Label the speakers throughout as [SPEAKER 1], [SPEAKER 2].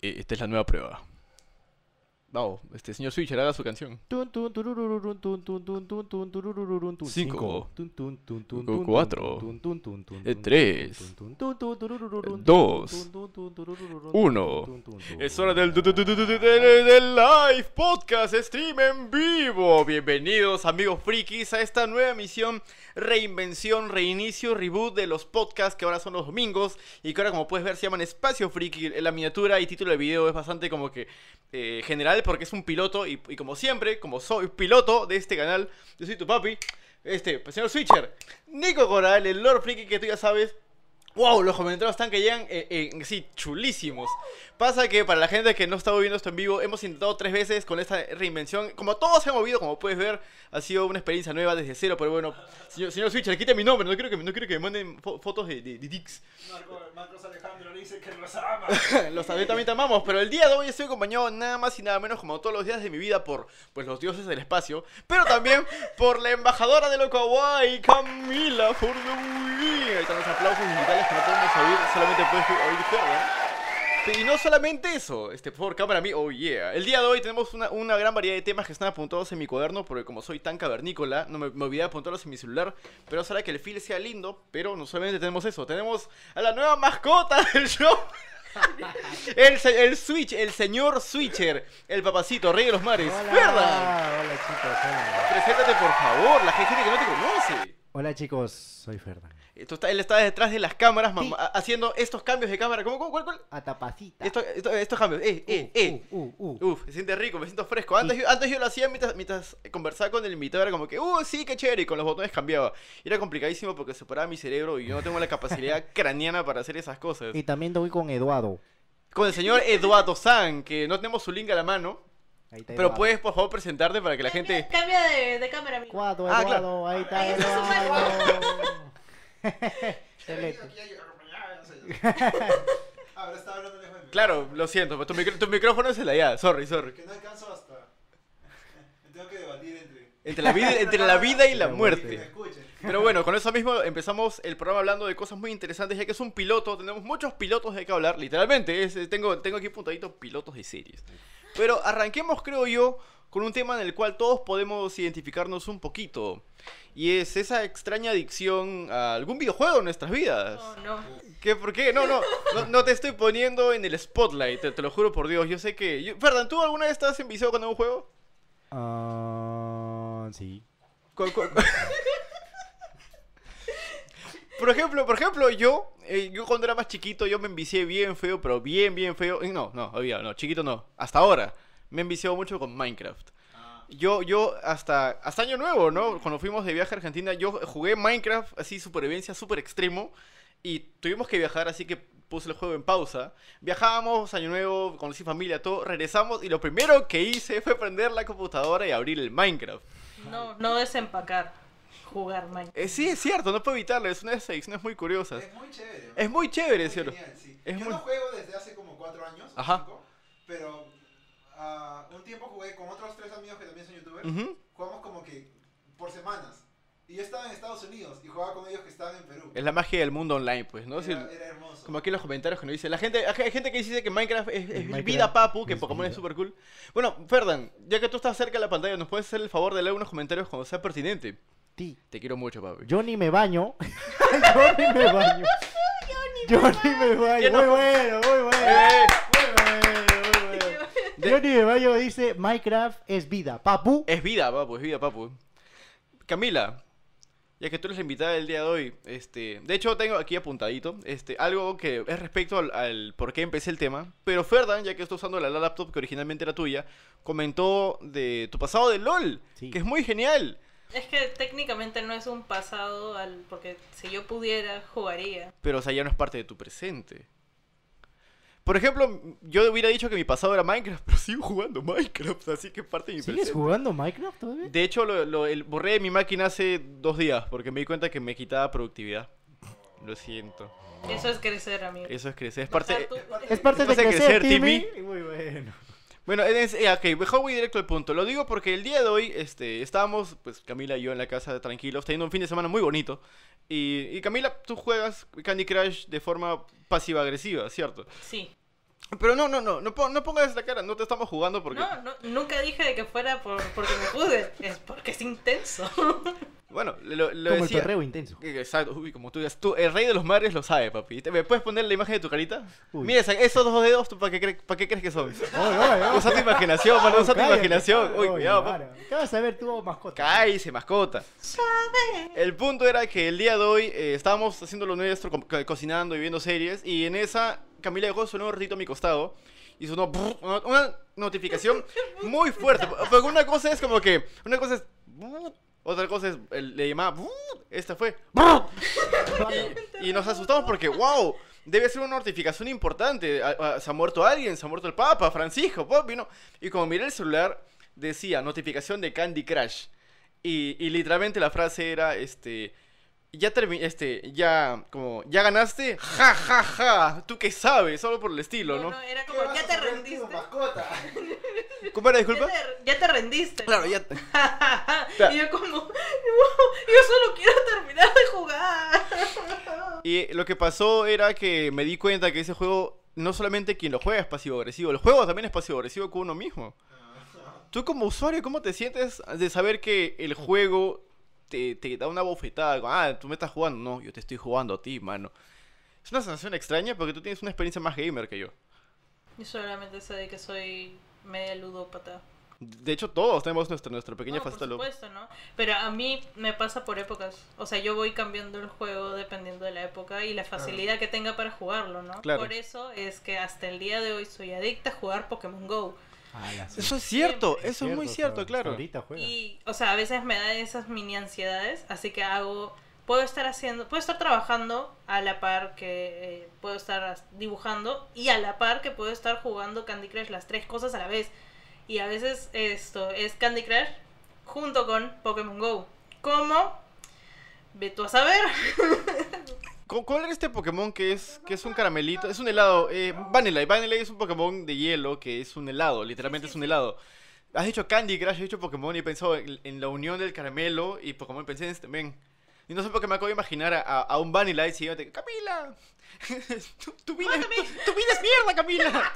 [SPEAKER 1] eh, esta es la nueva prueba. Vamos, este señor Switcher, haga su canción.
[SPEAKER 2] Tun, tun, tururururun, tun, tun, tun, tun, tun, tururururun, tun.
[SPEAKER 1] Cinco.
[SPEAKER 2] Tun, tun, tun, tun,
[SPEAKER 1] Cu-
[SPEAKER 2] tun,
[SPEAKER 1] cuatro.
[SPEAKER 2] tun, tun, tun, tun,
[SPEAKER 1] Eh,
[SPEAKER 2] tun,
[SPEAKER 1] tres.
[SPEAKER 2] tun, tun, tun, tururururun, tun,
[SPEAKER 1] dos.
[SPEAKER 2] tun, tun, tururururun,
[SPEAKER 1] Uno.
[SPEAKER 2] tun, tun, tun.
[SPEAKER 1] Es hora del, du- du- du- du- du- du- del- del live podcast stream en vivo. Bienvenidos amigos frikis a esta nueva emisión, reinvención, reinicio, reboot de los podcasts que ahora son los domingos y que ahora como puedes ver se llaman Espacio Friki. La miniatura y título del video es bastante como que eh, general porque es un piloto y, y como siempre, como soy piloto de este canal, yo soy tu papi, este, pues, señor Switcher, Nico Coral, el Lord Friki que tú ya sabes. Wow, los comentarios están que llegan, eh, eh, sí, chulísimos. Pasa que para la gente que no está viendo esto en vivo, hemos intentado tres veces con esta reinvención. Como todos se han movido, como puedes ver, ha sido una experiencia nueva desde cero. Pero bueno, señor, señor Switcher, quite mi nombre. No quiero que, no quiero que me manden fo- fotos de, de, de dicks.
[SPEAKER 3] Marcos Alejandro dice que los ama.
[SPEAKER 1] Los también, también te amamos, pero el día de hoy estoy acompañado nada más y nada menos como todos los días de mi vida por pues los dioses del espacio, pero también por la embajadora de lo kawaii, Camila Furlui. Ahí están los aplausos digitales que no podemos oír, solamente puedes oír cuerda. Sí, Y no solamente eso, este, por favor, cámara a mí, oh yeah. El día de hoy tenemos una, una gran variedad de temas que están apuntados en mi cuaderno, porque como soy tan cavernícola, no me, me olvidé de apuntarlos en mi celular, pero es hora que el feel sea lindo, pero no solamente tenemos eso, tenemos a la nueva mascota del show. El, se- el Switch, el señor Switcher, el papacito, rey de los mares.
[SPEAKER 2] Hola,
[SPEAKER 1] ¡Verdad!
[SPEAKER 2] hola, chicos, hola.
[SPEAKER 1] Preséntate, por favor, la gente que no te conoce.
[SPEAKER 2] Hola chicos, soy Fernán.
[SPEAKER 1] Esto está- él está detrás de las cámaras mam-
[SPEAKER 2] Sí.
[SPEAKER 1] a- haciendo estos cambios de cámara. ¿Cómo, cómo, cuál, cuál?
[SPEAKER 2] Atapacita.
[SPEAKER 1] Esto- esto- estos cambios. Eh, eh,
[SPEAKER 2] Uh,
[SPEAKER 1] eh.
[SPEAKER 2] uh, uh, uh.
[SPEAKER 1] Uf, se siente rico, me siento fresco. Antes, yo, antes yo lo hacía mientras, mientras conversaba con el invitado, era como que, uh, sí, qué chévere, y con los botones cambiaba. Y era complicadísimo porque separaba mi cerebro y yo no tengo la capacidad craneana para hacer esas cosas.
[SPEAKER 2] Y también doy con Eduardo.
[SPEAKER 1] Con el señor Eduardo San, que no tenemos su link a la mano,
[SPEAKER 2] Ahí está
[SPEAKER 1] pero
[SPEAKER 2] Eduardo.
[SPEAKER 1] puedes por favor presentarte para que la
[SPEAKER 4] Cambia-
[SPEAKER 1] gente...
[SPEAKER 4] Cambia de, de cámara, amigo.
[SPEAKER 2] Cuatro,
[SPEAKER 1] Ah,
[SPEAKER 2] Eduardo,
[SPEAKER 1] claro.
[SPEAKER 2] ahí está
[SPEAKER 4] Ay, eso es un
[SPEAKER 2] Eduardo. Excelente.
[SPEAKER 3] Ahora está hablando lejos de mí.
[SPEAKER 1] Claro, lo siento, pero tu, micro- tu micrófono es el de allá, sorry, sorry.
[SPEAKER 3] Que no alcanzo hasta. Me tengo que debatir entre.
[SPEAKER 1] Entre la vida, entre la vida y la
[SPEAKER 3] Que me
[SPEAKER 1] muerte.
[SPEAKER 3] escuchen.
[SPEAKER 1] Pero bueno, con eso mismo empezamos el programa hablando de cosas muy interesantes, ya que es un piloto, tenemos muchos pilotos de qué hablar, literalmente. es- eh, tengo, tengo aquí apuntadito pilotos de series. Pero arranquemos, creo yo, con un tema en el cual todos podemos identificarnos un poquito. Y es esa extraña adicción a algún videojuego en nuestras vidas.
[SPEAKER 4] Oh, no.
[SPEAKER 1] ¿Qué? ¿Por qué? No, no, no, no te estoy poniendo en el spotlight, te, te lo juro por Dios. Yo sé que... yo- Ferdan, ¿tú alguna vez estás enviciado con algún juego?
[SPEAKER 2] Ah, sí.
[SPEAKER 1] Cu- cu- cu- Por ejemplo, por ejemplo, yo, eh, yo cuando era más chiquito, yo me envicié bien feo, pero bien, bien feo. Eh, No, no, había, no, chiquito no. Hasta ahora me he enviciado mucho con Minecraft.
[SPEAKER 3] Ah,
[SPEAKER 1] Yo, yo, hasta, hasta Año Nuevo, ¿no? Cuando fuimos de viaje a Argentina, yo jugué Minecraft así, supervivencia, super extremo. Y tuvimos que viajar, así que puse el juego en pausa. Viajábamos, Año Nuevo, conocí familia, todo. Regresamos y lo primero que hice fue prender la computadora y abrir el Minecraft.
[SPEAKER 4] No, no desempacar. Jugar, man.
[SPEAKER 1] Eh, sí, es cierto, no puedo evitarlo, es una de esas adicciones muy curiosas.
[SPEAKER 3] Es muy chévere. ¿no?
[SPEAKER 1] Es muy chévere, ¿sí o no?
[SPEAKER 3] genial, sí.
[SPEAKER 1] Es
[SPEAKER 3] Yo
[SPEAKER 1] muy-
[SPEAKER 3] no juego desde hace como 4 años. o
[SPEAKER 1] Ajá.
[SPEAKER 3] cinco, pero ah, un tiempo jugué con otros tres amigos que también son youtubers.
[SPEAKER 1] Ujú.
[SPEAKER 3] Jugamos como que por semanas. Y yo estaba en Estados Unidos y jugaba con ellos que estaban en Perú.
[SPEAKER 1] Es la magia del mundo online, pues, ¿no? Si-
[SPEAKER 3] Era, era hermoso.
[SPEAKER 1] como aquí en los comentarios que nos dice. La gente, hay gente que dice que Minecraft es, es
[SPEAKER 2] Minecraft
[SPEAKER 1] vida papu, que
[SPEAKER 2] es
[SPEAKER 1] Pokémon es
[SPEAKER 2] vida.
[SPEAKER 1] súper cool. Bueno, Ferdan, ya que tú estás cerca de la pantalla, ¿nos puedes hacer el favor de leer unos comentarios cuando sea pertinente?
[SPEAKER 2] Ti.
[SPEAKER 1] Te quiero mucho, papi.
[SPEAKER 2] Yo ni me baño. Yo ni me baño. Yo ni me baño.
[SPEAKER 1] Lleno-
[SPEAKER 2] Muy bueno, muy bueno.
[SPEAKER 1] Eh,
[SPEAKER 2] Muy bueno, muy bueno. Yo ni me baño dice Minecraft es vida. Papu.
[SPEAKER 1] Es vida, papu, es vida, papu. Camila, ya que tú eres la invitada del día de hoy, este, de hecho tengo aquí apuntadito, este, algo que es respecto al, al por qué empecé el tema, pero Ferdan, ya que está usando la laptop que originalmente era tuya, comentó de tu pasado de LOL,
[SPEAKER 2] Sí.
[SPEAKER 1] que es muy genial.
[SPEAKER 4] Es que técnicamente no es un pasado al. Porque si yo pudiera, jugaría.
[SPEAKER 1] pero o sea, ya no es parte de tu presente. Por ejemplo, yo hubiera dicho que mi pasado era Minecraft, pero sigo jugando Minecraft, así que es parte de mi
[SPEAKER 2] ¿Sigues
[SPEAKER 1] presente.
[SPEAKER 2] jugando Minecraft todavía?
[SPEAKER 1] De hecho, lo, lo- el, borré de mi máquina hace dos días porque me di cuenta que me quitaba productividad. Lo siento.
[SPEAKER 4] Eso es crecer, amigo.
[SPEAKER 1] Eso Oh. es crecer. Es
[SPEAKER 4] Dejar
[SPEAKER 1] parte.
[SPEAKER 4] tu-
[SPEAKER 2] Es parte de
[SPEAKER 1] Vas a
[SPEAKER 2] crecer,
[SPEAKER 1] crecer, Timmy.
[SPEAKER 2] Timmy. Muy bueno.
[SPEAKER 1] Bueno, es, eh, ok, mejor voy directo al punto. Lo digo porque el día de hoy este, estábamos, pues Camila y yo en la casa tranquilos, teniendo un fin de semana muy bonito. Y, y Camila, tú juegas Candy Crush de forma pasiva-agresiva, ¿cierto?
[SPEAKER 4] Sí.
[SPEAKER 1] Pero no, no, no, no, pon- no pongas la cara, no te estamos jugando porque...
[SPEAKER 4] No, no, nunca dije de que fuera por, porque me pude, es porque es intenso.
[SPEAKER 1] Bueno, lo, lo
[SPEAKER 2] Como el
[SPEAKER 1] decía...
[SPEAKER 2] perreo intenso.
[SPEAKER 1] Exacto, uy, como tú dices, tú, el rey de los mares lo sabe, papi. ¿Te- ¿Me puedes poner la imagen de tu carita?
[SPEAKER 2] Uy.
[SPEAKER 1] Mira, esa- esos dos dedos, ¿tú para qué, cre- pa' qué crees que son?
[SPEAKER 2] Oye, oye, oye.
[SPEAKER 1] Usa tu imaginación, mano, usa tu
[SPEAKER 2] Cállate,
[SPEAKER 1] imaginación. Uy,
[SPEAKER 2] oye,
[SPEAKER 1] cuidado, papi.
[SPEAKER 2] vara. ¿Qué vas a ver tú, mascota?
[SPEAKER 1] Cállese, mascota. El punto era que el día de hoy eh, estábamos haciendo lo nuestro, co- co- cocinando y viendo series, y en esa Camila dejó su nuevo ratito a mi costado y sonó brr, una- una notificación muy fuerte. Porque una cosa es como que, una cosa es, brr, otra cosa es, el- le llamaba, brr, esta fue, brr,
[SPEAKER 2] Claro.
[SPEAKER 1] y nos asustamos porque, wow, debe ser una notificación importante. A- a- se ha muerto alguien, se ha muerto el Papa, Francisco, pop, vino. Y como miré el celular, decía notificación de Candy Crush. Y, y literalmente la frase era, este, ya terminé, este, ya, como, ya ganaste, ja, ja, ja, tú qué sabes, algo por el estilo, ¿no?
[SPEAKER 4] era
[SPEAKER 3] ¿Qué
[SPEAKER 4] como,
[SPEAKER 3] vas
[SPEAKER 4] ya
[SPEAKER 3] a
[SPEAKER 4] te
[SPEAKER 3] saber tú,
[SPEAKER 4] rendiste.
[SPEAKER 3] mascota?
[SPEAKER 1] ¿Cómo era,
[SPEAKER 4] Ya
[SPEAKER 1] disculpa?
[SPEAKER 4] te, ya te rendiste.
[SPEAKER 1] Claro, ya.
[SPEAKER 4] y yo como, no, yo solo quiero terminar de jugar.
[SPEAKER 1] Y lo que pasó era que me di cuenta que ese juego, no solamente quien lo juega es pasivo-agresivo, el juego también es pasivo-agresivo con uno mismo. Tú como usuario, ¿cómo te sientes de saber que el juego te, te da una bofetada? Como, Ah, tú me estás jugando. No, yo te estoy jugando a ti, mano. Es una sensación extraña porque tú tienes una experiencia más gamer que yo.
[SPEAKER 4] Yo solamente sé de que soy media ludópata.
[SPEAKER 1] De hecho, todos tenemos nuestra, nuestra pequeña
[SPEAKER 4] No, por
[SPEAKER 1] faceta loca.
[SPEAKER 4] supuesto, ¿no? Pero a mí me pasa por épocas. O sea, yo voy cambiando el juego dependiendo de la época y la facilidad que tenga para jugarlo, ¿no?
[SPEAKER 1] Claro.
[SPEAKER 4] Por eso es que hasta el día de hoy soy adicta a jugar Pokémon GO.
[SPEAKER 2] Ah, la
[SPEAKER 1] Eso es cierto,
[SPEAKER 4] Siempre.
[SPEAKER 1] eso es muy cierto,
[SPEAKER 2] hasta
[SPEAKER 1] claro.
[SPEAKER 2] Ahorita juega.
[SPEAKER 4] Y, o sea, a veces me da esas mini ansiedades, así que hago, puedo estar haciendo, puedo estar trabajando a la par que eh, puedo estar as- dibujando y a la par que puedo estar jugando Candy Crush, las tres cosas a la vez. Y a veces esto es Candy Crush junto con Pokémon Go. ¿Cómo? Ve tú a saber.
[SPEAKER 1] ¿Cu- ¿Cuál era este Pokémon que es, que es un caramelito? Es un helado. Eh, Vanillite. Vanillite es un Pokémon de hielo que es un helado. Literalmente es un helado. Has dicho Candy Crush, has dicho Pokémon y he pensado en, en la unión del caramelo y Pokémon. Pensé en este men. Y no sé por qué me acabo de imaginar a, a, a un Vanillite siguiente. ¡Camila! tu, tu vida, es- tu- tu vida es mierda, Camila!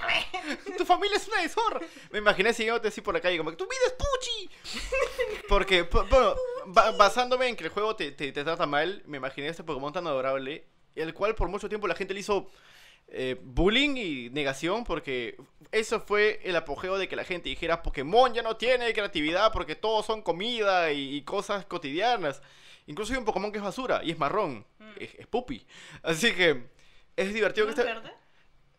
[SPEAKER 1] ¡Tu familia es una deshonra! Me imaginé siguiéndote así por la calle como que ¡Tu vida es puchi! Porque, po- bueno, ba- basándome en que el juego te, te- te trata mal, me imaginé este Pokémon tan adorable, el cual por mucho tiempo la gente le hizo eh, bullying y negación, porque eso fue el apogeo de que la gente dijera Pokémon ya no tiene creatividad porque todos son comida y, y cosas cotidianas. Incluso hay un Pokémon que es basura y es marrón,
[SPEAKER 4] Mm.
[SPEAKER 1] es, es pupi. Así que es divertido
[SPEAKER 4] ¿No
[SPEAKER 1] que
[SPEAKER 4] es
[SPEAKER 1] este-
[SPEAKER 4] verde?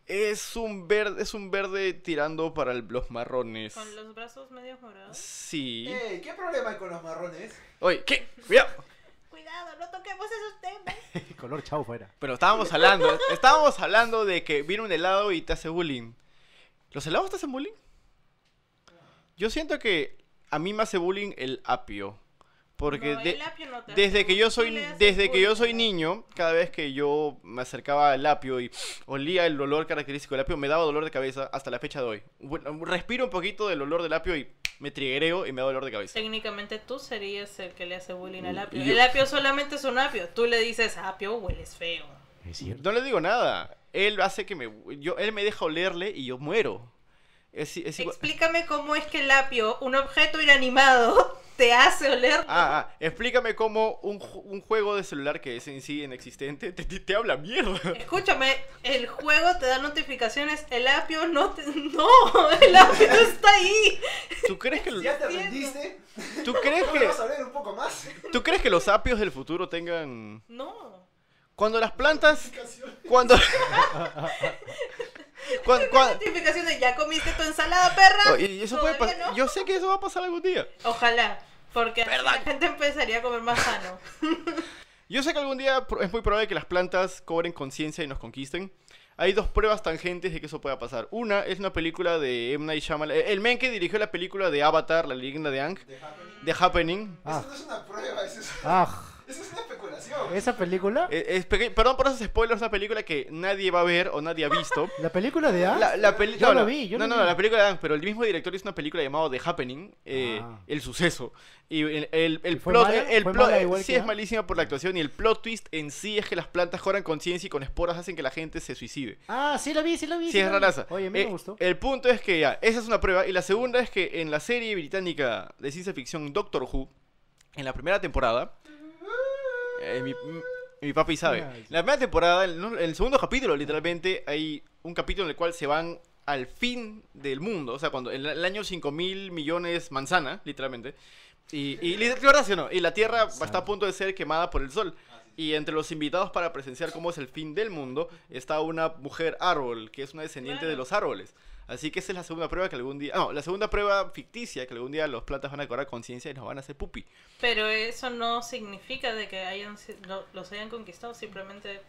[SPEAKER 1] Es un verde, es un verde tirando para el- los marrones.
[SPEAKER 4] Con los Eh. brazos medio morados.
[SPEAKER 1] Sí.
[SPEAKER 3] Ey, ¿qué problema hay con los marrones?
[SPEAKER 1] Oye, ¿qué? Cuidado.
[SPEAKER 4] Cuidado, no toquemos esos temas.
[SPEAKER 2] El color chau fuera.
[SPEAKER 1] Pero estábamos hablando, estábamos hablando de que viene un helado y te hace bullying. ¿Los helados te hacen bullying? Yo siento que a mí me hace bullying el apio. Porque
[SPEAKER 4] No,
[SPEAKER 1] de-
[SPEAKER 4] el apio no te hace
[SPEAKER 1] desde que
[SPEAKER 4] bullying,
[SPEAKER 1] yo
[SPEAKER 4] tú
[SPEAKER 1] soy
[SPEAKER 4] le haces
[SPEAKER 1] desde que yo soy
[SPEAKER 4] bullying.
[SPEAKER 1] niño, cada vez que yo me acercaba al apio y olía el olor característico del apio, me daba dolor de cabeza hasta la fecha de hoy. Bueno, respiro un poquito del olor del apio y me triguereo y me da dolor de cabeza.
[SPEAKER 4] Técnicamente tú serías el que le hace bullying al apio.
[SPEAKER 1] Mm, Yo-
[SPEAKER 4] El apio solamente es un apio. Tú le dices apio, hueles feo.
[SPEAKER 2] Es cierto.
[SPEAKER 1] No le digo nada. Él hace que me yo él me deja olerle y yo muero. Es, es igual-
[SPEAKER 4] Explícame cómo es que el apio, un objeto inanimado, te hace oler.
[SPEAKER 1] Ah, ah, explícame cómo un, ju- un juego de celular que es en sí inexistente te, te- te habla mierda.
[SPEAKER 4] Escúchame, el juego te da notificaciones, el apio no te... ¡No! El apio no está ahí.
[SPEAKER 1] ¿Tú crees que,
[SPEAKER 3] ¿Ya te
[SPEAKER 4] Cierto.
[SPEAKER 3] rendiste?
[SPEAKER 1] tú crees
[SPEAKER 3] ¿Cómo
[SPEAKER 1] que,
[SPEAKER 3] vas a hablar un poco más?
[SPEAKER 1] tú crees que los apios del futuro tengan...
[SPEAKER 4] No.
[SPEAKER 1] Cuando las plantas... Cuando... cuando, cuando-
[SPEAKER 4] Notificaciones, ya comiste tu ensalada, perra.
[SPEAKER 1] Oh, y eso puede
[SPEAKER 4] Todavía
[SPEAKER 1] pasar.
[SPEAKER 4] no.
[SPEAKER 1] Yo sé que eso va a pasar algún día.
[SPEAKER 4] Ojalá, porque así
[SPEAKER 1] Perdón.
[SPEAKER 4] la gente empezaría a comer más sano.
[SPEAKER 1] Yo sé que algún día pro- es muy probable que las plantas cobren conciencia y nos conquisten. Hay dos pruebas tangentes de que eso pueda pasar. Una es una película de M. Night Shyamalan. eh, El men que dirigió la película de Avatar, la leyenda de Ang,
[SPEAKER 3] Deja, Tony.
[SPEAKER 1] The Happening.
[SPEAKER 2] Ah.
[SPEAKER 3] Eso no es una prueba, eso es,
[SPEAKER 2] Ah,
[SPEAKER 3] eso es una animación.
[SPEAKER 2] ¿Esa película?
[SPEAKER 1] Eh, es peque- Perdón por esos spoilers, una película que nadie va a ver o nadie ha visto.
[SPEAKER 2] ¿La película de Ants?
[SPEAKER 1] La, la peli-
[SPEAKER 2] Yo
[SPEAKER 1] no,
[SPEAKER 2] la
[SPEAKER 1] no,
[SPEAKER 2] vi, yo
[SPEAKER 1] no,
[SPEAKER 2] la
[SPEAKER 1] no,
[SPEAKER 2] vi.
[SPEAKER 1] la película de Ants, pero el mismo director hizo una película llamada The Happening, eh,
[SPEAKER 2] Ah.
[SPEAKER 1] El Suceso. Y el, el, el
[SPEAKER 2] ¿Y fue
[SPEAKER 1] plot,
[SPEAKER 2] mala?
[SPEAKER 1] el
[SPEAKER 2] ¿Fue
[SPEAKER 1] plot
[SPEAKER 2] mala igual
[SPEAKER 1] sí
[SPEAKER 2] que
[SPEAKER 1] es
[SPEAKER 2] Ants?
[SPEAKER 1] malísima por la actuación y el plot twist en sí es que las plantas cobran conciencia y con esporas hacen que la gente se suicide.
[SPEAKER 2] Ah, sí la vi, sí la vi.
[SPEAKER 1] Sí, es
[SPEAKER 2] la vi.
[SPEAKER 1] raraza.
[SPEAKER 2] Oye, a mí
[SPEAKER 1] Eh,
[SPEAKER 2] me gustó.
[SPEAKER 1] El punto es que ya, esa es una prueba. Y la segunda es que en la serie británica de ciencia ficción Doctor Who, en la primera temporada, eh, mi, m- mi papi sabe.
[SPEAKER 2] Ah,
[SPEAKER 1] En
[SPEAKER 2] sí.
[SPEAKER 1] la primera temporada, en un- en el segundo capítulo, literalmente, hay un capítulo en el cual se van al fin del mundo. O sea, cuando en la- el año 5 mil millones manzana, literalmente. Y, y, li- de verdad, sí o no? y la Tierra está a punto de ser quemada por el sol.
[SPEAKER 4] Ah,
[SPEAKER 1] Y entre los invitados para presenciar cómo es el fin del mundo está una mujer árbol, que es una descendiente de
[SPEAKER 4] Claro.
[SPEAKER 1] los árboles. Así que esa es la segunda prueba que algún día... ah, No, la segunda prueba ficticia que algún día los plantas van a cobrar conciencia y nos van a hacer pupi.
[SPEAKER 4] Pero eso no significa de que hayan, si- lo- los hayan conquistado, simplemente...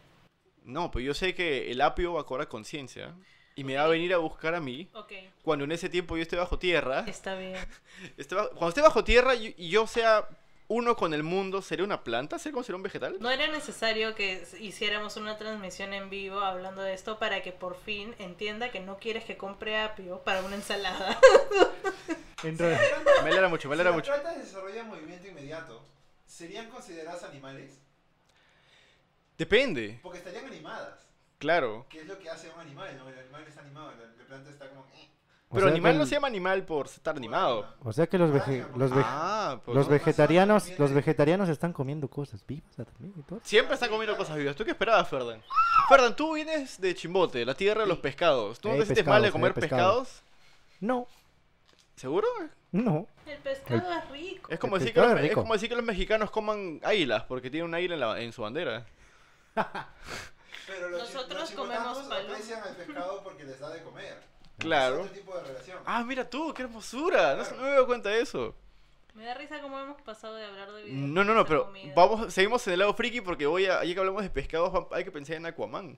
[SPEAKER 1] No, pues yo sé que el apio va a cobrar conciencia y me va a venir a buscar a mí
[SPEAKER 4] Ok,
[SPEAKER 1] cuando en ese tiempo yo esté bajo tierra.
[SPEAKER 4] está bien.
[SPEAKER 1] esté bajo- cuando esté bajo tierra y y yo sea uno con el mundo, ¿seré una planta? ¿Seré como seré un vegetal?
[SPEAKER 4] No era necesario que s- hiciéramos una transmisión en vivo hablando de esto para que por fin entienda que no quieres que compre apio para una ensalada.
[SPEAKER 2] En realidad.
[SPEAKER 1] Me alegra mucho, me
[SPEAKER 3] Si
[SPEAKER 1] alegra
[SPEAKER 3] las
[SPEAKER 1] mucho.
[SPEAKER 3] plantas desarrollan movimiento inmediato, ¿serían consideradas animales?
[SPEAKER 1] Depende,
[SPEAKER 3] Porque estarían animadas.
[SPEAKER 1] claro.
[SPEAKER 3] ¿Qué es lo que hace un animal? ¿no? El animal está animado, la, la planta está como... eh,
[SPEAKER 2] O
[SPEAKER 1] Pero
[SPEAKER 2] sea
[SPEAKER 1] animal
[SPEAKER 2] que-
[SPEAKER 1] no se llama animal por estar animado.
[SPEAKER 2] O sea que los, vege- los, ve-
[SPEAKER 1] Ah, pues
[SPEAKER 2] los
[SPEAKER 1] no.
[SPEAKER 2] vegetarianos
[SPEAKER 3] Tiene-
[SPEAKER 2] los vegetarianos están comiendo cosas vivas ah, también y todo.
[SPEAKER 1] Siempre están comiendo cosas vivas. ¿Tú qué esperabas, Ferdan? Ferdan, tú vienes de Chimbote, la tierra de los pescados. ¿Tú no
[SPEAKER 2] Hay
[SPEAKER 1] te sientes mal de
[SPEAKER 2] pescados,
[SPEAKER 1] comer
[SPEAKER 2] hay pescados.
[SPEAKER 1] pescados?
[SPEAKER 2] No,
[SPEAKER 1] ¿Seguro?
[SPEAKER 2] no.
[SPEAKER 4] El pescado es rico.
[SPEAKER 1] Es como,
[SPEAKER 2] El
[SPEAKER 1] decir que los,
[SPEAKER 2] pescado es
[SPEAKER 1] es
[SPEAKER 2] rico.
[SPEAKER 1] como decir que los mexicanos coman águilas, porque tienen un águila en, la- en su bandera.
[SPEAKER 3] Pero los chi-
[SPEAKER 4] Nosotros
[SPEAKER 3] los
[SPEAKER 4] comemos
[SPEAKER 3] chimbotanos
[SPEAKER 4] paloma.
[SPEAKER 3] aprecian al pescado porque les da de comer. Es
[SPEAKER 1] Claro.
[SPEAKER 3] otro tipo de relación.
[SPEAKER 1] Ah, mira tú, qué hermosura. No, se- no me doy cuenta de eso.
[SPEAKER 4] Me da risa cómo hemos pasado de hablar de videojuegos
[SPEAKER 1] No, no, no,
[SPEAKER 4] a
[SPEAKER 1] pero
[SPEAKER 4] comida.
[SPEAKER 1] vamos, seguimos en el lado friki porque voy a, ya que hablamos de pescados, va- hay que pensar en Aquaman.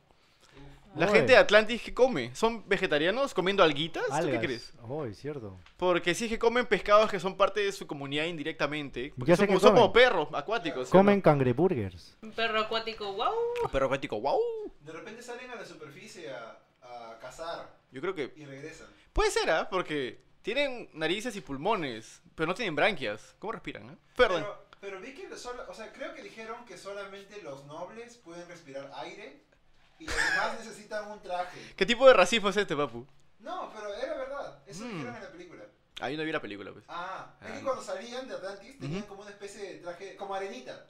[SPEAKER 1] La
[SPEAKER 2] Oy.
[SPEAKER 1] gente de Atlantis, ¿qué come? ¿Son vegetarianos comiendo alguitas? ¿Tú qué
[SPEAKER 2] Algas.
[SPEAKER 1] crees?
[SPEAKER 2] Oh, es cierto.
[SPEAKER 1] Porque sí es que comen pescados que son parte de su comunidad indirectamente. porque
[SPEAKER 2] Ya
[SPEAKER 1] son,
[SPEAKER 2] sé
[SPEAKER 1] como,
[SPEAKER 2] que
[SPEAKER 1] son
[SPEAKER 2] comen.
[SPEAKER 1] como perros acuáticos. ¿sí o no?
[SPEAKER 2] Comen cangreburgers.
[SPEAKER 4] Un perro acuático, wow.
[SPEAKER 1] Perro acuático, wow.
[SPEAKER 3] De repente salen a la superficie a, a cazar
[SPEAKER 1] Yo creo que
[SPEAKER 3] y regresan.
[SPEAKER 1] Puede ser, ¿ah? Porque tienen narices y pulmones, pero no tienen branquias. ¿Cómo respiran, ah? Perdón.
[SPEAKER 3] Pero, pero vi que solo, o sea, creo que dijeron que solamente los nobles pueden respirar aire y los demás necesitan un traje.
[SPEAKER 1] ¿Qué tipo de racismo es este, papu?
[SPEAKER 3] No, pero era verdad. Eso
[SPEAKER 1] Mm.
[SPEAKER 3] dijeron en la película.
[SPEAKER 1] Ahí no vi la película, pues.
[SPEAKER 3] Ah, es
[SPEAKER 1] Ah.
[SPEAKER 3] que cuando salían de Atlantis tenían como una especie de traje, como arenita,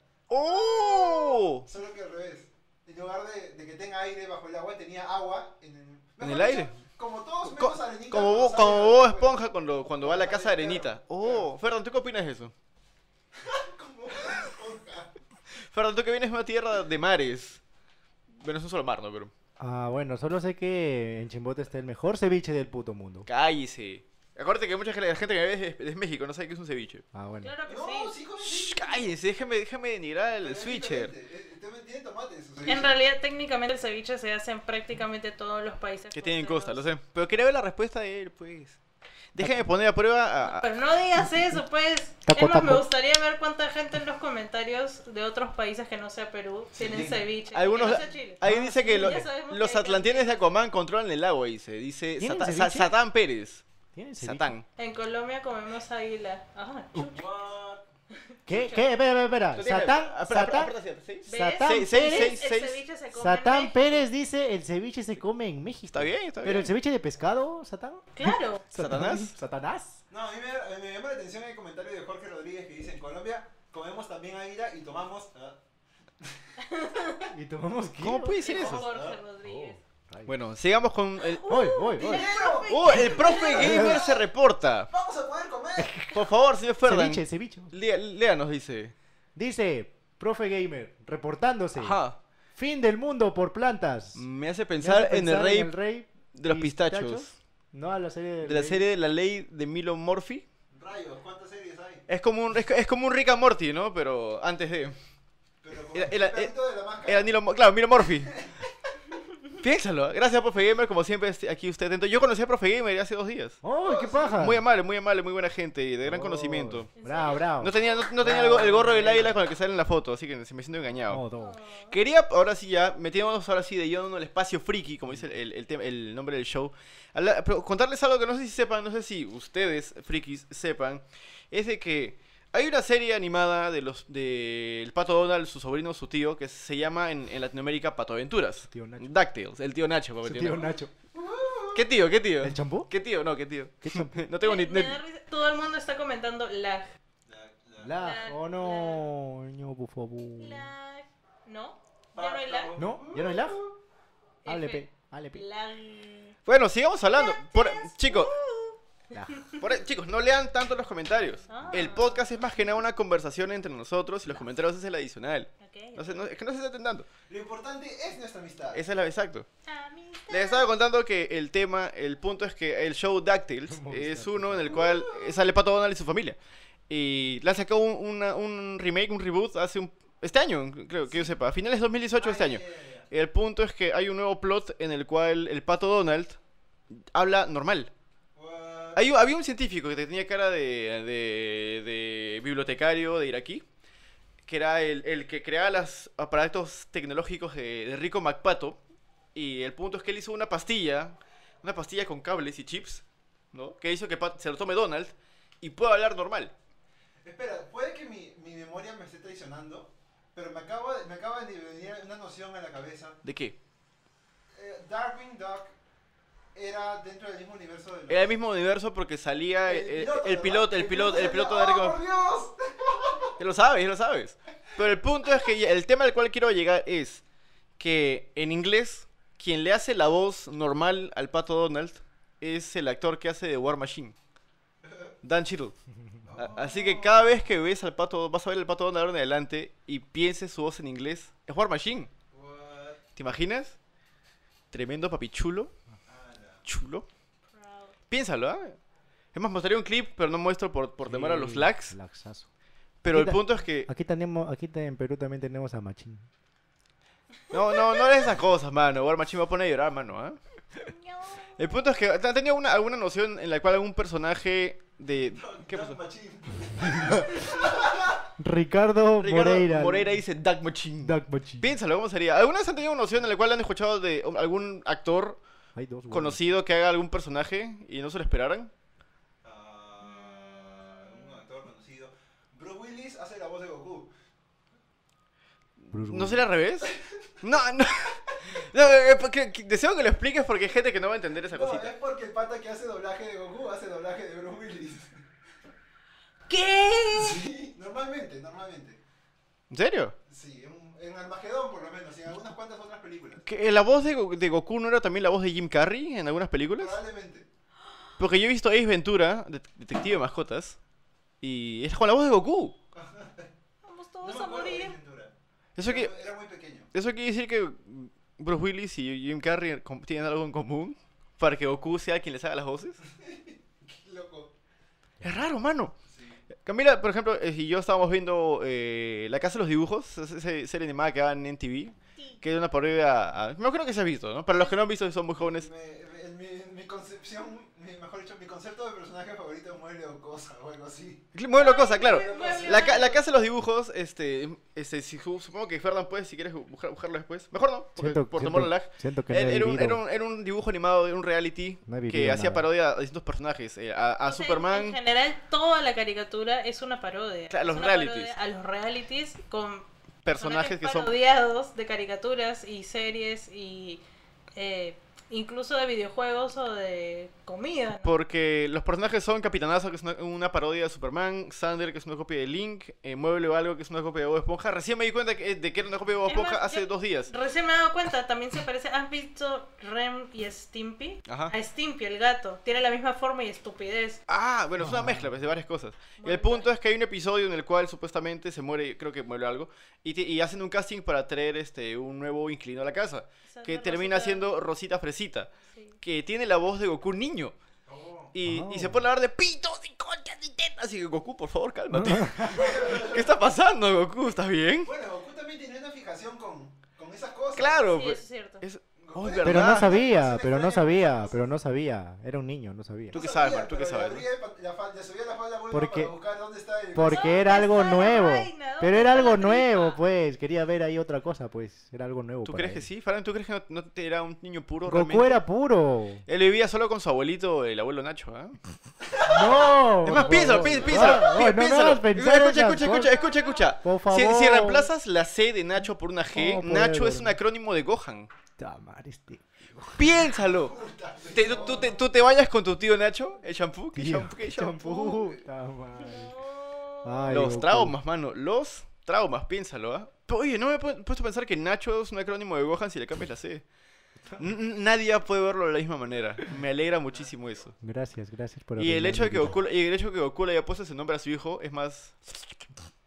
[SPEAKER 1] ¡Oh!
[SPEAKER 3] solo que al revés. En lugar de, de que tenga aire bajo el agua, tenía agua en el,
[SPEAKER 1] el
[SPEAKER 3] mejor
[SPEAKER 1] aire.
[SPEAKER 3] Como todos
[SPEAKER 1] Co-
[SPEAKER 3] menos arenita.
[SPEAKER 1] como
[SPEAKER 3] cuando
[SPEAKER 1] vos,
[SPEAKER 3] salen
[SPEAKER 1] como
[SPEAKER 3] a-
[SPEAKER 1] Bob
[SPEAKER 3] bueno,
[SPEAKER 1] esponja cuando, cuando va a la casa de arenita. Oh, Ferdinand, ¿tú qué opinas de eso?
[SPEAKER 3] Como Bob esponja.
[SPEAKER 1] Ferdinand, tú que vienes de una tierra de mares. Bueno, es un solo mar, ¿no? Pero.
[SPEAKER 2] Ah, bueno, solo sé que en Chimbote está el mejor ceviche del puto mundo.
[SPEAKER 1] Cállese. Acuérdate que mucha gente, la gente que ve es, es México, no sabe qué es un ceviche.
[SPEAKER 2] Ah, bueno.
[SPEAKER 4] Claro que
[SPEAKER 3] No,
[SPEAKER 4] sí.
[SPEAKER 3] sí, como
[SPEAKER 1] Shh, cállese, déjame, déjame denigrar al switcher.
[SPEAKER 3] eh, Tiene tomates. o sea,
[SPEAKER 4] En realidad, técnicamente el ceviche se hace en prácticamente todos los países.
[SPEAKER 1] Que tienen costa,
[SPEAKER 4] costeros.
[SPEAKER 1] lo sé. Pero quería ver la respuesta de él, pues. Déjame poner a prueba a- a,
[SPEAKER 4] Pero no digas eso, pues.
[SPEAKER 2] Taco,
[SPEAKER 4] es más, me
[SPEAKER 2] taco.
[SPEAKER 4] gustaría ver cuánta gente en los comentarios de otros países que no sea Perú tienen ceviche.
[SPEAKER 1] Algunos-
[SPEAKER 4] que no sea Chile.
[SPEAKER 1] Ahí dice que lo-
[SPEAKER 4] Ya sabemos
[SPEAKER 1] los
[SPEAKER 4] que hay
[SPEAKER 1] atlantianes de Aquaman controlan el agua, dice. Dice
[SPEAKER 2] ¿Tienen
[SPEAKER 1] Sata-
[SPEAKER 2] ceviche?
[SPEAKER 1] Sa- Satán Pérez.
[SPEAKER 2] ¿Tienen ceviche?
[SPEAKER 1] Satán.
[SPEAKER 4] En Colombia comemos águila. Ah,
[SPEAKER 2] Uh,
[SPEAKER 4] chucha.
[SPEAKER 2] ¿Qué? ¿Qué? Espera, espera, espera. Ah,
[SPEAKER 1] ah,
[SPEAKER 2] Satán, Satán,
[SPEAKER 4] ¿Ves?
[SPEAKER 2] Satán
[SPEAKER 1] Seis, seis,
[SPEAKER 2] Pérez.
[SPEAKER 1] seis, seis.
[SPEAKER 4] El ceviche se come en
[SPEAKER 2] Satán
[SPEAKER 4] México.
[SPEAKER 2] Pérez dice el ceviche se come en México.
[SPEAKER 1] Está bien, está
[SPEAKER 2] Pero el
[SPEAKER 1] bien.
[SPEAKER 2] ceviche de pescado, Satán.
[SPEAKER 4] Claro.
[SPEAKER 1] ¿Satanás?
[SPEAKER 2] ¿Satanás?
[SPEAKER 3] No, a mí me, me llamó la atención el comentario de Jorge Rodríguez que dice, en Colombia comemos también águila y tomamos... ah".
[SPEAKER 2] ¿Y tomamos qué?
[SPEAKER 1] ¿Cómo puede decir eso?
[SPEAKER 4] Jorge Rodríguez.
[SPEAKER 2] Bueno.
[SPEAKER 1] Bueno, sigamos con el.
[SPEAKER 2] Voy, voy, voy.
[SPEAKER 1] ¡Oh! El profe gamer se reporta.
[SPEAKER 3] ¡Vamos a poder comer!
[SPEAKER 1] Por favor, señor Ferdan.
[SPEAKER 2] Ceviche, ceviche.
[SPEAKER 1] lea- Léanos, dice.
[SPEAKER 2] Dice, profe gamer, reportándose.
[SPEAKER 1] Ajá.
[SPEAKER 2] Fin del mundo por plantas.
[SPEAKER 1] Me hace
[SPEAKER 2] Me hace
[SPEAKER 1] pensar en el rey
[SPEAKER 2] rey
[SPEAKER 1] de los pistachos.
[SPEAKER 2] No, a la serie del
[SPEAKER 1] De la
[SPEAKER 2] rey.
[SPEAKER 1] serie de la ley de Milo Murphy.
[SPEAKER 3] Rayos, ¿cuántas series hay?
[SPEAKER 1] Es como un, es, es como un Rick and Morty, ¿no? Pero antes de.
[SPEAKER 3] Pero con
[SPEAKER 1] Era-
[SPEAKER 3] el,
[SPEAKER 1] era-
[SPEAKER 3] perrito de la máscara.
[SPEAKER 1] Era Nilo, Mo- claro, Milo Murphy. Piénsalo. ¿eh? Gracias, Profe Gamer. Como siempre, este- aquí usted atento. Yo conocí a Profe Gamer hace dos días.
[SPEAKER 2] ¡Oh, qué paja! Oh,
[SPEAKER 1] Muy amable, muy amable, muy buena gente y de gran conocimiento.
[SPEAKER 2] Bravo, bravo.
[SPEAKER 1] No tenía, no, no tenía el, go- el gorro del águila con el que sale en la foto, así que se me siento engañado.
[SPEAKER 2] No, no.
[SPEAKER 1] Quería, ahora sí ya, metiéndonos ahora sí de lleno al espacio friki, como dice el, el tema- el nombre del show, habla- pero contarles algo que no sé si sepan, no sé si ustedes, frikis, sepan, es de que hay una serie animada de los de el Pato Donald, su sobrino, su tío, que se llama en, en Latinoamérica Pato Aventuras.
[SPEAKER 2] Tío Nacho.
[SPEAKER 1] DuckTales, el tío Nacho. papá,
[SPEAKER 2] Su
[SPEAKER 1] tío
[SPEAKER 2] tío
[SPEAKER 1] Nacho.
[SPEAKER 2] Nacho.
[SPEAKER 1] ¿Qué tío? ¿Qué tío?
[SPEAKER 2] ¿El champú?
[SPEAKER 1] ¿Qué tío? No, ¿qué tío?
[SPEAKER 2] ¿Qué champú?
[SPEAKER 1] No tengo ni...
[SPEAKER 4] Me- me da risa. Todo el mundo está comentando lag.
[SPEAKER 3] La- la-
[SPEAKER 2] La, oh no, no, por favor.
[SPEAKER 4] Lag. ¿No? ¿Ya
[SPEAKER 1] Ah,
[SPEAKER 4] no hay lag?
[SPEAKER 2] ¿No? ¿Ya no hay la? Hable,
[SPEAKER 4] F.
[SPEAKER 2] pe. Hable, pe.
[SPEAKER 4] Lag.
[SPEAKER 1] Bueno, sigamos hablando. Por- chicos,
[SPEAKER 2] La.
[SPEAKER 1] Por- chicos, no lean tanto los comentarios.
[SPEAKER 4] Ah.
[SPEAKER 1] El podcast es más que nada una conversación entre nosotros y los comentarios es el adicional.
[SPEAKER 4] Ok.
[SPEAKER 1] No sé, no- es que no se está atendiendo.
[SPEAKER 3] Lo importante es nuestra amistad.
[SPEAKER 1] Esa es la exacto.
[SPEAKER 4] Amistad.
[SPEAKER 1] Les estaba contando que el tema, el punto es que el show DuckTales es uno en el cual sale Pato Donald y su familia. Y le han sacado un, una- un remake, un reboot hace un, este año, creo que yo sepa. A finales de 2018 este
[SPEAKER 3] Ay, eh,
[SPEAKER 1] año.
[SPEAKER 3] ya, ya, ya.
[SPEAKER 1] El punto es que hay un nuevo plot en el cual el Pato Donald habla normal.
[SPEAKER 3] What?
[SPEAKER 1] Hay- había un científico que tenía cara de, de- de bibliotecario de iraquí, que era el, el que creaba los aparatos tecnológicos de, de Rico MacPato. Y el punto es que él hizo una pastilla, una pastilla con cables y chips, ¿no? Que hizo que Pat- se lo tome Donald y pueda hablar normal.
[SPEAKER 3] Espera, puede que mi, mi memoria me esté traicionando, pero me acaba, de- me acaba de venir una noción a la cabeza.
[SPEAKER 1] ¿De qué?
[SPEAKER 3] Eh, Darwin Duck era dentro del mismo universo de los...
[SPEAKER 1] Era el mismo universo porque salía el, el- el piloto, eh, el piloto, el piloto de Rico
[SPEAKER 3] ¡Oh, por Dios!
[SPEAKER 1] Ya lo sabes, ya lo sabes. Pero el punto es que ya- el tema al cual quiero llegar es que en inglés, quien le hace la voz normal al pato Donald es el actor que hace de War Machine, Dan Cheadle. A- Así que cada vez que ves al pato, vas a ver al pato Donald ahora en adelante y pienses su voz en inglés, es War Machine.
[SPEAKER 3] What?
[SPEAKER 1] ¿Te imaginas? Tremendo papi chulo,
[SPEAKER 3] Ah, la-
[SPEAKER 1] chulo.
[SPEAKER 4] Proud.
[SPEAKER 1] Piénsalo, ¿ah? Es más, mostraré un clip, pero no muestro por, por temor a los lags.
[SPEAKER 2] Laxazo.
[SPEAKER 1] Pero el
[SPEAKER 2] Mira.
[SPEAKER 1] punto es que
[SPEAKER 2] Aquí tenemos, aquí te- en Perú también tenemos a Machín.
[SPEAKER 1] No, no, no eres esas cosas, mano. War Machine me pone a llorar, mano, ¿ah? El punto es que ¿han tenido una- alguna noción en la cual algún personaje de... ¿Qué
[SPEAKER 3] Duck
[SPEAKER 1] pasó?
[SPEAKER 3] Machine.
[SPEAKER 2] Ricardo, Moreira.
[SPEAKER 1] Ricardo Moreira dice Duck Machine.
[SPEAKER 2] Duck Machín.
[SPEAKER 1] Piénsalo, ¿cómo sería? ¿Alguna vez han tenido una noción en la cual han escuchado de um, algún actor
[SPEAKER 2] Hay dos. güey.
[SPEAKER 1] conocido que haga algún personaje y no se lo esperaran?
[SPEAKER 3] Ah, un actor conocido. Bruce Willis hace la voz de Goku.
[SPEAKER 2] Bruce
[SPEAKER 1] ¿No
[SPEAKER 2] Willis.
[SPEAKER 1] sería al revés? No, no. No, eh, porque- que- deseo que lo expliques porque hay gente que no va a entender esa
[SPEAKER 3] No, es
[SPEAKER 1] cosita.
[SPEAKER 3] porque el pata que hace doblaje de Goku hace doblaje de Bruce Willis.
[SPEAKER 4] ¿Qué?
[SPEAKER 3] Sí, normalmente, normalmente.
[SPEAKER 1] ¿En serio?
[SPEAKER 3] Sí, en, en Armagedón por lo menos, y en algunas cuantas otras películas.
[SPEAKER 1] ¿Que eh, ¿La voz de, Go- de Goku no era también la voz de Jim Carrey en algunas películas?
[SPEAKER 3] Probablemente.
[SPEAKER 1] Porque yo he visto Ace Ventura, det- detective de mascotas, y es con la voz de Goku.
[SPEAKER 4] Vamos
[SPEAKER 3] No me
[SPEAKER 4] todos a
[SPEAKER 3] acuerdo de
[SPEAKER 4] morir.
[SPEAKER 3] esa pintura.
[SPEAKER 1] Eso, que,
[SPEAKER 3] Era- Era muy pequeño.
[SPEAKER 1] eso quiere decir que Bruce Willis y Jim Carrey com- tienen algo en común para que Goku sea quien les haga las voces.
[SPEAKER 3] Qué Loco.
[SPEAKER 1] Es raro, mano.
[SPEAKER 3] Sí.
[SPEAKER 1] Camila, por ejemplo, eh, y yo estábamos viendo eh, La Casa de los Dibujos, esa esa serie animada que daban en TV,
[SPEAKER 4] Sí.
[SPEAKER 1] que es una parodia a... No creo que se ha visto, ¿no? Para los que no han visto, son muy jóvenes.
[SPEAKER 3] Me- me- en mi, en mi concepción, mi- mejor dicho, mi concepto de personaje favorito es Mueble o Cosa o algo así.
[SPEAKER 1] Muy locosa, claro.
[SPEAKER 4] Mueble.
[SPEAKER 1] La, ca- la Casa de los Dibujos, este, este si, su- supongo que Fernán puedes, si quieres bu- buscar- buscarlo después. Mejor no, porque,
[SPEAKER 2] Siento-
[SPEAKER 1] por
[SPEAKER 2] siento-
[SPEAKER 1] temor al lag.
[SPEAKER 2] Siento que no
[SPEAKER 1] Era,
[SPEAKER 2] he
[SPEAKER 1] Eh, era un,
[SPEAKER 2] vivido.
[SPEAKER 1] era un- era un dibujo animado de un reality
[SPEAKER 2] No he vivido
[SPEAKER 1] que hacía
[SPEAKER 2] nada.
[SPEAKER 1] parodia a distintos personajes. eh, a a
[SPEAKER 4] O sea,
[SPEAKER 1] Superman.
[SPEAKER 4] En general, toda la caricatura es una parodia.
[SPEAKER 1] Claro,
[SPEAKER 4] Es
[SPEAKER 1] los
[SPEAKER 4] una
[SPEAKER 1] realities.
[SPEAKER 4] parodia A los realities con
[SPEAKER 1] personajes que son.
[SPEAKER 4] parodiados de caricaturas y series y eh, incluso de videojuegos o de comida.
[SPEAKER 1] Pues
[SPEAKER 4] ¿no?
[SPEAKER 1] Porque los personajes son Capitanazo, que es una, una parodia de Superman, Sander, que es una copia de Link, eh, Mueble o algo, que es una copia de Bob Esponja. Recién me di cuenta que- eh, de que era una copia de Bob
[SPEAKER 4] Es más,
[SPEAKER 1] Esponja hace
[SPEAKER 4] yo-
[SPEAKER 1] dos días.
[SPEAKER 4] Recién me he dado cuenta, también se parece. ¿Has visto Rem y Stimpy?
[SPEAKER 1] Ajá.
[SPEAKER 4] A Stimpy, el gato. Tiene la misma forma y estupidez.
[SPEAKER 1] Ah, bueno, es una mezcla pues, de varias cosas. Y
[SPEAKER 4] Bueno,
[SPEAKER 1] el punto es que hay un episodio en el cual supuestamente se muere, creo que muere algo, y, te- y hacen un casting para traer este, un nuevo inquilino a la casa,
[SPEAKER 4] Esa
[SPEAKER 1] que
[SPEAKER 4] es la
[SPEAKER 1] termina
[SPEAKER 4] rosita.
[SPEAKER 1] siendo Rosita Fresita,
[SPEAKER 4] Sí.
[SPEAKER 1] que tiene la voz de Goku niño.
[SPEAKER 3] Oh.
[SPEAKER 1] Y,
[SPEAKER 2] Oh.
[SPEAKER 1] y se pone a hablar de pitos y conchas y tetas. Así que Goku, por favor, cálmate. ¿Qué está pasando, Goku? ¿Estás bien?
[SPEAKER 3] Bueno, Goku también tenía una fijación con, con esas cosas.
[SPEAKER 1] Claro,
[SPEAKER 4] Sí, eso
[SPEAKER 1] pues.
[SPEAKER 4] es cierto.
[SPEAKER 1] es-
[SPEAKER 3] Goku
[SPEAKER 1] Oh, es
[SPEAKER 3] puede.
[SPEAKER 2] Pero no
[SPEAKER 1] ¿Verdad?
[SPEAKER 2] sabía,
[SPEAKER 3] Se le
[SPEAKER 2] pero
[SPEAKER 3] fue
[SPEAKER 2] no
[SPEAKER 3] el-
[SPEAKER 2] sabía, pero no sabía. Era un niño, no sabía.
[SPEAKER 1] Tú
[SPEAKER 3] No
[SPEAKER 1] qué
[SPEAKER 3] sabía,
[SPEAKER 1] sabes, Mar, tú qué
[SPEAKER 3] pero
[SPEAKER 1] sabes.
[SPEAKER 3] Le, abría pa- la falda- le subía la falda vuelta
[SPEAKER 2] Porque-
[SPEAKER 3] para buscar dónde está el...
[SPEAKER 2] Porque
[SPEAKER 4] ¿Dónde
[SPEAKER 2] era algo
[SPEAKER 4] está la
[SPEAKER 2] nuevo.
[SPEAKER 4] vaina? ¿Dónde
[SPEAKER 2] Pero era
[SPEAKER 4] está la
[SPEAKER 2] algo
[SPEAKER 4] tripa?
[SPEAKER 2] nuevo, pues. Quería ver ahí otra cosa, pues. Era algo nuevo.
[SPEAKER 1] ¿Tú
[SPEAKER 2] para
[SPEAKER 1] crees que
[SPEAKER 2] él.
[SPEAKER 1] sí, Fran? ¿Tú crees que no, no te era un niño puro
[SPEAKER 2] Goku
[SPEAKER 1] realmente?
[SPEAKER 2] era puro.
[SPEAKER 1] Él vivía solo con su abuelito, el abuelo Nacho, ¿ah?
[SPEAKER 2] Oh, No.
[SPEAKER 1] Es más,
[SPEAKER 2] por
[SPEAKER 1] piénsalo,
[SPEAKER 2] favor.
[SPEAKER 1] piénsalo, piénsalo,
[SPEAKER 2] Ah,
[SPEAKER 1] pi-
[SPEAKER 2] oh, no me
[SPEAKER 1] piénsalo.
[SPEAKER 2] hagas pensar
[SPEAKER 1] Escucha,
[SPEAKER 2] esas
[SPEAKER 1] escucha, escucha,
[SPEAKER 2] cosas.
[SPEAKER 1] escucha, escucha.
[SPEAKER 2] Por
[SPEAKER 1] Si, si
[SPEAKER 2] favor.
[SPEAKER 1] reemplazas la C de Nacho por una G,
[SPEAKER 2] Oh,
[SPEAKER 1] Nacho
[SPEAKER 2] pobre.
[SPEAKER 1] es un acrónimo de Gohan.
[SPEAKER 2] Puta madre, este.
[SPEAKER 1] Piénsalo. Te- tú, tú te, tú te vayas con tu tío Nacho, el shampoo, que
[SPEAKER 2] Tío,
[SPEAKER 1] shampoo, que
[SPEAKER 2] qué
[SPEAKER 1] shampoo.
[SPEAKER 2] puta madre.
[SPEAKER 4] No.
[SPEAKER 2] Ay,
[SPEAKER 1] Los
[SPEAKER 2] Goku.
[SPEAKER 1] traumas, mano, los traumas, piénsalo, ¿ah? Pero, Oye, no me he pu- puesto a pensar que Nacho es un acrónimo de Gohan si le cambias la C. N- n- Nadie puede verlo de la misma manera. Me alegra muchísimo eso.
[SPEAKER 2] Gracias, gracias por
[SPEAKER 1] Y el
[SPEAKER 2] arreglarme
[SPEAKER 1] hecho de que
[SPEAKER 2] mi vida.
[SPEAKER 1] Goku, y el hecho de que Goku le haya puesto ese nombre a su hijo es más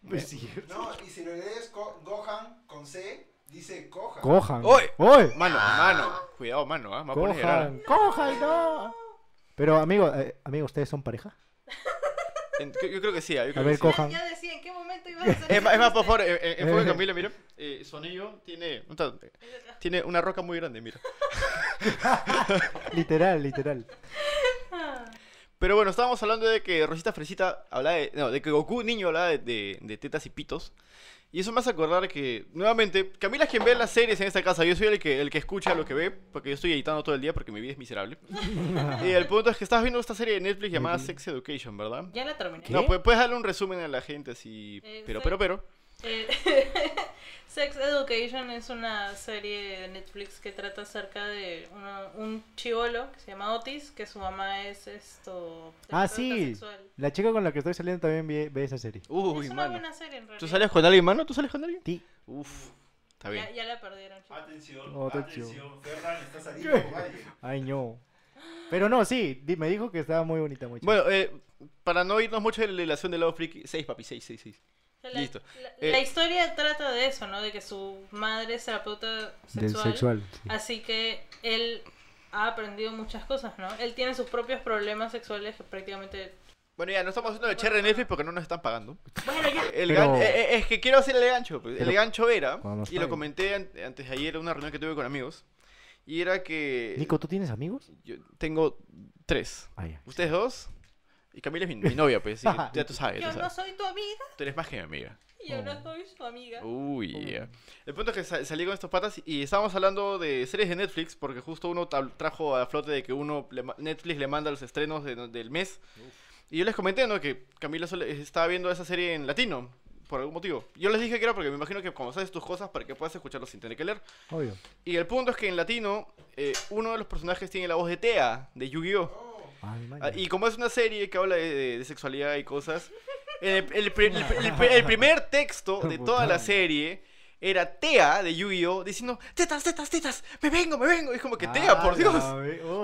[SPEAKER 3] No, y si lo lees co- Gohan con C, dice Gohan.
[SPEAKER 2] Cojan.
[SPEAKER 1] ¡Oy!
[SPEAKER 2] ¡Oy!
[SPEAKER 1] Mano, mano, cuidado, mano, ¿ah? me voy a poner a llorar.
[SPEAKER 2] Cojan. Cojan, no. Pero, amigo, eh, amigo, ¿ustedes son pareja?
[SPEAKER 1] En- yo- Yo creo que sí, ah, yo
[SPEAKER 2] A
[SPEAKER 1] creo que
[SPEAKER 2] ver,
[SPEAKER 1] sí.
[SPEAKER 2] cojan.
[SPEAKER 4] Ya decía en qué momento iba a hacer
[SPEAKER 1] Es más, es más, por favor, eh, eh, enfoque Camila, mira. Eh, su anillo tiene, un ta- tiene una roca muy grande, mira.
[SPEAKER 2] Literal, literal.
[SPEAKER 1] Pero bueno, estábamos hablando de que Rosita Fresita hablaba de. No, de que Goku niño hablaba de, de- de tetas y pitos. Y eso me hace acordar que, nuevamente, Camila es quien ve las series en esta casa. Yo soy el que, el que escucha lo que ve, porque yo estoy editando todo el día porque mi vida es miserable. y el punto es que estás viendo esta serie de Netflix llamada Sex Education, ¿verdad?
[SPEAKER 4] Ya la terminé.
[SPEAKER 1] No, pues, puedes darle un resumen a la gente así.
[SPEAKER 4] Eh,
[SPEAKER 1] Pero,
[SPEAKER 4] soy-
[SPEAKER 1] pero, pero.
[SPEAKER 4] Eh, Sex Education es una serie de Netflix que trata acerca de una- un chivolo que se llama Otis, que su mamá es esto.
[SPEAKER 2] Ah,
[SPEAKER 4] terapeuta
[SPEAKER 2] sí.
[SPEAKER 4] sexual.
[SPEAKER 2] La chica con la que estoy saliendo también ve, ve esa serie.
[SPEAKER 1] Uy,
[SPEAKER 4] es una
[SPEAKER 1] mano.
[SPEAKER 4] buena serie en realidad.
[SPEAKER 1] ¿Tú sales con alguien, mano? ¿Tú sales con alguien?
[SPEAKER 2] Ti.
[SPEAKER 1] Uf, está
[SPEAKER 4] ya,
[SPEAKER 1] bien. Ah,
[SPEAKER 4] ya la perdieron. chicos.
[SPEAKER 5] Atención,
[SPEAKER 2] Oh, atención.
[SPEAKER 5] atención.
[SPEAKER 3] Ferran está saliendo con alguien.
[SPEAKER 2] Ay, no. Pero no, sí, di- me dijo que estaba muy bonita, muy
[SPEAKER 1] Bueno, eh, para no irnos mucho de la relación del lado friki, 6, papi, 6, 6, 6.
[SPEAKER 4] O sea, la,
[SPEAKER 1] Listo.
[SPEAKER 4] la-
[SPEAKER 1] Eh,
[SPEAKER 4] la historia trata de eso, ¿no? De que su madre es terapeuta sexual.
[SPEAKER 2] Ah,
[SPEAKER 4] Así que él ha aprendido muchas cosas, ¿no? Él tiene sus propios problemas sexuales que prácticamente...
[SPEAKER 1] Bueno, ya, no estamos haciendo de cherry en Netflix porque no nos están pagando.
[SPEAKER 4] Bueno, ya...
[SPEAKER 1] El
[SPEAKER 2] Pero-
[SPEAKER 1] gan- eh, eh, es que quiero hacer el gancho. pues. El
[SPEAKER 2] Pero-
[SPEAKER 1] gancho era,
[SPEAKER 2] Cuando nos
[SPEAKER 1] y lo
[SPEAKER 2] paguen.
[SPEAKER 1] comenté an- antes de ayer en una reunión que tuve con amigos, y era que
[SPEAKER 2] Nico, ¿tú tienes amigos?
[SPEAKER 1] yo tengo tres.
[SPEAKER 2] Ah, ya.
[SPEAKER 1] Ustedes dos, y Camila es mi, mi novia, pues, así que ya tú sabes, tú
[SPEAKER 4] Yo no
[SPEAKER 1] sabes.
[SPEAKER 4] soy tu amiga
[SPEAKER 1] Tú eres más que mi amiga.
[SPEAKER 4] y yo
[SPEAKER 2] Oh.
[SPEAKER 4] no soy su amiga.
[SPEAKER 1] Uy, yeah. El punto es que sa- salí con estos patas y estábamos hablando de series de Netflix porque justo uno tra- trajo a flote de que uno le ma- Netflix le manda los estrenos de- del mes. Y yo les comenté, ¿no? Que Camila solo- estaba viendo esa serie en latino, por algún motivo. Yo les dije que era porque me imagino que como sabes tus cosas para que puedas escucharlo sin tener que leer.
[SPEAKER 2] Obvio.
[SPEAKER 1] Y el punto es que en latino eh, uno de los personajes tiene la voz de Tea, de Yu-Gi-Oh!
[SPEAKER 3] Oh,
[SPEAKER 2] Ay,
[SPEAKER 1] Ah,
[SPEAKER 2] maña.
[SPEAKER 1] Y como es una serie que habla de, de- de sexualidad y cosas, el, el pri- el pri- el pri- el primer texto de toda la serie era Tea de Yu-Gi-Oh! diciendo: Tetas, tetas, tetas, me vengo, me vengo. Y es como que Tea,
[SPEAKER 2] Ah,
[SPEAKER 1] por Dios.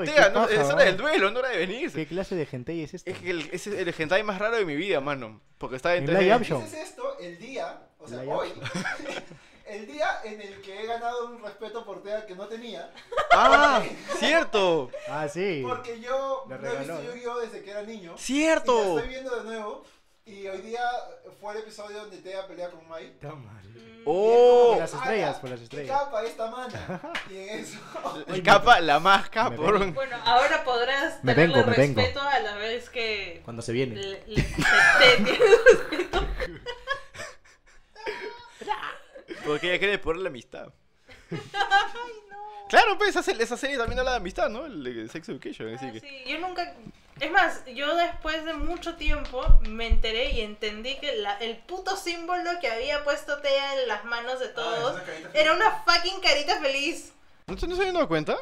[SPEAKER 1] Tea, no, es hora del duelo, no hora de venirse.
[SPEAKER 2] ¿Qué clase de gente es esta?
[SPEAKER 1] Es que el, es el hentai más raro de mi vida, mano. Porque está
[SPEAKER 2] En
[SPEAKER 1] dentro
[SPEAKER 2] live
[SPEAKER 1] de.
[SPEAKER 2] action.
[SPEAKER 3] dices esto el día, o sea,
[SPEAKER 2] La
[SPEAKER 3] hoy, el día en el que he ganado un respeto por Tea que no tenía,
[SPEAKER 1] ¡Ah! ¡Cierto!
[SPEAKER 2] Ah, sí.
[SPEAKER 3] porque yo
[SPEAKER 2] Le
[SPEAKER 3] no he visto
[SPEAKER 2] regaló, ¿eh?
[SPEAKER 3] Yu-Gi-Oh desde que era niño. Y la
[SPEAKER 1] ¡Cierto!
[SPEAKER 3] estoy viendo de nuevo. Y hoy día fue el episodio donde Tea pelea con Mai. Ah,
[SPEAKER 2] Puta madre.
[SPEAKER 4] Mm,
[SPEAKER 1] ¡Oh!
[SPEAKER 2] Por las estrellas, por las estrellas.
[SPEAKER 3] ¡Qué capa esta mana! Y en eso.
[SPEAKER 1] La capa, la más capa.
[SPEAKER 2] Me vengo.
[SPEAKER 1] bro.
[SPEAKER 4] Bueno, ahora podrás
[SPEAKER 2] Me
[SPEAKER 4] tenerle
[SPEAKER 2] vengo, me vengo.
[SPEAKER 4] respeto a la vez que
[SPEAKER 2] Cuando se viene.
[SPEAKER 4] le- le- te- te tienes respeto.
[SPEAKER 1] Porque ella quiere por la amistad.
[SPEAKER 4] Ay, no.
[SPEAKER 1] Claro, pues esa, se- esa serie también habla de amistad, ¿no? El, de Sex Education. Así
[SPEAKER 4] Ah,
[SPEAKER 1] que.
[SPEAKER 4] sí, Yo nunca... Es más, yo después de mucho tiempo me enteré y entendí que la- el puto símbolo que había puesto Tea en las manos
[SPEAKER 1] Ah,
[SPEAKER 4] de todos
[SPEAKER 3] Ah,
[SPEAKER 4] era una fucking carita feliz.
[SPEAKER 1] ¿No te- no se habían dado cuenta?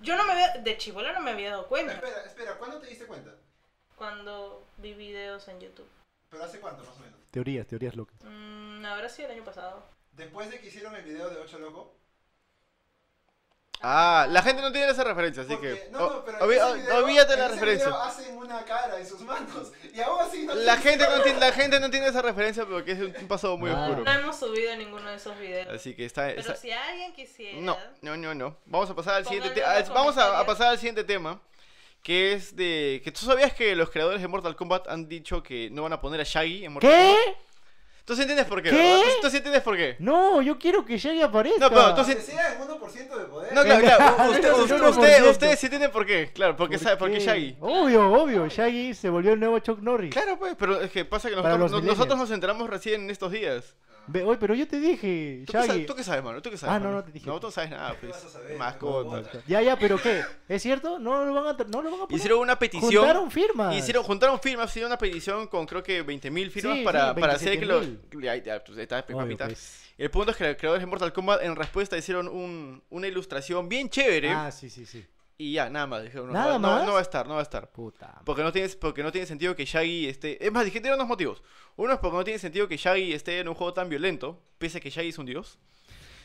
[SPEAKER 4] Yo no me había... De chivola no me había dado cuenta.
[SPEAKER 3] Espera, espera, ¿cuándo te diste cuenta?
[SPEAKER 4] cuando vi videos en YouTube.
[SPEAKER 3] ¿Pero hace cuánto más o menos?
[SPEAKER 2] Teorías, teorías locas.
[SPEAKER 4] Mm, habrá sido el año pasado.
[SPEAKER 3] Después de que hicieron el video de Ocho Loco.
[SPEAKER 1] Ah, la gente no tiene esa referencia, así
[SPEAKER 3] porque-
[SPEAKER 1] que. oh,
[SPEAKER 3] No,
[SPEAKER 1] o-
[SPEAKER 3] no, pero. en
[SPEAKER 1] obvi-
[SPEAKER 3] ese
[SPEAKER 1] o-
[SPEAKER 3] video-
[SPEAKER 1] Olvídate
[SPEAKER 3] en
[SPEAKER 1] la
[SPEAKER 3] ese
[SPEAKER 1] referencia.
[SPEAKER 3] video hacen una cara en sus manos. Y aún así no.
[SPEAKER 1] La gente, no tiene, la gente no tiene esa referencia porque es un un pasado muy
[SPEAKER 2] Ah.
[SPEAKER 1] oscuro.
[SPEAKER 4] No hemos subido ninguno de esos videos.
[SPEAKER 1] Así que está.
[SPEAKER 4] pero ¿eh?
[SPEAKER 1] está-
[SPEAKER 4] si alguien quisiera.
[SPEAKER 1] No, no, no, no. Vamos a pasar al siguiente
[SPEAKER 4] Pónganlo
[SPEAKER 1] tema.
[SPEAKER 4] en los
[SPEAKER 1] Vamos a- a,
[SPEAKER 4] comentarios.
[SPEAKER 1] pasar al siguiente tema. Que es de. Que tú sabías que los creadores de Mortal Kombat han dicho que no van a poner a Shaggy en Mortal
[SPEAKER 2] ¿Qué?
[SPEAKER 1] Kombat. Tú sí entiendes por qué,
[SPEAKER 2] ¿Qué?
[SPEAKER 1] ¿verdad? Tú- Tú sí entiendes por qué.
[SPEAKER 2] No, yo quiero que llegue aparezca.
[SPEAKER 1] No, pero tú sí-
[SPEAKER 3] Que sea el 1% de poder.
[SPEAKER 1] No, claro, claro.
[SPEAKER 2] Claro,
[SPEAKER 1] Usted,
[SPEAKER 2] yo
[SPEAKER 1] usted,
[SPEAKER 2] no
[SPEAKER 1] usted,
[SPEAKER 2] contesto.
[SPEAKER 1] usted sí entiende por qué. Claro, porque, sabe, porque
[SPEAKER 2] qué?
[SPEAKER 1] Shaggy.
[SPEAKER 2] Obvio, obvio. Shaggy se volvió el nuevo Chuck Norris.
[SPEAKER 1] Claro, pues, pero es que pasa que
[SPEAKER 2] Para
[SPEAKER 1] nosotros,
[SPEAKER 2] los
[SPEAKER 1] no-
[SPEAKER 2] millennials.
[SPEAKER 1] nosotros nos enteramos recién en estos días.
[SPEAKER 2] Ve, oye, pero yo te dije,
[SPEAKER 1] ¿Tú qué,
[SPEAKER 2] Shaggy.
[SPEAKER 1] sabes, ¿Tú qué sabes, mano? ¿Tú qué sabes?
[SPEAKER 2] Ah, no,
[SPEAKER 1] mano?
[SPEAKER 2] no te dije.
[SPEAKER 1] No, tú no sabes nada,
[SPEAKER 3] ¿Qué
[SPEAKER 1] pues.
[SPEAKER 3] vas a saber?
[SPEAKER 1] Mascota.
[SPEAKER 3] Mascota.
[SPEAKER 2] Ya, ya, pero ¿qué? ¿Es cierto? No lo van a, tra- no lo van a poner.
[SPEAKER 1] Hicieron una petición.
[SPEAKER 2] Juntaron firmas.
[SPEAKER 1] Hicieron, juntaron firmas, hicieron una petición con creo que 20.000 firmas
[SPEAKER 2] Sí,
[SPEAKER 1] para,
[SPEAKER 2] sí,
[SPEAKER 1] para hacer que los...
[SPEAKER 2] 27.000.
[SPEAKER 1] Ay, ya, pues, está, pues,
[SPEAKER 2] Obvio,
[SPEAKER 1] mamita.
[SPEAKER 2] pues.
[SPEAKER 1] El punto es que los creadores de Mortal Kombat en respuesta hicieron un- una ilustración bien chévere
[SPEAKER 2] Ah, sí, sí, sí.
[SPEAKER 1] y ya, nada más. Dijeron, no,
[SPEAKER 2] ¿Nada
[SPEAKER 1] no, no-
[SPEAKER 2] más?
[SPEAKER 1] no va a estar, no va a estar.
[SPEAKER 2] Puta.
[SPEAKER 1] Porque no, tiene, porque no tiene sentido que Shaggy esté... Es más, dije, tiene unos motivos. Uno es porque no tiene sentido que Shaggy esté en un juego tan violento, pese a que Shaggy es un dios.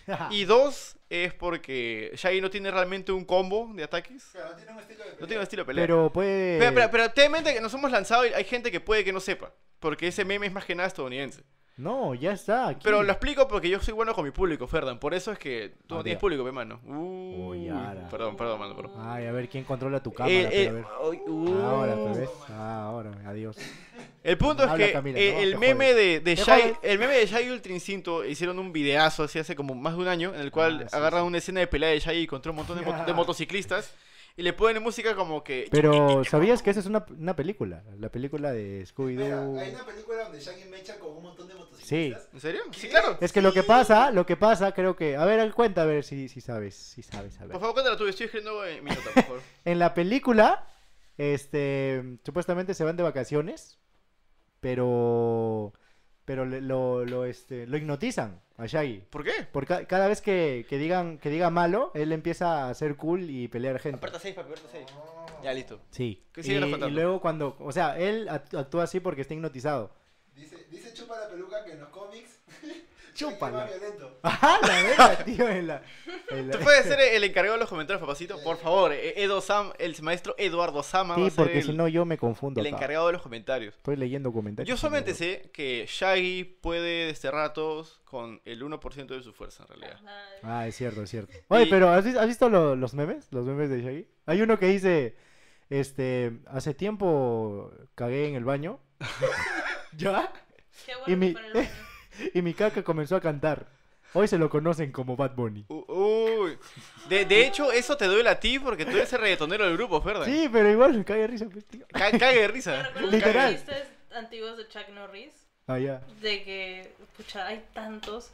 [SPEAKER 2] Ah.
[SPEAKER 1] Y dos, es porque Shaggy no tiene realmente un combo de ataques.
[SPEAKER 3] Claro, no tiene un estilo de
[SPEAKER 1] No
[SPEAKER 3] pelea.
[SPEAKER 1] tiene un estilo de pelea.
[SPEAKER 2] Pero eh, puede.
[SPEAKER 1] Pero, pero, pero ten en mente que nos hemos lanzado y hay gente que puede que no sepa. Porque ese meme es más que nada estadounidense.
[SPEAKER 2] No, ya está. aquí.
[SPEAKER 1] Pero lo explico porque yo soy bueno con mi público, Ferdan. Por eso es que tú no
[SPEAKER 2] Ah,
[SPEAKER 1] tienes
[SPEAKER 2] ya.
[SPEAKER 1] público, mi hermano. Uy,
[SPEAKER 2] Uy, ahora.
[SPEAKER 1] perdón, perdón, mano, perdón.
[SPEAKER 2] Ay, a ver quién controla tu Ah, cámara.
[SPEAKER 1] Eh, uh. eh,
[SPEAKER 2] pero a ver.
[SPEAKER 1] ay, uy.
[SPEAKER 2] Ahora, pero ves. Ah, ahora, adiós.
[SPEAKER 1] El punto es
[SPEAKER 2] Habla,
[SPEAKER 1] que
[SPEAKER 2] Camila,
[SPEAKER 1] eh,
[SPEAKER 2] no,
[SPEAKER 1] el,
[SPEAKER 2] te
[SPEAKER 1] meme de, de
[SPEAKER 2] Te
[SPEAKER 1] Shai-
[SPEAKER 2] jodes.
[SPEAKER 1] el meme de Shai Ultra Instinto hicieron un videazo así hace como más de un año en el cual
[SPEAKER 2] Ah, sí,
[SPEAKER 1] agarran una escena de pelea de Shai contra un montón de, mot- de motociclistas y le ponen música como que...
[SPEAKER 2] Pero, ¿sabías que esa es una, una película? La película de
[SPEAKER 3] Mira,
[SPEAKER 2] Scooby-Doo.
[SPEAKER 3] hay una película donde Shaggy mecha con un montón de motociclistas.
[SPEAKER 2] Sí.
[SPEAKER 1] ¿En serio? Sí, claro.
[SPEAKER 2] Es que lo que pasa, lo que pasa, creo que. A ver, al cuenta, a ver si, si sabes, si sabes, a ver.
[SPEAKER 1] Por favor, cuéntala tú, estoy escribiendo eh, mi nota, por favor.
[SPEAKER 2] En la película, este, supuestamente se van de vacaciones, pero, pero le- lo, lo, este, lo hipnotizan a Shaggy.
[SPEAKER 1] ¿Por qué?
[SPEAKER 2] Por ca- cada vez que, que digan que diga malo, él empieza a ser cool y pelear gente.
[SPEAKER 1] 6, papi, aparta 6.
[SPEAKER 3] No.
[SPEAKER 1] Ya, listo.
[SPEAKER 2] Sí.
[SPEAKER 1] Que
[SPEAKER 2] Y,
[SPEAKER 1] sigue la
[SPEAKER 2] y
[SPEAKER 1] fantasma.
[SPEAKER 2] luego cuando, o sea, él act- actúa así porque está hipnotizado.
[SPEAKER 3] Dice, dice Chupa la peluca que en los cómics.
[SPEAKER 2] Chúpala.
[SPEAKER 3] Shaggy es más violento.
[SPEAKER 2] Ajá, ¡Ah, la verga, tío, en la- en la-
[SPEAKER 1] Tú puedes ser el encargado de los comentarios, papacito. Por favor, eh, Edo Sam, el maestro Eduardo Sama va
[SPEAKER 2] Sí,
[SPEAKER 1] a ser
[SPEAKER 2] porque
[SPEAKER 1] el,
[SPEAKER 2] si no yo me confundo.
[SPEAKER 1] el
[SPEAKER 2] acá.
[SPEAKER 1] encargado de los comentarios.
[SPEAKER 2] Estoy leyendo comentarios.
[SPEAKER 1] Yo solamente
[SPEAKER 2] señor.
[SPEAKER 1] sé que Shaggy puede desterrar a todos con el 1% de su fuerza, en realidad.
[SPEAKER 4] Ay,
[SPEAKER 2] Ah, es cierto, es cierto. Oye,
[SPEAKER 1] Y-
[SPEAKER 2] pero ¿has vis- has visto, lo- los memes? Los memes de Shaggy. Hay uno que dice, este, hace tiempo cagué en el baño. ¿Ya?
[SPEAKER 4] Qué
[SPEAKER 2] Y
[SPEAKER 4] bueno
[SPEAKER 2] mi,
[SPEAKER 4] para el baño.
[SPEAKER 2] y mi caca comenzó a cantar. Hoy se lo conocen como Bad Bunny.
[SPEAKER 1] U- Uy. De, de hecho, eso te duele a ti porque tú eres el reggaetonero del grupo, ¿verdad?
[SPEAKER 2] Sí, pero igual me cae de risa, pues, tío.
[SPEAKER 1] Ca- cague de
[SPEAKER 4] ¿Te
[SPEAKER 1] risa.
[SPEAKER 4] recuerdas
[SPEAKER 2] Literal.
[SPEAKER 4] los chistes antiguos de Chuck Norris?
[SPEAKER 2] Ah, ya.
[SPEAKER 4] De que, pucha, hay tantos.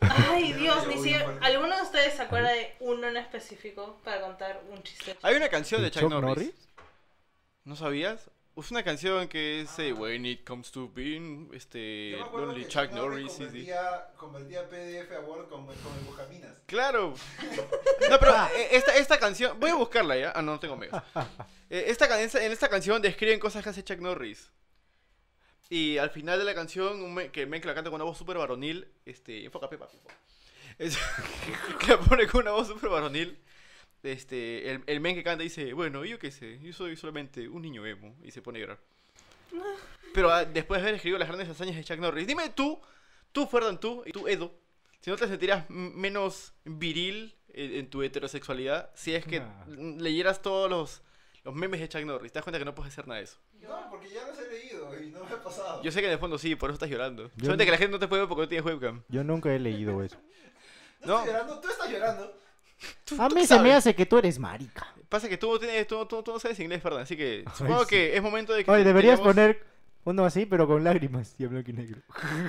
[SPEAKER 4] Ay, Dios, ni
[SPEAKER 3] Uy,
[SPEAKER 4] siquiera.
[SPEAKER 3] bueno.
[SPEAKER 4] ¿Alguno de ustedes se acuerda de uno en específico para contar un chiste?
[SPEAKER 1] Hay una canción de
[SPEAKER 2] ¿El
[SPEAKER 1] Chuck,
[SPEAKER 2] Chuck
[SPEAKER 1] Norris.
[SPEAKER 2] Norris?
[SPEAKER 1] ¿No sabías? Es una canción que es eh, When It Comes to Being, este,
[SPEAKER 3] Ah. Yo me acuerdo
[SPEAKER 1] Lonely
[SPEAKER 3] que
[SPEAKER 1] Chuck
[SPEAKER 3] Chuck
[SPEAKER 1] Norris. is the-
[SPEAKER 3] Convertía, convertía PDF a Word con, con bucaminas.
[SPEAKER 1] Claro. No, pero eh, esta, esta canción. Voy a buscarla ya. Ah, no, no tengo megas. Eh, Esta, can- esta- en esta canción describen cosas que hace Chuck Norris. Y al final de la canción, un men- que men que la canta con una voz súper varonil. Este. Enfoca, Pepa, por favor. Es- que la pone con una voz súper varonil. Este, el, el men que canta dice, bueno, yo qué sé, yo soy solamente un niño emo. Y se pone a llorar. Pero ah, después de haber escrito las grandes hazañas de Chuck Norris, dime tú, tú Ferdan, tú y tú Edo, si no te sentirías m- menos viril en, en tu heterosexualidad si es que
[SPEAKER 2] Nah.
[SPEAKER 1] mm, leyeras todos los, los memes de Chuck Norris. Te das cuenta que no puedes hacer nada de eso.
[SPEAKER 3] No, porque ya los he leído y no me ha pasado.
[SPEAKER 1] Yo sé que en el fondo sí, por eso estás llorando.
[SPEAKER 2] Yo
[SPEAKER 1] Solamente
[SPEAKER 2] no-
[SPEAKER 1] que la gente no te puede ver porque no tienes webcam.
[SPEAKER 2] Yo nunca he leído eso.
[SPEAKER 3] no, estoy
[SPEAKER 1] no.
[SPEAKER 3] llorando, tú estás llorando.
[SPEAKER 1] Tú-
[SPEAKER 2] A
[SPEAKER 1] tú
[SPEAKER 2] mí se me
[SPEAKER 1] sabes.
[SPEAKER 2] hace que tú eres marica.
[SPEAKER 1] Pasa que tú no, tienes, tú, tú- tú no sabes inglés, Ferdan, así que supongo
[SPEAKER 2] sí.
[SPEAKER 1] que es momento de que...
[SPEAKER 2] Oye,
[SPEAKER 1] te-
[SPEAKER 2] deberías
[SPEAKER 1] tengamos-
[SPEAKER 2] poner uno así, pero con lágrimas y en blanco y negro.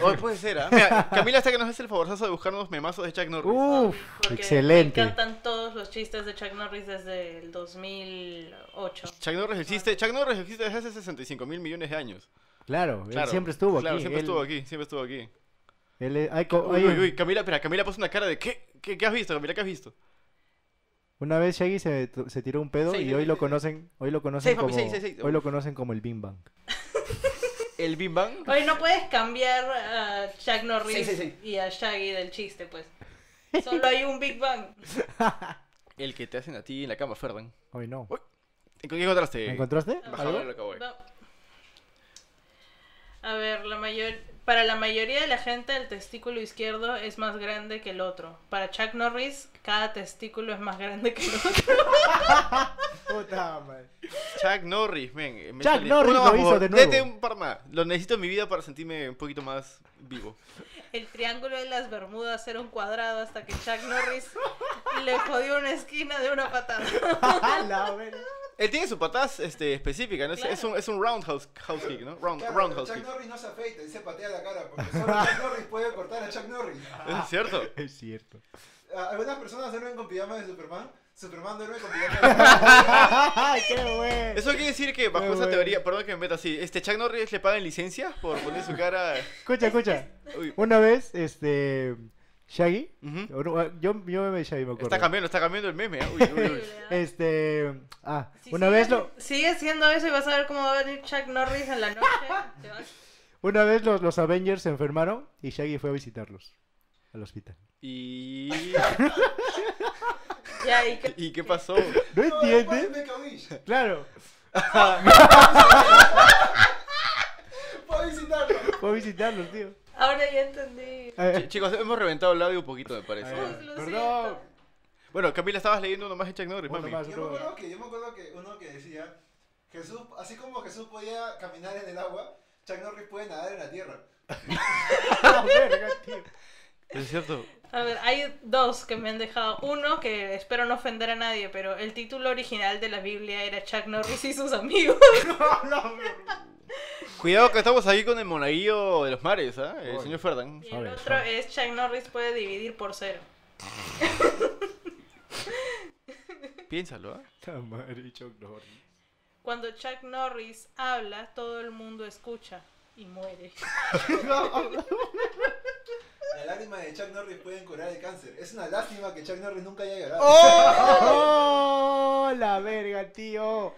[SPEAKER 1] Oye, puede ser, ¿ah? Mira, Camila hasta que nos hace el favorazo de buscarnos memazos de Chuck Norris.
[SPEAKER 2] Uf,
[SPEAKER 4] Porque
[SPEAKER 2] excelente.
[SPEAKER 4] Me encantan todos los chistes de Chuck Norris desde el 2008.
[SPEAKER 1] Chuck Norris existe, Chuck Norris existe desde hace 65 mil millones de años.
[SPEAKER 2] Claro, él
[SPEAKER 1] Claro,
[SPEAKER 2] siempre estuvo
[SPEAKER 1] Claro,
[SPEAKER 2] aquí.
[SPEAKER 1] siempre
[SPEAKER 2] él-
[SPEAKER 1] estuvo aquí, siempre estuvo aquí.
[SPEAKER 2] él es- hay co-
[SPEAKER 1] Uy,
[SPEAKER 2] hay
[SPEAKER 1] uy,
[SPEAKER 2] un-
[SPEAKER 1] uy, Camila, espera, Camila puso una cara de ¿qué? ¿Qué, qué has visto, Camila? ¿Qué has visto?
[SPEAKER 2] Una vez Shaggy se, tu- se tiró un pedo
[SPEAKER 1] Sí, sí,
[SPEAKER 2] y hoy
[SPEAKER 1] sí,
[SPEAKER 2] lo
[SPEAKER 1] sí.
[SPEAKER 2] conocen, hoy lo conocen
[SPEAKER 1] Sí, papi,
[SPEAKER 2] como,
[SPEAKER 1] sí, sí, sí.
[SPEAKER 2] hoy lo conocen como el Bing Bang.
[SPEAKER 1] ¿El Bim Bang?
[SPEAKER 4] Oye, no puedes cambiar a Chuck Norris
[SPEAKER 1] Sí, sí, sí.
[SPEAKER 4] y a Shaggy del chiste, pues. Solo hay un Big Bang.
[SPEAKER 1] El que te hacen a ti en la cama, Ferdan.
[SPEAKER 2] Hoy no.
[SPEAKER 1] Uy, ¿En qué encontraste?
[SPEAKER 2] ¿Me encontraste?
[SPEAKER 1] Baja,
[SPEAKER 2] ¿Algo?
[SPEAKER 1] baja, acabo de-
[SPEAKER 4] No. A ver, la mayor... para la mayoría de la gente el testículo izquierdo es más grande que el otro. Para Chuck Norris, cada testículo es más grande que el otro.
[SPEAKER 2] Puta madre.
[SPEAKER 1] Chuck Norris, men. eh, me
[SPEAKER 2] Chuck
[SPEAKER 1] sale-
[SPEAKER 2] Norris
[SPEAKER 1] Uno
[SPEAKER 2] lo
[SPEAKER 1] más, por
[SPEAKER 2] hizo
[SPEAKER 1] favor.
[SPEAKER 2] de nuevo.
[SPEAKER 1] Dete un par más. Lo necesito en mi vida para sentirme un poquito más vivo.
[SPEAKER 4] El triángulo de las Bermudas era un cuadrado hasta que Chuck Norris le jodió una esquina de una patada.
[SPEAKER 2] A la verga.
[SPEAKER 1] Él tiene su patas este, específica, ¿no? Es,
[SPEAKER 4] Claro.
[SPEAKER 1] es un, es un roundhouse house kick, ¿no? Round-
[SPEAKER 3] Claro,
[SPEAKER 1] roundhouse
[SPEAKER 3] Chuck
[SPEAKER 1] kick.
[SPEAKER 3] Norris no se afeita, él se patea la cara, porque solo Chuck Norris puede cortar a Chuck Norris.
[SPEAKER 1] Es cierto.
[SPEAKER 2] Es cierto.
[SPEAKER 3] Ah, Algunas personas duermen con pijamas de Superman, Superman duerme con pijamas de Superman.
[SPEAKER 2] ¡Ay, qué bueno!
[SPEAKER 1] Eso quiere decir que bajo
[SPEAKER 2] Muy
[SPEAKER 1] esa
[SPEAKER 2] bueno.
[SPEAKER 1] teoría, perdón que me meta así, este Chuck Norris le pagan licencia por poner su cara.
[SPEAKER 2] Escucha, escucha.
[SPEAKER 1] Uy.
[SPEAKER 2] Una vez, este. Shaggy.
[SPEAKER 1] Ujú.
[SPEAKER 2] o no, ah, Yo, yo me Shaggy, me acuerdo.
[SPEAKER 1] Está cambiando, está cambiando el meme. ¿ah? Uy, uy, uy.
[SPEAKER 2] Este. Ah,
[SPEAKER 4] Si
[SPEAKER 2] una
[SPEAKER 4] sigue-
[SPEAKER 2] vez lo.
[SPEAKER 4] Sigue siendo eso y vas a ver cómo va a venir Chuck Norris en la noche. Te vas-
[SPEAKER 2] Una vez los, los Avengers se enfermaron y Shaggy fue a visitarlos al hospital.
[SPEAKER 1] Y...
[SPEAKER 4] Ya, ¿y qué?
[SPEAKER 1] ¿Y qué pasó?
[SPEAKER 2] ¿No
[SPEAKER 3] No, después
[SPEAKER 2] entiendes?
[SPEAKER 3] Make a Wish.
[SPEAKER 2] Claro,
[SPEAKER 3] Fue a visitarlo.
[SPEAKER 2] fue a visitarlos, tío.
[SPEAKER 4] Ahora ya entendí.
[SPEAKER 1] Ch-
[SPEAKER 2] Eh,
[SPEAKER 1] Chicos, hemos reventado el audio un poquito, me
[SPEAKER 2] eh,
[SPEAKER 1] parece.
[SPEAKER 4] Ay. Dios,
[SPEAKER 2] perdón.
[SPEAKER 4] Lucita.
[SPEAKER 1] Bueno, Camila, estabas leyendo nomás de Chuck Norris,
[SPEAKER 2] Uno
[SPEAKER 1] mami.
[SPEAKER 2] más.
[SPEAKER 3] Yo me acuerdo que, yo me acuerdo que uno que decía, Jesús, así como Jesús podía caminar en el agua, Chuck Norris puede nadar en la tierra.
[SPEAKER 2] Ah, verga, tío.
[SPEAKER 1] Es cierto.
[SPEAKER 4] A ver, hay dos que me han dejado. Uno que espero no ofender a nadie, pero el título original de la Biblia era Chuck Norris y sus amigos.
[SPEAKER 1] Cuidado que estamos ahí con el monaguillo de los mares, ¿ah? El
[SPEAKER 2] Uy.
[SPEAKER 1] señor Ferdinand.
[SPEAKER 4] Y el
[SPEAKER 2] Sorry,
[SPEAKER 4] otro
[SPEAKER 2] sorry.
[SPEAKER 4] es Chuck Norris puede dividir por cero.
[SPEAKER 1] Piénsalo, ¿ah?
[SPEAKER 2] Puta madre, Chuck Norris.
[SPEAKER 4] Cuando Chuck Norris habla, todo el mundo escucha y muere.
[SPEAKER 3] La lágrima de Chuck Norris pueden curar el cáncer. Es una lástima que Chuck Norris nunca haya llorado.
[SPEAKER 2] ¡Oh! La verga, tío.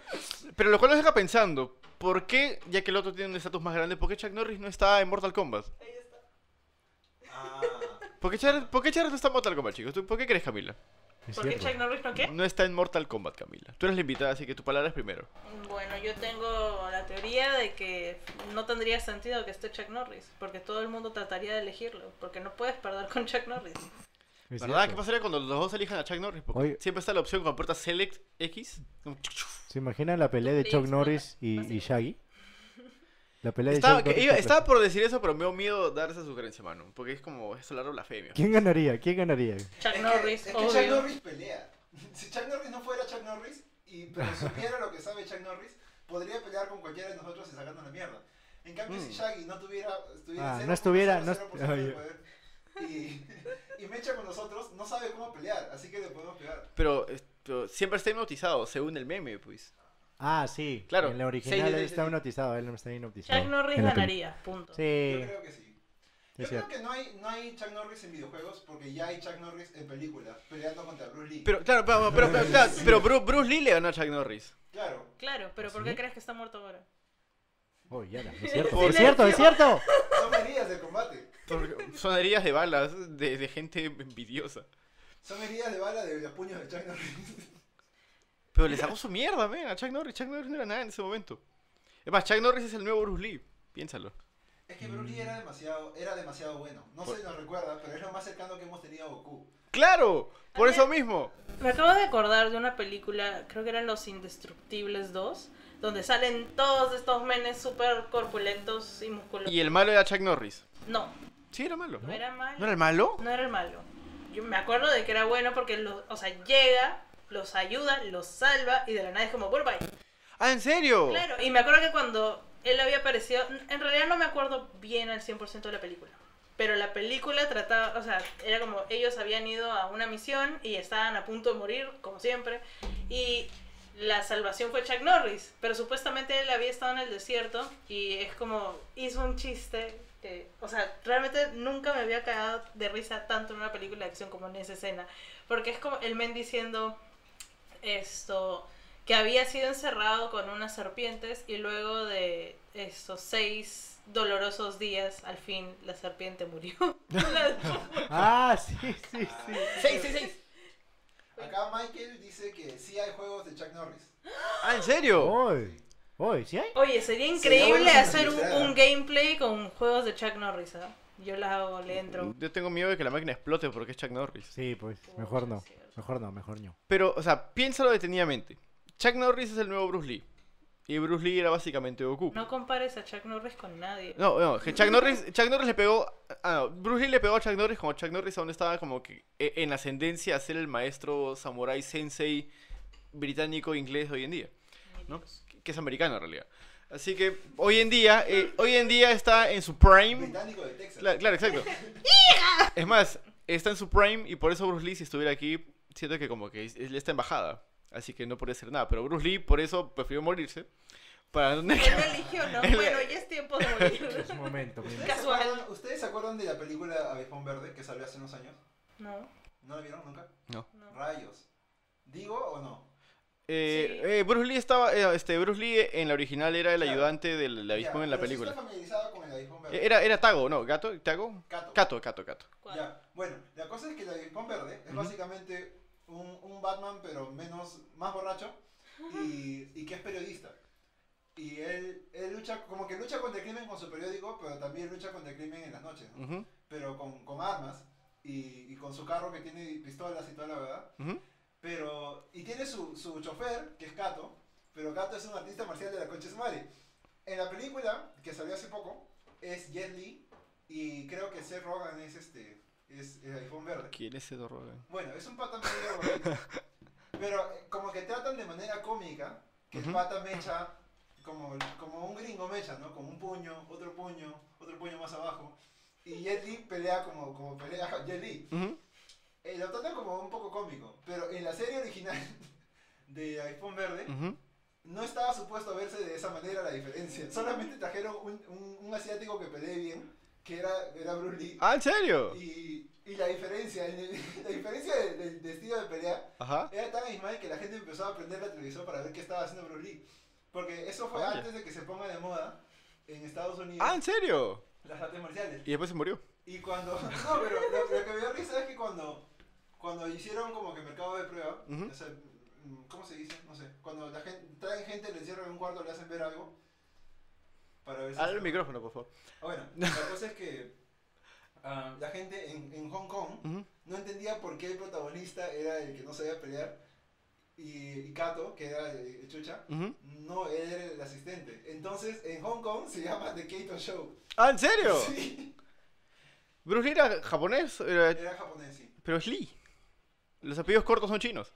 [SPEAKER 1] Pero lo cual nos deja pensando, ¿por qué, ya que el otro tiene un estatus más grande, por qué Chuck Norris no está en Mortal Kombat?
[SPEAKER 3] Ah,
[SPEAKER 1] ¿Por qué Char- por qué Charles no está en Mortal Kombat, chicos? ¿Tú, ¿Por qué crees, Camila?
[SPEAKER 4] ¿Por qué Chuck Norris no qué?
[SPEAKER 1] No está en Mortal Kombat, Camila. Tú eres la invitada, así que tu palabra es primero.
[SPEAKER 4] Bueno, yo tengo la teoría de que no tendría sentido que esté Chuck Norris, porque todo el mundo trataría de elegirlo, porque no puedes perder con Chuck Norris.
[SPEAKER 2] Es
[SPEAKER 1] ¿Verdad? ¿Qué
[SPEAKER 2] cierto.
[SPEAKER 1] pasaría cuando los dos elijan a Chuck Norris? Porque
[SPEAKER 2] Oye.
[SPEAKER 1] siempre está la opción con puerta Select X. como chuc, chuc.
[SPEAKER 2] ¿Se imaginan la pelea de
[SPEAKER 4] Sí,
[SPEAKER 2] Chuck
[SPEAKER 4] sí,
[SPEAKER 2] Norris y,
[SPEAKER 4] fácil.
[SPEAKER 2] y Shaggy? La pelea de
[SPEAKER 1] Estaba,
[SPEAKER 2] Chuck Norris.
[SPEAKER 1] que- iba-
[SPEAKER 2] contra-
[SPEAKER 1] estaba por decir eso, pero me dio miedo dar esa sugerencia, mano. Porque es como, es hablar blasfemia.
[SPEAKER 2] ¿Quién ganaría? ¿Quién ganaría?
[SPEAKER 4] Chuck
[SPEAKER 3] es que-
[SPEAKER 4] Norris,
[SPEAKER 3] es que
[SPEAKER 4] obvio.
[SPEAKER 3] Chuck Norris pelea. Si Chuck Norris no fuera Chuck Norris, y, pero supiera lo que sabe Chuck Norris, podría pelear con cualquiera de nosotros y sacarnos la mierda. En cambio, si
[SPEAKER 1] Mm.
[SPEAKER 3] Shaggy no tuviera. estuviera
[SPEAKER 2] Ah,
[SPEAKER 3] cero
[SPEAKER 2] no estuviera-
[SPEAKER 3] punto
[SPEAKER 2] no
[SPEAKER 3] cero cero por ciento de
[SPEAKER 2] est-
[SPEAKER 3] poder, y, y Mecha con nosotros no sabe cómo pelear, así que le podemos pegar.
[SPEAKER 1] Pero, eh, pero siempre está hipnotizado, según el meme, pues.
[SPEAKER 2] Ah, sí.
[SPEAKER 1] Claro.
[SPEAKER 2] En la
[SPEAKER 1] Sí, sí,
[SPEAKER 2] original
[SPEAKER 1] sí,
[SPEAKER 2] él
[SPEAKER 1] sí,
[SPEAKER 2] está
[SPEAKER 1] sí.
[SPEAKER 2] hipnotizado, él no está hipnotizado.
[SPEAKER 4] Chuck Norris
[SPEAKER 2] En la peli-
[SPEAKER 4] ganaría, punto.
[SPEAKER 2] Sí,
[SPEAKER 3] Yo creo que sí. Yo
[SPEAKER 2] es
[SPEAKER 3] creo
[SPEAKER 2] cierto.
[SPEAKER 3] que no hay, no hay Chuck Norris en videojuegos porque ya hay Chuck Norris en películas peleando contra Bruce Lee.
[SPEAKER 1] Pero, claro, pero, pero, pero, claro, pero Bru- Bruce, Lee le ganó a Chuck Norris.
[SPEAKER 3] Claro.
[SPEAKER 4] Claro,
[SPEAKER 1] ¿Ah,
[SPEAKER 4] pero ¿por qué
[SPEAKER 2] ¿Sí?
[SPEAKER 4] crees que está muerto ahora?
[SPEAKER 2] Oh, ya, no, es cierto.
[SPEAKER 1] Por-
[SPEAKER 2] Es cierto, es cierto.
[SPEAKER 3] Son heridas de combate.
[SPEAKER 1] Porque Son heridas de balas de, de gente envidiosa.
[SPEAKER 3] Son heridas de bala de los puños de Chuck Norris.
[SPEAKER 1] Pero le sacó su mierda, men, a Chuck Norris. Chuck Norris no era nada en ese momento. Es más, Chuck Norris es el nuevo Bruce Lee. Piénsalo.
[SPEAKER 3] Es que
[SPEAKER 2] Mm.
[SPEAKER 3] Broly era demasiado, era demasiado bueno. No se nos recuerda, pero es lo más cercano que hemos tenido a Goku.
[SPEAKER 1] ¡Claro! Por
[SPEAKER 4] A
[SPEAKER 1] eso
[SPEAKER 4] ver.
[SPEAKER 1] mismo.
[SPEAKER 4] Me acabo de acordar de una película, creo que eran Los Indestructibles 2, donde salen todos estos menes súper corpulentos y musculosos.
[SPEAKER 1] Y el malo era Chuck Norris.
[SPEAKER 4] No,
[SPEAKER 1] Sí, era malo.
[SPEAKER 4] no era malo.
[SPEAKER 1] ¿No era el malo?
[SPEAKER 4] No era el malo. Yo me acuerdo de que era bueno porque, lo- o sea, llega, los ayuda, los salva y de la nada es como, bueno, bye.
[SPEAKER 1] Ah, ¿en serio?
[SPEAKER 4] Claro, y me acuerdo que cuando él había aparecido, en realidad no me acuerdo bien al 100% de la película. Pero la película trataba, o sea, era como ellos habían ido a una misión y estaban a punto de morir, como siempre. Y la salvación fue Chuck Norris. Pero supuestamente él había estado en el desierto y es como, hizo un chiste. que- o sea, realmente nunca me había cagado de risa tanto en una película de acción como en esa escena. Porque es como el men diciendo esto, que había sido encerrado con unas serpientes y luego de estos seis dolorosos días, al fin la serpiente murió.
[SPEAKER 2] Ah, sí, sí, sí.
[SPEAKER 1] Sí, sí, sí.
[SPEAKER 3] Acá Michael dice que sí hay juegos de Chuck Norris.
[SPEAKER 1] Ah, ¿en serio?
[SPEAKER 2] Hoy. Hoy, ¿sí hay?
[SPEAKER 4] Oye, sería
[SPEAKER 3] Sería
[SPEAKER 4] increíble
[SPEAKER 3] bueno
[SPEAKER 4] hacer un,
[SPEAKER 3] analizar.
[SPEAKER 4] un gameplay con juegos de Chuck Norris, ¿ah? Yo la hago, le entro.
[SPEAKER 1] Yo tengo miedo de que la máquina explote porque es Chuck Norris.
[SPEAKER 2] Sí, pues, mejor no. Mejor no, mejor no.
[SPEAKER 1] Pero, o sea, piénsalo detenidamente. Chuck Norris es el nuevo Bruce Lee. Y Bruce Lee era básicamente Goku.
[SPEAKER 4] No compares a Chuck Norris con nadie.
[SPEAKER 1] Uh. No, no, que Chuck Norris, Chuck Norris le pegó. Ah, no, Bruce Lee le pegó a Chuck Norris cuando Chuck Norris aún estaba como que e- en ascendencia a ser el maestro samurai sensei británico inglés de hoy en día,
[SPEAKER 4] Ni
[SPEAKER 1] ¿no?
[SPEAKER 4] Dios.
[SPEAKER 1] Que es americano en realidad. Así que hoy en día, eh, hoy en día está en su prime.
[SPEAKER 3] Británico de Texas.
[SPEAKER 1] Cla- Claro, exacto. Es más, está en su prime y por eso Bruce Lee, si estuviera aquí, siento que como que es- él está embajada. Así que no puede hacer nada. Pero Bruce Lee, por eso prefirió morirse. Para no tener que-
[SPEAKER 4] Él lo eligió, ¿no? Bueno, ya es tiempo de morir.
[SPEAKER 2] Es un momento. mi-
[SPEAKER 3] ¿Ustedes se
[SPEAKER 4] Casual.
[SPEAKER 3] acuerdan- ¿Ustedes se acuerdan de la película Abejón Verde que salió hace unos años?
[SPEAKER 4] No,
[SPEAKER 3] ¿No la vieron nunca?
[SPEAKER 4] no.
[SPEAKER 3] Rayos. ¿Digo o no?
[SPEAKER 1] Eh,
[SPEAKER 4] Sí.
[SPEAKER 1] eh, Bruce Lee estaba. eh, este, Bruce Lee en la original era el
[SPEAKER 3] Claro.
[SPEAKER 1] ayudante del
[SPEAKER 3] Ya,
[SPEAKER 1] avispón en la
[SPEAKER 3] pero sí
[SPEAKER 1] película.
[SPEAKER 3] está familiarizado con el avispón verde.
[SPEAKER 1] Eh, Era, era Tago, ¿no? ¿Gato? ¿Tago?
[SPEAKER 3] Cato.
[SPEAKER 1] Cato, Cato, Cato.
[SPEAKER 4] ¿Cuál?
[SPEAKER 3] Ya, bueno, la cosa es que el avispón verde es
[SPEAKER 1] Ujú.
[SPEAKER 3] básicamente un, un Batman, pero menos, más borracho y, y que es periodista. Y él, él lucha, como que lucha contra el crimen con su periódico, pero también lucha contra el crimen en las noches, ¿no?
[SPEAKER 1] Ujú,
[SPEAKER 3] pero con, con armas y, y con su carro que tiene pistolas y toda la verdad.
[SPEAKER 1] ujú.
[SPEAKER 3] Pero, y tiene su, su chofer, que es Kato, pero Kato es un artista marcial de la concha de su madre. En la película, que salió hace poco, es Jet Li, y creo que Seth Rogen es este, es el iPhone verde.
[SPEAKER 1] ¿Quién es ese Rogen?
[SPEAKER 3] Bueno, es un pata medio gordito, pero eh, como que tratan de manera cómica, que
[SPEAKER 1] Ujú.
[SPEAKER 3] el pata mecha, como, como un gringo mecha, ¿no? Con un puño, otro puño, otro puño más abajo, y Jet Li pelea como, como pelea Jet Li.
[SPEAKER 1] Ujú.
[SPEAKER 3] Eh, lo tratan como un poco cómico, pero en la serie original de iPhone Verde
[SPEAKER 1] Ujú.
[SPEAKER 3] no estaba supuesto verse de esa manera la diferencia. Solamente trajeron un, un- un asiático que pelee bien, que era, era Bruce Lee.
[SPEAKER 1] Ah, ¿en serio?
[SPEAKER 3] Y, y la diferencia, el- la diferencia del, del- del estilo de pelea
[SPEAKER 1] Ajá.
[SPEAKER 3] era tan abismal que la gente empezó a aprender la televisión para ver qué estaba haciendo Bruce Lee. Porque eso fue
[SPEAKER 1] Oye.
[SPEAKER 3] antes de que se ponga de moda en Estados Unidos
[SPEAKER 1] Ah, ¿en serio?
[SPEAKER 3] las artes marciales.
[SPEAKER 1] Y después se murió.
[SPEAKER 3] Y cuando. No, pero lo, lo que me dio risa es que cuando. Cuando hicieron como que mercado de prueba,
[SPEAKER 1] Ujú.
[SPEAKER 3] o sea, mm, ¿cómo se dice? No sé. Cuando la gente, traen gente, le encierran en un cuarto, le hacen ver algo. Para ver si.
[SPEAKER 1] Abre el micrófono, por favor.
[SPEAKER 3] Ah, Bueno, la cosa es que. ah, la gente en, en Hong Kong
[SPEAKER 1] Ujú.
[SPEAKER 3] no entendía por qué el protagonista era el que no sabía pelear. Y, y Kato, que era el, el chucha,
[SPEAKER 1] Ujú.
[SPEAKER 3] no, él era el asistente. Entonces, en Hong Kong se llama The Kato Show.
[SPEAKER 1] Ah, ¿en serio?
[SPEAKER 3] Sí,
[SPEAKER 1] Bruce Lee era japonés, era-
[SPEAKER 3] era japonés, sí.
[SPEAKER 1] pero es Lee. Los apellidos cortos son chinos.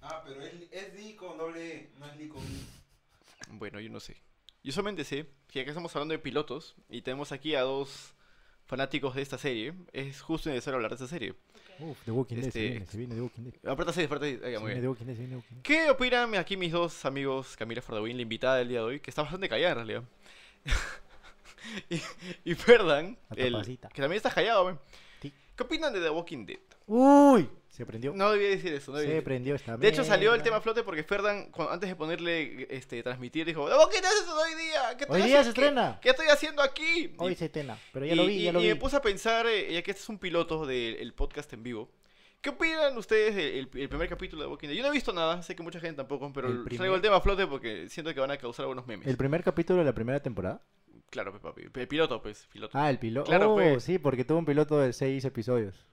[SPEAKER 3] Ah, pero es, es Di con doble E, no es Li con I.
[SPEAKER 1] Bueno, yo no sé. Yo solamente sé que acá estamos hablando de pilotos y tenemos aquí a dos fanáticos de esta serie. Es justo y necesario hablar de esta serie.
[SPEAKER 2] Uf, The Walking Dead, se
[SPEAKER 1] Este-
[SPEAKER 2] viene, se viene The Walking Dead.
[SPEAKER 1] Aparta 6, aparta 6.
[SPEAKER 2] Se
[SPEAKER 1] muy
[SPEAKER 2] viene
[SPEAKER 1] bien.
[SPEAKER 2] The Walking Dead, se viene The Walking Dead.
[SPEAKER 1] ¿Qué opinan aquí mis dos amigos, Camila Fordawin, la invitada del día de hoy, que está bastante callada en realidad? y, y Ferdan,
[SPEAKER 2] La
[SPEAKER 1] el-
[SPEAKER 2] tapacita.
[SPEAKER 1] que también estás callado, men.
[SPEAKER 2] Tic.
[SPEAKER 1] ¿Qué opinan de The Walking Dead?
[SPEAKER 2] Uy, se prendió.
[SPEAKER 1] No debía decir eso, no debía
[SPEAKER 2] se
[SPEAKER 1] decir-
[SPEAKER 2] prendió esta
[SPEAKER 1] De hecho salió el
[SPEAKER 2] mierda.
[SPEAKER 1] tema a flote porque Ferdan, cu- antes de ponerle este, transmitir, dijo, "The Walking Dead es hoy día? ¿Qué estoy
[SPEAKER 2] Hoy día
[SPEAKER 1] haci-
[SPEAKER 2] se
[SPEAKER 1] qué-
[SPEAKER 2] estrena.
[SPEAKER 1] ¿Qué estoy haciendo aquí?
[SPEAKER 2] Hoy
[SPEAKER 1] Y-
[SPEAKER 2] se tela, pero ya lo
[SPEAKER 1] y-
[SPEAKER 2] vi,
[SPEAKER 1] y-
[SPEAKER 2] ya lo
[SPEAKER 1] y
[SPEAKER 2] vi.
[SPEAKER 1] me puse a pensar, eh, ya que este es un piloto del el podcast en vivo, ¿qué opinan ustedes del el- el primer capítulo de Walking Dead? Yo no he visto nada, sé que mucha gente tampoco, pero
[SPEAKER 2] El
[SPEAKER 1] el traigo
[SPEAKER 2] primer-
[SPEAKER 1] el tema a flote porque siento que van a causar algunos memes.
[SPEAKER 2] ¿El primer capítulo de la primera temporada?
[SPEAKER 1] Claro, pues, papi. El piloto, pues, piloto.
[SPEAKER 2] Ah, el piloto.
[SPEAKER 1] Claro,
[SPEAKER 2] oh,
[SPEAKER 1] fue.
[SPEAKER 2] sí, porque tuvo un piloto de seis episodios. Ah.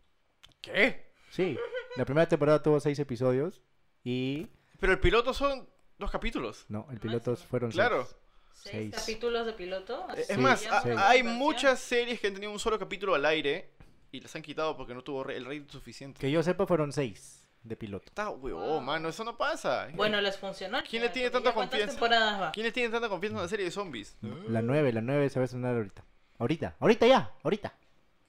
[SPEAKER 1] ¿Qué?
[SPEAKER 2] Sí, la primera temporada tuvo seis episodios y...
[SPEAKER 1] Pero el piloto son dos capítulos.
[SPEAKER 2] No, el piloto
[SPEAKER 4] Máximo.
[SPEAKER 2] fueron
[SPEAKER 1] Ah, Claro.
[SPEAKER 2] seis.
[SPEAKER 4] ¿Seis
[SPEAKER 2] Seis.
[SPEAKER 4] capítulos de piloto?
[SPEAKER 1] Eh,
[SPEAKER 4] Así
[SPEAKER 1] Es
[SPEAKER 2] Ah, Sí,
[SPEAKER 1] más,
[SPEAKER 4] se
[SPEAKER 1] a-
[SPEAKER 4] llama
[SPEAKER 2] sí.
[SPEAKER 4] la
[SPEAKER 1] hay
[SPEAKER 4] versión.
[SPEAKER 1] muchas series que han tenido un solo capítulo al aire y las han quitado porque no tuvo re- el rating suficiente.
[SPEAKER 2] Que yo sepa fueron seis de piloto.
[SPEAKER 1] Está huevón,
[SPEAKER 4] Wow.
[SPEAKER 1] mano, eso no pasa.
[SPEAKER 4] Bueno, les funcionó.
[SPEAKER 1] ¿Quién le tiene
[SPEAKER 4] Porque
[SPEAKER 1] tanta
[SPEAKER 4] ya ¿Cuántas
[SPEAKER 1] confianza?
[SPEAKER 4] temporadas va?
[SPEAKER 1] ¿Quién le tiene tanta confianza en la serie de zombies?
[SPEAKER 2] La nueve, la nueve se va a sonar ahorita. Ahorita, ahorita ya, ahorita.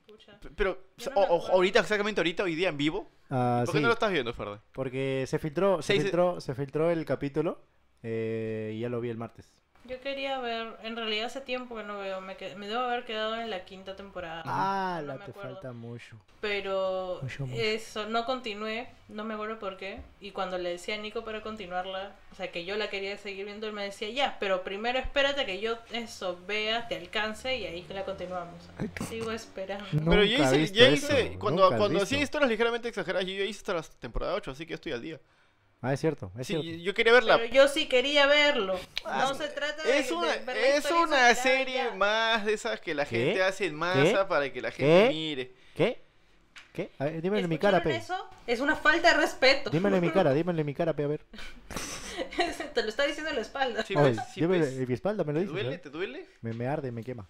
[SPEAKER 4] Pucha.
[SPEAKER 1] P- Pero,
[SPEAKER 4] Yo no
[SPEAKER 1] o-
[SPEAKER 4] me
[SPEAKER 1] o-
[SPEAKER 4] acuerdo.
[SPEAKER 1] ahorita, exactamente ahorita, hoy día en vivo.
[SPEAKER 2] Ah,
[SPEAKER 1] ¿Por qué
[SPEAKER 2] sí,
[SPEAKER 1] no lo estás viendo, Ferda?
[SPEAKER 2] porque se filtró, se
[SPEAKER 1] Seis-
[SPEAKER 2] filtró, se filtró el capítulo eh, y ya lo vi el martes.
[SPEAKER 4] Yo quería ver, en realidad hace tiempo que no veo, me, qued- me debo haber quedado en la quinta temporada.
[SPEAKER 2] Ah,
[SPEAKER 4] no
[SPEAKER 2] la
[SPEAKER 4] me
[SPEAKER 2] te
[SPEAKER 4] acuerdo.
[SPEAKER 2] falta mucho.
[SPEAKER 4] Pero
[SPEAKER 2] Mucho, mucho.
[SPEAKER 4] eso, no continué, no me acuerdo por qué. Y cuando le decía a Nico para continuarla, o sea, que yo la quería seguir viendo, él me decía, ya, pero primero espérate que yo eso vea, te alcance y ahí que la continuamos. Sigo esperando.
[SPEAKER 2] No.
[SPEAKER 1] Pero yo
[SPEAKER 2] Nunca he
[SPEAKER 1] hice,
[SPEAKER 2] visto
[SPEAKER 1] ya hice
[SPEAKER 2] eso,
[SPEAKER 1] cuando,
[SPEAKER 2] nunca he
[SPEAKER 1] cuando
[SPEAKER 2] visto.
[SPEAKER 1] hacía historias ligeramente exageradas, yo ya hice hasta la temporada 8, así que estoy al día.
[SPEAKER 2] Ah, es cierto, es cierto.
[SPEAKER 1] Sí, yo quería verla.
[SPEAKER 4] Pero yo sí quería verlo.
[SPEAKER 1] Ah,
[SPEAKER 4] No se trata de.
[SPEAKER 1] Es una,
[SPEAKER 4] de ver la
[SPEAKER 1] es
[SPEAKER 4] historia
[SPEAKER 1] una
[SPEAKER 4] y soltar,
[SPEAKER 1] serie
[SPEAKER 4] ya.
[SPEAKER 1] más de esas que la
[SPEAKER 2] ¿Qué?
[SPEAKER 1] gente hace en masa
[SPEAKER 2] ¿Qué?
[SPEAKER 1] para que la gente
[SPEAKER 2] ¿Qué?
[SPEAKER 1] mire.
[SPEAKER 2] ¿Qué? ¿Qué? A ver, dímelo en mi cara,
[SPEAKER 4] ¿Escucharon
[SPEAKER 2] pe.
[SPEAKER 4] eso? Es una falta de respeto.
[SPEAKER 2] Dímelo en mi cara, dímelo en mi cara, pe, a ver.
[SPEAKER 4] Te lo está diciendo en la espalda.
[SPEAKER 1] Sí,
[SPEAKER 2] Ay,
[SPEAKER 1] pues, sí,
[SPEAKER 2] yo me-
[SPEAKER 1] pues.
[SPEAKER 2] en mi espalda me lo eh?
[SPEAKER 1] ¿Te
[SPEAKER 2] dice.
[SPEAKER 1] duele? ¿Te duele?
[SPEAKER 2] Me, me arde, me quema.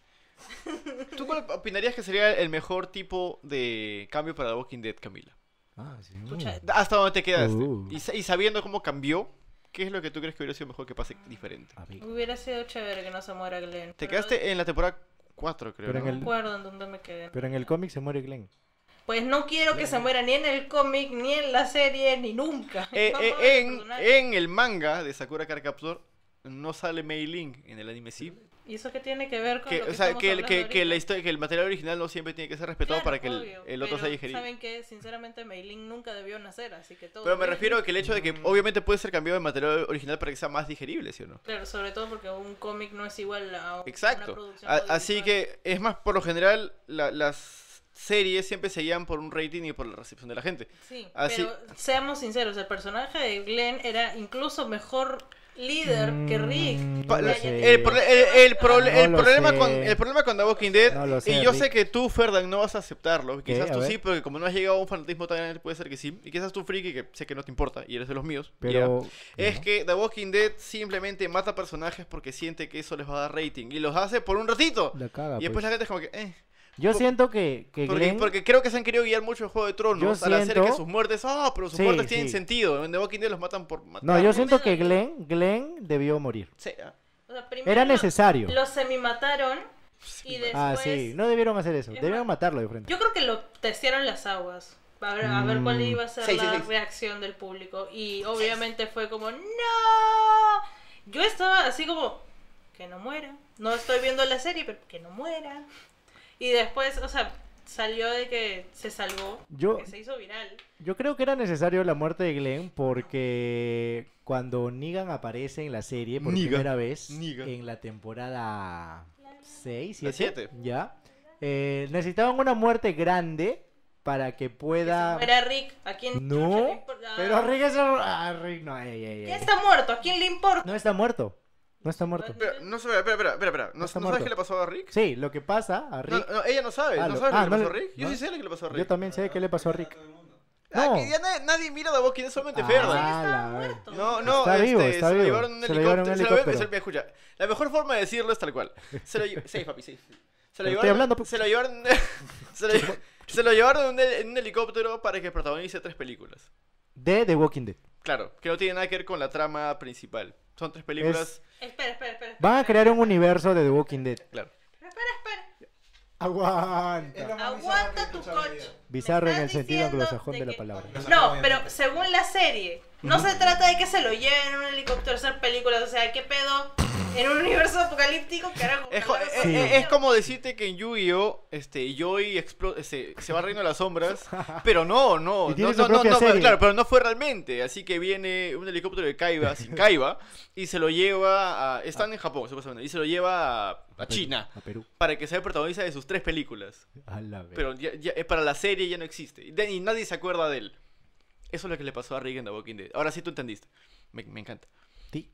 [SPEAKER 1] ¿Tú cuál opinarías que sería el mejor tipo de cambio para The Walking Dead, Camila?
[SPEAKER 2] Ah, sí.
[SPEAKER 4] Escucha.
[SPEAKER 1] ¿Hasta dónde te quedaste?
[SPEAKER 2] Uh.
[SPEAKER 1] Y, sa- y sabiendo cómo cambió, ¿qué es lo que tú crees que hubiera sido mejor que pase diferente?
[SPEAKER 2] A ver.
[SPEAKER 4] Hubiera sido chévere que no se muera Glenn.
[SPEAKER 1] Te
[SPEAKER 4] pero
[SPEAKER 1] quedaste en la temporada 4, creo.
[SPEAKER 2] Pero en
[SPEAKER 1] ¿no?
[SPEAKER 4] No
[SPEAKER 2] el-
[SPEAKER 4] recuerdo en dónde me quedé.
[SPEAKER 2] Pero en el cómic se muere Glenn.
[SPEAKER 4] Pues no quiero que se muera ni en el cómic, ni en la serie, ni nunca.
[SPEAKER 1] Eh,
[SPEAKER 4] No
[SPEAKER 1] eh,
[SPEAKER 4] mueran los
[SPEAKER 1] en,
[SPEAKER 4] personajes.
[SPEAKER 1] en el manga de Sakura Card Captor no sale Mei Ling en el anime sí.
[SPEAKER 4] ¿Y eso qué tiene que ver con
[SPEAKER 1] Que,
[SPEAKER 4] lo que
[SPEAKER 1] o sea,
[SPEAKER 4] estamos
[SPEAKER 1] que, el-
[SPEAKER 4] hablando
[SPEAKER 1] que, que
[SPEAKER 4] ahorita?
[SPEAKER 1] la historia, que el material original no siempre tiene que ser respetado
[SPEAKER 4] Claro,
[SPEAKER 1] para que el,
[SPEAKER 4] obvio,
[SPEAKER 1] el otro
[SPEAKER 4] pero
[SPEAKER 1] sea digerido.
[SPEAKER 4] Saben que, sinceramente, Meiling nunca debió nacer, así que todo.
[SPEAKER 1] Pero me
[SPEAKER 4] bien.
[SPEAKER 1] refiero a que el hecho de que
[SPEAKER 4] Mm.
[SPEAKER 1] obviamente puede ser cambiado el material original para que sea más digerible, ¿sí o no?
[SPEAKER 4] Claro, sobre todo porque un cómic no es igual a un- una
[SPEAKER 1] Exacto.
[SPEAKER 4] producción
[SPEAKER 1] A- así
[SPEAKER 4] audiovisual.
[SPEAKER 1] que es más, por lo general, la- las series siempre se guían por un rating y por la recepción de la gente.
[SPEAKER 4] Sí,
[SPEAKER 1] así-
[SPEAKER 4] pero seamos sinceros, el personaje de Glenn era incluso mejor líder que Rick.
[SPEAKER 2] Mm, no
[SPEAKER 1] Pa-
[SPEAKER 2] lo
[SPEAKER 1] la-
[SPEAKER 2] sé.
[SPEAKER 1] el, proble- el- el proble- el
[SPEAKER 2] No lo
[SPEAKER 1] problema
[SPEAKER 2] sé.
[SPEAKER 1] con, el problema con The Walking Dead,
[SPEAKER 2] No lo sé,
[SPEAKER 1] y yo
[SPEAKER 2] Rick.
[SPEAKER 1] sé que tú, Ferdan, no vas a aceptarlo.
[SPEAKER 2] ¿Qué?
[SPEAKER 1] Quizás
[SPEAKER 2] A
[SPEAKER 1] tú
[SPEAKER 2] ver.
[SPEAKER 1] sí, porque como no has llegado a un fanatismo tan grande, puede ser que sí. Y quizás tú, friki, que sé que no te importa y eres de los míos.
[SPEAKER 2] Pero.
[SPEAKER 1] ya, Es
[SPEAKER 2] ¿no?
[SPEAKER 1] que The Walking Dead simplemente mata personajes porque siente que eso les va a dar rating. Y los hace por un ratito.
[SPEAKER 2] La caga,
[SPEAKER 1] y después
[SPEAKER 2] pues.
[SPEAKER 1] la gente es como que, eh.
[SPEAKER 2] Yo
[SPEAKER 1] por-
[SPEAKER 2] siento que, que
[SPEAKER 1] Porque,
[SPEAKER 2] Glenn.
[SPEAKER 1] porque creo que se han querido guiar mucho el Juego de Tronos
[SPEAKER 2] Yo
[SPEAKER 1] al hacer que
[SPEAKER 2] siento-
[SPEAKER 1] sus muertes, ah, pero sus
[SPEAKER 2] Sí,
[SPEAKER 1] muertes tienen
[SPEAKER 2] sí.
[SPEAKER 1] sentido. En The Walking Dead los matan por matar.
[SPEAKER 2] No, yo
[SPEAKER 1] ¿no?
[SPEAKER 2] siento que Glenn, Glenn debió morir.
[SPEAKER 1] Sí, ah,
[SPEAKER 4] O sea, primero
[SPEAKER 2] Era
[SPEAKER 4] lo-
[SPEAKER 2] necesario.
[SPEAKER 4] Lo semimataron
[SPEAKER 1] sí,
[SPEAKER 4] y
[SPEAKER 1] man.
[SPEAKER 4] después.
[SPEAKER 2] Ah, sí. No debieron hacer eso.
[SPEAKER 4] Es
[SPEAKER 2] Debieron
[SPEAKER 4] más-
[SPEAKER 2] matarlo de frente.
[SPEAKER 4] Yo creo que lo testearon las aguas. A ver, a ver cuál
[SPEAKER 2] Mm.
[SPEAKER 4] iba a ser
[SPEAKER 1] Sí, sí,
[SPEAKER 4] la
[SPEAKER 1] sí.
[SPEAKER 4] reacción del público. Y obviamente fue como, ¡No! Yo estaba así como, que no muera. No estoy viendo la serie, pero que no muera. Y después, o sea, salió de que se salvó.
[SPEAKER 2] Yo-
[SPEAKER 4] Que se hizo viral.
[SPEAKER 2] Yo creo que era necesario la muerte de Glenn porque cuando Negan aparece en la serie por
[SPEAKER 1] Negan.
[SPEAKER 2] primera vez
[SPEAKER 1] Negan.
[SPEAKER 2] en la temporada 6,
[SPEAKER 1] La
[SPEAKER 2] 7,
[SPEAKER 1] siete.
[SPEAKER 2] ya, eh, necesitaban una muerte grande para que pueda...
[SPEAKER 4] Era Rick. ¿A quién chucha le
[SPEAKER 2] No,
[SPEAKER 4] importa?
[SPEAKER 2] pero Rick es... ah, Rick no, ey, ey,
[SPEAKER 4] Ya
[SPEAKER 2] ey.
[SPEAKER 4] está muerto. ¿A quién le importa?
[SPEAKER 2] No está muerto, no está muerto.
[SPEAKER 4] Bueno.
[SPEAKER 1] Espera, no sé, espera, espera, espera, espera. ¿No,
[SPEAKER 2] Está
[SPEAKER 1] no sabes
[SPEAKER 2] muerto.
[SPEAKER 1] qué le pasó a Rick?
[SPEAKER 2] Sí, lo que pasa a
[SPEAKER 1] No,
[SPEAKER 2] Rick...
[SPEAKER 1] no, ella no sabe,
[SPEAKER 2] Ah,
[SPEAKER 1] no
[SPEAKER 2] lo-
[SPEAKER 1] sabe
[SPEAKER 2] ah,
[SPEAKER 1] lo que
[SPEAKER 2] no
[SPEAKER 1] le pasó a
[SPEAKER 2] le-
[SPEAKER 1] Rick. Yo
[SPEAKER 2] no.
[SPEAKER 1] sí sé lo que le pasó a Rick.
[SPEAKER 2] Yo también sé qué le pasó a Rick.
[SPEAKER 3] Todo el mundo.
[SPEAKER 1] Ah,
[SPEAKER 2] No.
[SPEAKER 1] que ya nadie, nadie mira de vos quién es solamente Ferda.
[SPEAKER 4] Estaba
[SPEAKER 2] Ah, la ver-
[SPEAKER 4] muerto.
[SPEAKER 1] No, no,
[SPEAKER 2] Está
[SPEAKER 1] este,
[SPEAKER 2] vivo,
[SPEAKER 1] se
[SPEAKER 2] está
[SPEAKER 1] lo
[SPEAKER 2] vivo.
[SPEAKER 1] llevaron en un
[SPEAKER 2] Se lo llevaron
[SPEAKER 1] helicóptero.
[SPEAKER 2] en un
[SPEAKER 1] Se lo llevaron-
[SPEAKER 2] helicóptero.
[SPEAKER 1] me escucha. La mejor forma de decirlo es tal cual. Se lo lle- safe, papi, safe. Se lo
[SPEAKER 2] Pero estoy
[SPEAKER 1] llevaron,
[SPEAKER 2] hablando, pe-
[SPEAKER 1] se lo llevaron, se lo lle- se lo llevaron en un hel- en un helicóptero para que protagonice tres películas.
[SPEAKER 2] De The Walking Dead.
[SPEAKER 1] Claro, que no tiene nada que ver con la trama principal. Son tres películas.
[SPEAKER 4] Espera, espera, espera.
[SPEAKER 2] Van a crear un universo de The Walking Dead.
[SPEAKER 1] Claro.
[SPEAKER 4] Espera, espera.
[SPEAKER 3] Es
[SPEAKER 2] Aguanta.
[SPEAKER 3] lo más bizarro que he
[SPEAKER 4] Aguanta tu
[SPEAKER 3] escuchado en mi
[SPEAKER 4] coche.
[SPEAKER 3] vida.
[SPEAKER 2] Bizarro
[SPEAKER 4] Me
[SPEAKER 2] en el
[SPEAKER 4] estás
[SPEAKER 2] sentido
[SPEAKER 4] diciendo
[SPEAKER 2] anglosajón de la
[SPEAKER 4] que-
[SPEAKER 2] palabra.
[SPEAKER 4] No, pero según la serie, no se trata de que se lo lleven en un helicóptero a hacer películas. O sea, ¿qué pedo? En un universo apocalíptico, carajo.
[SPEAKER 1] Es, jo-
[SPEAKER 4] ojalá
[SPEAKER 1] eh,
[SPEAKER 4] no se
[SPEAKER 1] eh,
[SPEAKER 4] lo
[SPEAKER 1] es como decirte que en Yu-Gi-Oh! Este, Joy explo- se, se va al reino de las sombras, pero no, no,
[SPEAKER 2] Y tiene
[SPEAKER 1] no,
[SPEAKER 2] su
[SPEAKER 1] no, no,
[SPEAKER 2] propia
[SPEAKER 1] no,
[SPEAKER 2] serie.
[SPEAKER 1] claro, pero no fue realmente. Así que viene un helicóptero de Kaiba, sin Kaiba, y se lo lleva a. Están en Japón, supuestamente, y se lo lleva a, a China
[SPEAKER 2] A Perú.
[SPEAKER 1] para que sea protagonista de sus tres películas.
[SPEAKER 2] A la vez.
[SPEAKER 1] Pero ya- ya- eh, para la serie ya no existe, y, de- y nadie se acuerda de él. Eso es lo que le pasó a Rick en The Walking Dead. Ahora sí tú entendiste. Me, me encanta.
[SPEAKER 2] Sí.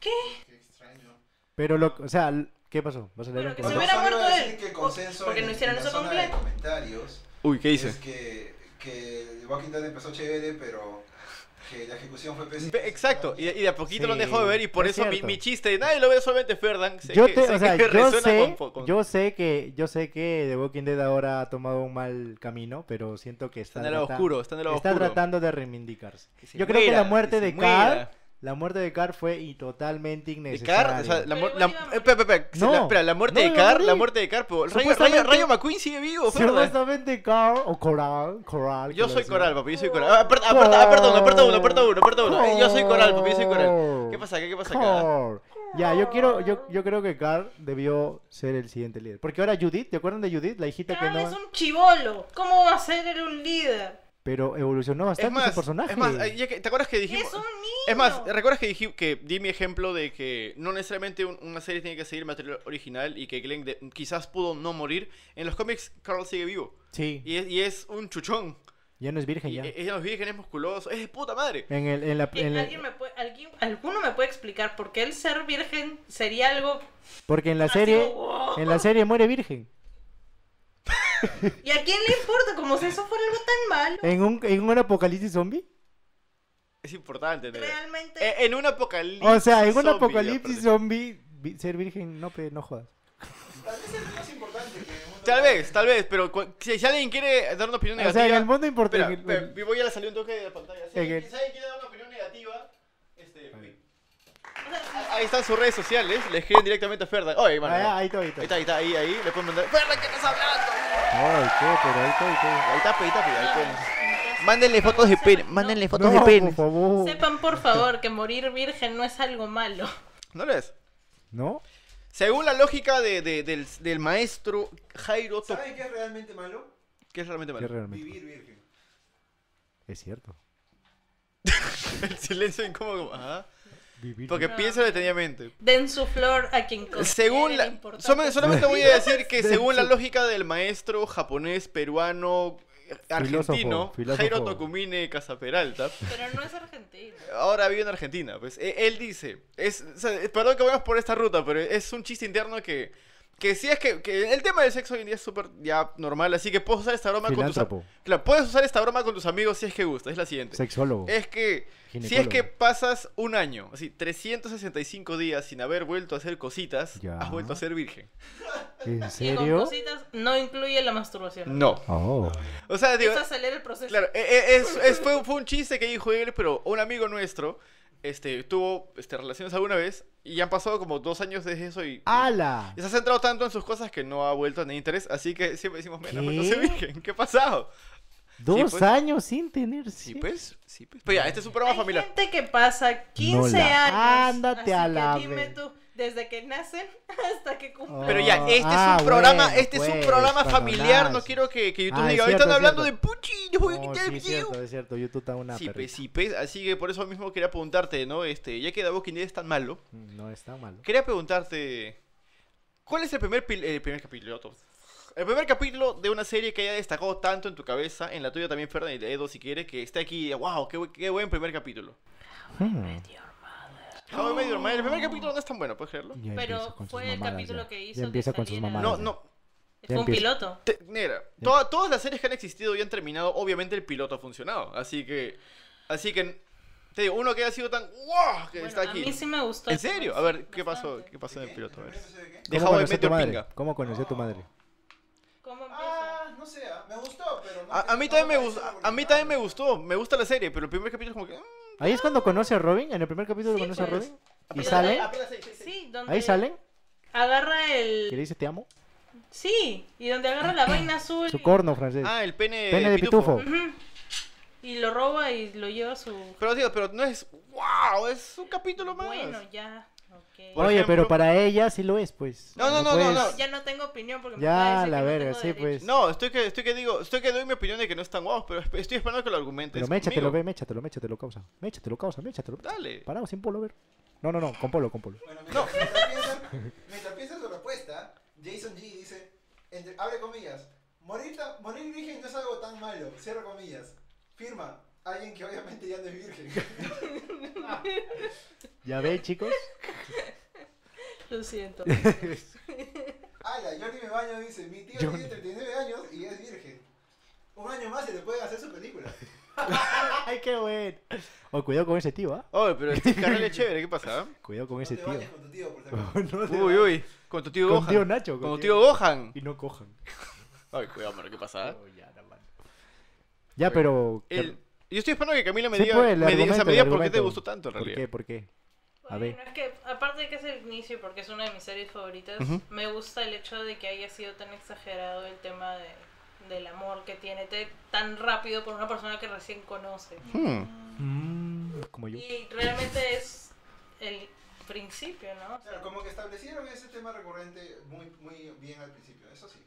[SPEAKER 3] Qué extraño.
[SPEAKER 2] Pero lo, o sea, l- ¿qué pasó? ¿Vas a leer
[SPEAKER 4] Pero
[SPEAKER 2] un
[SPEAKER 4] que
[SPEAKER 3] Lo
[SPEAKER 4] se
[SPEAKER 2] comentario?
[SPEAKER 4] hubiera
[SPEAKER 3] solo
[SPEAKER 4] muerto
[SPEAKER 3] decir
[SPEAKER 4] él.
[SPEAKER 3] que consenso
[SPEAKER 4] Porque
[SPEAKER 3] en-
[SPEAKER 4] no hicieron
[SPEAKER 3] en la
[SPEAKER 4] eso con
[SPEAKER 3] zona de
[SPEAKER 4] Glenn.
[SPEAKER 3] comentarios
[SPEAKER 1] Uy, ¿qué
[SPEAKER 3] es
[SPEAKER 1] dice?
[SPEAKER 3] que, que Walking Dead empezó chévere, pero que la ejecución fue pésima.
[SPEAKER 1] Pe- Exacto, y, y de a poquito lo han
[SPEAKER 2] Sí,
[SPEAKER 1] dejado de ver y por
[SPEAKER 2] es
[SPEAKER 1] eso mi,
[SPEAKER 2] cierto.
[SPEAKER 1] mi chiste de nadie lo ve solamente Ferdan. sé
[SPEAKER 2] Yo
[SPEAKER 1] que-
[SPEAKER 2] te-
[SPEAKER 1] sé
[SPEAKER 2] o sea,
[SPEAKER 1] que
[SPEAKER 2] yo
[SPEAKER 1] resuena
[SPEAKER 2] sé,
[SPEAKER 1] con- con-
[SPEAKER 2] yo sé que, yo sé que The Walking Dead ahora ha tomado un mal camino, pero siento que
[SPEAKER 1] Está
[SPEAKER 2] está,
[SPEAKER 1] en el lado
[SPEAKER 2] trata-
[SPEAKER 1] oscuro, está en el lado
[SPEAKER 2] está
[SPEAKER 1] oscuro.
[SPEAKER 2] tratando de reivindicarse.
[SPEAKER 1] Que se
[SPEAKER 2] Yo creo que
[SPEAKER 1] muera,
[SPEAKER 2] la muerte
[SPEAKER 1] que
[SPEAKER 2] de
[SPEAKER 1] se muera.
[SPEAKER 2] Carl, la muerte de Carl fue y totalmente
[SPEAKER 1] De
[SPEAKER 2] innecesaria.
[SPEAKER 1] Carr, o sea, la, mu-
[SPEAKER 4] Pero
[SPEAKER 1] la- eh,
[SPEAKER 4] igual iba a
[SPEAKER 1] espera, espera, espera,
[SPEAKER 2] No,
[SPEAKER 1] la- espera, la muerte
[SPEAKER 2] no
[SPEAKER 1] de
[SPEAKER 2] iba a
[SPEAKER 1] Carr, la
[SPEAKER 2] morir.
[SPEAKER 1] muerte de Carr, pero Rayo, Rayo,
[SPEAKER 2] Supuestamente-
[SPEAKER 1] Rayo McQueen sigue vivo, Ferdan.
[SPEAKER 2] Supuestamente Carl o Coral, Coral.
[SPEAKER 1] Yo
[SPEAKER 2] que lo
[SPEAKER 1] soy
[SPEAKER 2] decía. Oh,
[SPEAKER 1] Coral, papi, yo soy Coral. Ah, Aparta, aparta, aparta uno, aparta uno, aparta uno, aparta uno. Eh, Yo soy Coral, papi, yo soy
[SPEAKER 2] oh.
[SPEAKER 1] Coral. ¿Qué pasa acá? ¿Qué pasa acá?
[SPEAKER 2] Carl. Ya, yo quiero, yo, yo creo que Carl debió ser el siguiente líder. Porque ahora Judith, ¿te acuerdan de Judith? La hijita
[SPEAKER 4] Claro,
[SPEAKER 2] que no.
[SPEAKER 4] es un chivolo. ¿Cómo va a ser él un líder?
[SPEAKER 2] Pero evolucionó
[SPEAKER 1] Es
[SPEAKER 2] bastante
[SPEAKER 1] más,
[SPEAKER 2] su personaje.
[SPEAKER 1] es más, eh, ya que- ¿te acuerdas que dijimos?
[SPEAKER 4] Es un niño.
[SPEAKER 1] Es más, ¿recuerdas que, dije, que di mi ejemplo de que no necesariamente un- una serie tiene que seguir el material original y que Glenn de- quizás pudo no morir? En los cómics, Carl sigue vivo.
[SPEAKER 2] Sí,
[SPEAKER 1] Y es, y es un chuchón.
[SPEAKER 2] ya no es virgen
[SPEAKER 1] Y,
[SPEAKER 2] ya.
[SPEAKER 1] e- ella los virgen es musculoso. Es de puta madre.
[SPEAKER 2] En el, en la,
[SPEAKER 4] ¿Qué-
[SPEAKER 2] en la-
[SPEAKER 4] ¿Alguien me puede, alguien- ¿Alguno me puede explicar por qué el ser virgen sería algo
[SPEAKER 2] porque en la
[SPEAKER 4] así
[SPEAKER 2] serie,
[SPEAKER 4] como, "Wow"?
[SPEAKER 2] en la serie muere virgen.
[SPEAKER 1] Eh,
[SPEAKER 4] ¿Y a quién le importa? Como si eso fuera algo tan malo.
[SPEAKER 2] En un, en un apocalipsis zombie.
[SPEAKER 1] Es importante, negra.
[SPEAKER 4] Realmente.
[SPEAKER 1] E- En un apocalipsis.
[SPEAKER 2] O sea, en un
[SPEAKER 1] zombie,
[SPEAKER 2] apocalipsis
[SPEAKER 1] aparte.
[SPEAKER 2] zombie, vi- ser virgen, no, pe, no jodas.
[SPEAKER 3] Tal vez es más importante que un-
[SPEAKER 1] Tal vez, tal vez, pero cu- si, si alguien quiere dar una opinión
[SPEAKER 2] O
[SPEAKER 1] negativa.
[SPEAKER 2] sea, en el mundo
[SPEAKER 1] Espera,
[SPEAKER 2] importante.
[SPEAKER 1] espera, voy a la salió un toque de la pantalla. Si
[SPEAKER 2] En
[SPEAKER 1] alguien
[SPEAKER 2] el-
[SPEAKER 1] si alguien quiere dar una opinión negativa, este.
[SPEAKER 2] Ahí.
[SPEAKER 1] Ahí están sus redes sociales, le escriben directamente a Ferda. Oye, mano.
[SPEAKER 2] Ah, ahí está, ahí
[SPEAKER 1] Ahí
[SPEAKER 2] está.
[SPEAKER 1] está, ahí está, ahí, ahí, le pueden mandar. ¡Ferda, qué estás hablando!
[SPEAKER 2] Ay, qué, pero ahí está, ahí está.
[SPEAKER 1] Ahí está, pe, ahí está, pe, ahí pueden.
[SPEAKER 4] Entonces,
[SPEAKER 1] Mándenle fotos de pene, mándenle fotos
[SPEAKER 2] No,
[SPEAKER 1] de pene.
[SPEAKER 2] por favor.
[SPEAKER 4] Sepan por favor que morir virgen no es algo malo.
[SPEAKER 1] ¿No lo es?
[SPEAKER 2] ¿No?
[SPEAKER 1] Según la lógica de, de- del, del maestro Jairo Top,
[SPEAKER 3] ¿Saben qué es realmente malo?
[SPEAKER 1] que es realmente
[SPEAKER 2] Yo
[SPEAKER 1] malo.
[SPEAKER 2] realmente.
[SPEAKER 3] Vivir virgen.
[SPEAKER 2] Es cierto.
[SPEAKER 1] El silencio incómodo. Ajá.
[SPEAKER 2] Vivir.
[SPEAKER 1] Porque
[SPEAKER 4] No.
[SPEAKER 1] piensa detenidamente.
[SPEAKER 4] Den su flor a quien consideren
[SPEAKER 1] Según la,
[SPEAKER 4] importante.
[SPEAKER 1] solo- solamente voy a decir que
[SPEAKER 2] De
[SPEAKER 1] según la
[SPEAKER 2] hecho.
[SPEAKER 1] lógica del maestro japonés, peruano, eh, argentino,
[SPEAKER 2] Filósofo, filósofo.
[SPEAKER 1] Jairo Tocumine Casaperalta,
[SPEAKER 4] Pero no es argentino.
[SPEAKER 1] ahora vive en Argentina. Pues e- él dice, es, o sea, eh, perdón que vayamos por esta ruta, pero es un chiste interno que, que sí es que, que el tema del sexo hoy en día es súper ya normal, así que puedes usar esta broma con tus
[SPEAKER 2] Filántropo,
[SPEAKER 1] Claro, puedes usar esta broma con tus amigos si es que gusta, es la siguiente.
[SPEAKER 2] sexólogo.
[SPEAKER 1] Es que si es
[SPEAKER 2] ginecólogo.
[SPEAKER 1] que pasas un año, así, 365 días sin haber vuelto a hacer cositas,
[SPEAKER 2] Ya.
[SPEAKER 1] has vuelto a ser virgen.
[SPEAKER 2] ¿En
[SPEAKER 4] Y con
[SPEAKER 2] serio?
[SPEAKER 4] cositas no incluye la masturbación.
[SPEAKER 1] No.
[SPEAKER 2] Oh.
[SPEAKER 1] O sea, digo,
[SPEAKER 4] Eso acelera el proceso.
[SPEAKER 1] claro, e- e- es, es- fue, un- fue un chiste que dijo él, pero un amigo nuestro este, tuvo este, relaciones alguna vez y ya han pasado como dos años desde eso y...
[SPEAKER 2] Ah. ¡Hala!
[SPEAKER 1] y se ha centrado tanto en sus cosas que no ha vuelto a tener interés, así que siempre decimos, menos,
[SPEAKER 2] ¿Qué?
[SPEAKER 1] no soy virgen, ¿qué ha pasado?
[SPEAKER 2] Dos
[SPEAKER 1] pues.
[SPEAKER 2] años sin tener
[SPEAKER 1] Sí,
[SPEAKER 2] sexo.
[SPEAKER 1] pues, sí, pues. Pero ya, este es un programa
[SPEAKER 4] Hay
[SPEAKER 1] familiar.
[SPEAKER 4] gente que pasa 15
[SPEAKER 2] Nola.
[SPEAKER 4] años.
[SPEAKER 2] Ándate
[SPEAKER 4] así
[SPEAKER 2] a
[SPEAKER 4] que
[SPEAKER 2] la
[SPEAKER 4] dime
[SPEAKER 2] ve-
[SPEAKER 4] tú, desde que nacen hasta que cumplen.
[SPEAKER 1] Pero ya,
[SPEAKER 2] Ah,
[SPEAKER 1] este
[SPEAKER 2] ah,
[SPEAKER 1] es un programa,
[SPEAKER 2] bueno,
[SPEAKER 1] este es un
[SPEAKER 2] pues,
[SPEAKER 1] programa
[SPEAKER 2] cuando
[SPEAKER 1] familiar, no
[SPEAKER 2] nace.
[SPEAKER 1] quiero que, que YouTube
[SPEAKER 2] Ah, es
[SPEAKER 1] diga, ahorita
[SPEAKER 2] cierto,
[SPEAKER 1] están
[SPEAKER 2] es
[SPEAKER 1] hablando de
[SPEAKER 2] cierto.
[SPEAKER 1] Puchi, yo voy a
[SPEAKER 2] No,
[SPEAKER 1] quitar
[SPEAKER 2] Oh, sí,
[SPEAKER 1] el
[SPEAKER 2] es
[SPEAKER 1] video.
[SPEAKER 2] cierto, es cierto. YouTube está una
[SPEAKER 1] Sí, pues,
[SPEAKER 2] perrita.
[SPEAKER 1] sí, pues, así que por eso mismo quería preguntarte, ¿no? Este, ya que The Walking Dead es tan malo,
[SPEAKER 2] Mm, No está malo.
[SPEAKER 1] quería preguntarte, ¿cuál es el primer, pil- el primer capítulo? otro? El primer capítulo de una serie que haya destacado tanto en tu cabeza, en la tuya también, Fernan, y de Edo, si quieres, que esté aquí, wow, qué, bu- qué buen primer capítulo.
[SPEAKER 4] Ah.
[SPEAKER 2] Hmm.
[SPEAKER 1] How I Met Your Mother, el primer capítulo no es tan bueno, ¿puedes creerlo?
[SPEAKER 2] Ya
[SPEAKER 4] Pero
[SPEAKER 2] empieza con sus
[SPEAKER 4] fue el
[SPEAKER 2] mamadas
[SPEAKER 4] capítulo
[SPEAKER 2] ya.
[SPEAKER 4] que
[SPEAKER 2] Ya
[SPEAKER 4] hizo que
[SPEAKER 2] empieza con sus
[SPEAKER 4] saliera-
[SPEAKER 2] mamadas.
[SPEAKER 1] No,
[SPEAKER 2] ya.
[SPEAKER 1] no,
[SPEAKER 4] Fue un
[SPEAKER 2] empieza.
[SPEAKER 4] piloto.
[SPEAKER 1] Te- Negra, toda- todas las series que han existido y han terminado, obviamente el piloto ha funcionado. Así que. Así que. Te digo, uno que ha sido tan. ¡Wow! Que
[SPEAKER 4] Bueno,
[SPEAKER 1] está aquí.
[SPEAKER 4] A mí sí me gustó.
[SPEAKER 1] ¿En serio? A ver, ¿qué pasó?
[SPEAKER 4] Bastante.
[SPEAKER 1] ¿Qué pasó en el piloto? A ver.
[SPEAKER 3] ¿El primer episodio de qué?
[SPEAKER 1] De
[SPEAKER 2] ¿Cómo
[SPEAKER 1] How I
[SPEAKER 2] conoció
[SPEAKER 1] Met
[SPEAKER 2] tu
[SPEAKER 1] Your
[SPEAKER 2] madre?
[SPEAKER 1] Pinga.
[SPEAKER 2] ¿Cómo conoció tu madre?
[SPEAKER 4] Ah. ¿Cómo empieza?
[SPEAKER 3] Ah, no sé, ah, me gustó, pero no.
[SPEAKER 1] A, a mí
[SPEAKER 3] no
[SPEAKER 1] también me
[SPEAKER 3] parece
[SPEAKER 1] gustó.
[SPEAKER 3] algo
[SPEAKER 1] A mí
[SPEAKER 3] original.
[SPEAKER 1] también me gustó. Me gusta la serie, pero el primer capítulo es como que. mm,
[SPEAKER 2] Ahí es cuando conoce a Robin. En el primer capítulo
[SPEAKER 4] Sí,
[SPEAKER 2] conoce a
[SPEAKER 4] pues.
[SPEAKER 2] Robin. ¿Y
[SPEAKER 1] apenas-
[SPEAKER 2] salen?
[SPEAKER 1] apenas ahí, sí, sí.
[SPEAKER 4] Ah, Sí, donde
[SPEAKER 2] Ahí salen.
[SPEAKER 4] agarra
[SPEAKER 2] Que le
[SPEAKER 4] el...
[SPEAKER 2] dice te amo.
[SPEAKER 4] Sí, y donde agarra la vaina azul
[SPEAKER 2] Su
[SPEAKER 4] y-
[SPEAKER 2] corno francés.
[SPEAKER 1] Ah, el pene.
[SPEAKER 2] Pene de pitufo.
[SPEAKER 4] Ujú. y lo roba y lo lleva a su...
[SPEAKER 1] Pero digo, pero no es. ¡Wow! Es un capítulo más.
[SPEAKER 4] Bueno, ya, ok.
[SPEAKER 1] Por
[SPEAKER 2] Oye,
[SPEAKER 1] ejemplo-
[SPEAKER 2] pero para ella sí lo es, pues.
[SPEAKER 1] No, no, no, no,
[SPEAKER 2] puedes-
[SPEAKER 1] no.
[SPEAKER 4] Ya no tengo opinión porque me
[SPEAKER 2] Ya,
[SPEAKER 4] acaba de decir
[SPEAKER 2] la
[SPEAKER 4] que no
[SPEAKER 2] verga,
[SPEAKER 4] tengo
[SPEAKER 2] sí, pues.
[SPEAKER 4] derecho.
[SPEAKER 1] No, estoy que, estoy que digo. Estoy que doy mi opinión de que no es tan guau, pero esp- estoy esperando que lo argumentes.
[SPEAKER 2] Pero méchatelo,
[SPEAKER 1] conmigo.
[SPEAKER 2] ve, méchatelo, méchatelo, causa. Méchatelo, causa, méchatelo.
[SPEAKER 1] Dale.
[SPEAKER 2] Parado, sin polo, ver. No, no, no, con polo, con polo.
[SPEAKER 3] Bueno, mientras, mientras piensa, mientras piensa su respuesta, Jason G dice, entre- abre comillas, morir, ta- morir virgen no es algo tan malo, cierra comillas, firma, alguien que obviamente ya no es virgen.
[SPEAKER 2] Ya ven, chicos.
[SPEAKER 4] Lo siento.
[SPEAKER 3] Ala, Jordi me baño dice, mi tío
[SPEAKER 2] Jordi.
[SPEAKER 3] tiene 39 años y es virgen. Un año más y le pueden hacer su película.
[SPEAKER 2] Ay, qué bueno. Oh, cuidado con ese tío, ¿ah?
[SPEAKER 1] Oye, pero este canal es chévere, ¿qué pasa?
[SPEAKER 2] Cuidado con
[SPEAKER 3] No
[SPEAKER 2] ese
[SPEAKER 3] te
[SPEAKER 2] tío.
[SPEAKER 3] bañes con tu tío, por favor.
[SPEAKER 2] No te
[SPEAKER 1] Uy,
[SPEAKER 2] va-
[SPEAKER 1] uy, con tu tío
[SPEAKER 2] Con
[SPEAKER 1] Gohan.
[SPEAKER 2] tío Nacho.
[SPEAKER 1] con tu tío Gohan.
[SPEAKER 2] Y no cojan.
[SPEAKER 1] Ay, cuidado, mano, ¿qué pasa?
[SPEAKER 2] Oh, ya, la mano. Ya, pero.
[SPEAKER 1] El- Yo estoy esperando que Camila me
[SPEAKER 2] Sí,
[SPEAKER 1] diga,
[SPEAKER 2] pues, el
[SPEAKER 1] me diga, o sea,
[SPEAKER 2] argumento,
[SPEAKER 1] me diga
[SPEAKER 2] el
[SPEAKER 1] por qué te
[SPEAKER 2] argumento.
[SPEAKER 1] gustó tanto en
[SPEAKER 2] ¿Por
[SPEAKER 1] realidad.
[SPEAKER 2] qué? ¿Por qué? A
[SPEAKER 4] Bueno,
[SPEAKER 2] ver.
[SPEAKER 4] es que aparte de que es el inicio, y porque es una de mis series favoritas,
[SPEAKER 1] Ujú.
[SPEAKER 4] me gusta el hecho de que haya sido tan exagerado el tema de, del amor que tiene te- tan rápido por una persona que recién conoce.
[SPEAKER 1] Hmm.
[SPEAKER 2] Mm, como yo.
[SPEAKER 4] Y realmente es el principio, ¿no?
[SPEAKER 3] Claro, como que establecieron ese tema recurrente muy, muy bien al principio, eso sí.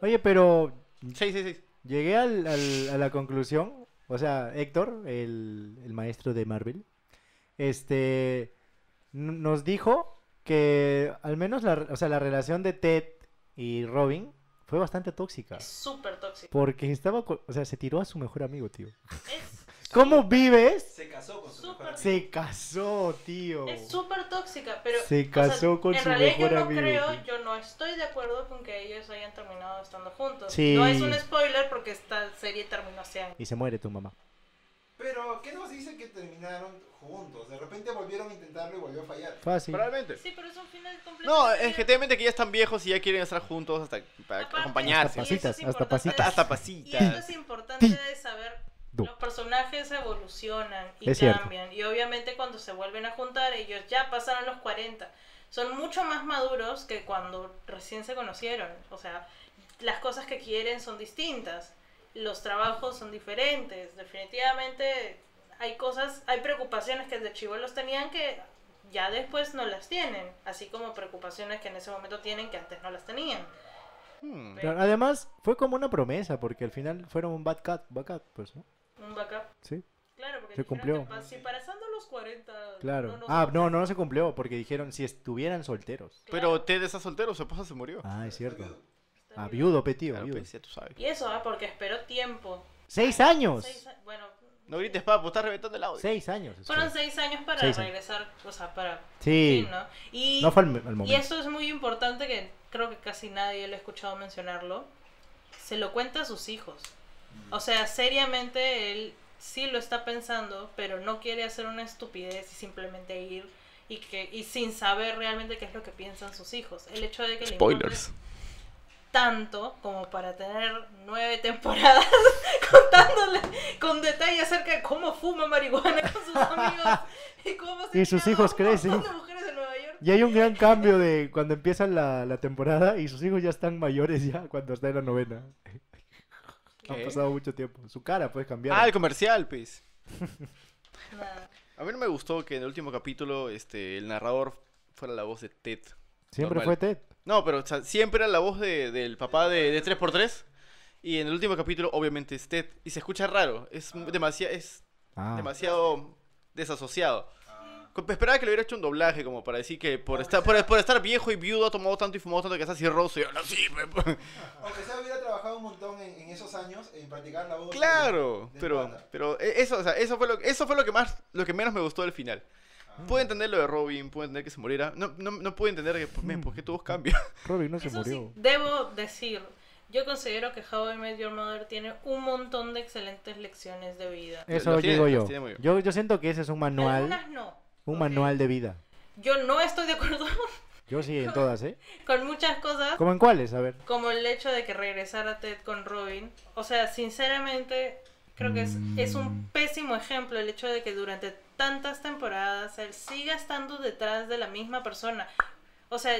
[SPEAKER 2] Oye, pero.
[SPEAKER 1] Sí, sí, sí.
[SPEAKER 2] Llegué al- al- a la conclusión. O sea, Héctor, el, el maestro de Marvel, este. n- Nos dijo que al menos la, o sea, la relación de Ted y Robin fue bastante tóxica.
[SPEAKER 4] Es súper tóxico.
[SPEAKER 2] Porque estaba. co- O sea, se tiró a su mejor amigo, tío.
[SPEAKER 4] Es
[SPEAKER 2] ¿Cómo vives?
[SPEAKER 3] Se casó con su
[SPEAKER 4] Súper.
[SPEAKER 3] mejor amiga.
[SPEAKER 2] Se casó, tío.
[SPEAKER 4] Es súper tóxica, pero...
[SPEAKER 2] Oh. Se
[SPEAKER 4] o sea,
[SPEAKER 2] casó con
[SPEAKER 4] en
[SPEAKER 2] su
[SPEAKER 4] realidad
[SPEAKER 2] mejor
[SPEAKER 4] yo no
[SPEAKER 2] amigo,
[SPEAKER 4] Creo,
[SPEAKER 2] tío.
[SPEAKER 4] yo no estoy de acuerdo con que ellos hayan terminado estando juntos.
[SPEAKER 2] Sí.
[SPEAKER 4] No es un spoiler porque esta serie terminó hace años.
[SPEAKER 2] Y se muere tu mamá.
[SPEAKER 3] Pero, ¿qué nos dice que terminaron juntos? De repente volvieron a intentarlo y volvió a fallar.
[SPEAKER 2] Fácil.
[SPEAKER 1] Probablemente.
[SPEAKER 4] Sí, pero es un final completo.
[SPEAKER 1] No, es que técnicamente que ya están viejos y ya quieren estar juntos hasta para
[SPEAKER 4] Aparte,
[SPEAKER 1] acompañarse.
[SPEAKER 4] y
[SPEAKER 2] Hasta
[SPEAKER 4] eso
[SPEAKER 2] pasitas,
[SPEAKER 4] es
[SPEAKER 2] hasta
[SPEAKER 4] importante
[SPEAKER 2] pasitas.
[SPEAKER 1] Hasta,
[SPEAKER 4] de-
[SPEAKER 1] hasta
[SPEAKER 4] Y esto
[SPEAKER 1] pasitas.
[SPEAKER 4] es importante
[SPEAKER 2] Ti.
[SPEAKER 4] de saber.
[SPEAKER 2] Du.
[SPEAKER 4] Los personajes evolucionan y
[SPEAKER 2] Es cierto.
[SPEAKER 4] cambian. Y obviamente cuando se vuelven a juntar, ellos ya pasaron los 40. Son mucho más maduros que cuando recién se conocieron. O sea, las cosas que quieren son distintas. Los trabajos son diferentes. Definitivamente hay cosas, hay preocupaciones que de chivolos tenían que ya después no las tienen. Así como preocupaciones que en ese momento tienen que antes no las tenían.
[SPEAKER 1] Hmm.
[SPEAKER 2] Claro, Además, fue como una promesa, porque al final fueron un bad cat, bad cat, pues, ¿no?
[SPEAKER 4] Un backup.
[SPEAKER 2] Sí,
[SPEAKER 4] Claro, porque
[SPEAKER 2] Se
[SPEAKER 4] dijeron
[SPEAKER 2] cumplió.
[SPEAKER 4] que pa- si pasando los 40.
[SPEAKER 2] claro.
[SPEAKER 4] nos-
[SPEAKER 2] ah, no, no se cumplió, porque dijeron si estuvieran solteros.
[SPEAKER 1] Pero Ted está soltero, su esposa se murió.
[SPEAKER 2] Ah, es cierto.
[SPEAKER 3] Pero,
[SPEAKER 4] está
[SPEAKER 2] Ah,
[SPEAKER 4] bien.
[SPEAKER 2] viudo, petío,
[SPEAKER 1] Claro,
[SPEAKER 2] viudo.
[SPEAKER 1] pues, ya tú sabes.
[SPEAKER 4] Y eso, ah, porque esperó tiempo.
[SPEAKER 2] ¡Seis años!
[SPEAKER 4] Seis a- bueno,
[SPEAKER 1] No grites, papu, estás reventando el audio.
[SPEAKER 2] Seis años.
[SPEAKER 4] fueron
[SPEAKER 2] estuvo.
[SPEAKER 4] seis años para
[SPEAKER 2] Seis años.
[SPEAKER 4] regresar, o sea, para.
[SPEAKER 2] Sí.
[SPEAKER 4] ¿no? Y,
[SPEAKER 2] No fue al, al
[SPEAKER 4] y
[SPEAKER 2] momento.
[SPEAKER 4] eso es muy importante que creo que casi nadie lo ha escuchado mencionarlo. Se lo cuenta a sus hijos. O sea, seriamente él sí lo está pensando, pero no quiere hacer una estupidez y simplemente ir y que y sin saber realmente qué es lo que piensan sus hijos. El hecho de que le importe
[SPEAKER 1] Spoilers.
[SPEAKER 4] tanto como para tener nueve temporadas contándole con detalle acerca de cómo fuma marihuana con sus amigos y cómo se
[SPEAKER 2] Y sus
[SPEAKER 4] liga a
[SPEAKER 2] hijos
[SPEAKER 4] un
[SPEAKER 2] crecen.
[SPEAKER 4] montón de mujeres de Nueva York.
[SPEAKER 2] Y hay un gran cambio de cuando empieza la, la temporada y sus hijos ya están mayores ya cuando está en la novena.
[SPEAKER 1] ¿Qué?
[SPEAKER 2] Ha pasado mucho tiempo. Su cara puede cambiar.
[SPEAKER 1] Ah, el comercial, pues.
[SPEAKER 4] Nada.
[SPEAKER 1] A mí no me gustó que en el último capítulo este, el narrador fuera la voz de Ted.
[SPEAKER 2] Siempre
[SPEAKER 1] normal.
[SPEAKER 2] fue Ted.
[SPEAKER 1] No, pero o sea, siempre era la voz de- del papá de, de 3x3. Y en el último capítulo, obviamente, es Ted. Y se escucha raro. Es, demasiado, es
[SPEAKER 2] Ah,
[SPEAKER 1] demasiado desasociado.
[SPEAKER 3] Ah.
[SPEAKER 1] Co- Esperaba que le hubiera hecho un doblaje, como para decir que por estar, por, por estar viejo y viudo ha tomado tanto y fumado tanto que está cirroso. Y ahora sí, pe-
[SPEAKER 3] Aunque se hubiera trabajado un montón en, en esos años en practicar la voz. de-
[SPEAKER 1] Claro,
[SPEAKER 3] de
[SPEAKER 1] pero,
[SPEAKER 3] pata.
[SPEAKER 1] pero e- eso, o sea, eso fue lo, eso fue lo que más, lo que menos me gustó del final.
[SPEAKER 3] Ah.
[SPEAKER 1] Pude entender lo de Robin, pude entender que se muriera. No, no, no pude entender que, pues, men, ¿por qué tu voz cambia?
[SPEAKER 2] Robin no se
[SPEAKER 4] Eso sí,
[SPEAKER 2] murió.
[SPEAKER 4] debo decir, yo considero que How I Met Your Mother tiene un montón de excelentes lecciones de vida.
[SPEAKER 2] Eso
[SPEAKER 1] Los tiene-
[SPEAKER 2] digo
[SPEAKER 1] los
[SPEAKER 2] yo.
[SPEAKER 1] tiene muy bien.
[SPEAKER 2] yo. Yo siento que ese es un manual,
[SPEAKER 4] Algunas no.
[SPEAKER 2] un
[SPEAKER 4] ok.
[SPEAKER 2] manual de vida.
[SPEAKER 4] Yo no estoy de acuerdo
[SPEAKER 2] Yo sí, en todas, ¿eh?
[SPEAKER 4] con muchas cosas.
[SPEAKER 2] ¿Cómo en cuáles? A ver.
[SPEAKER 4] como el hecho de que regresara Ted con Robin. O sea, sinceramente, creo que es, es
[SPEAKER 2] Mm.
[SPEAKER 4] un pésimo ejemplo el hecho de que durante tantas temporadas él siga estando detrás de la misma persona. O sea,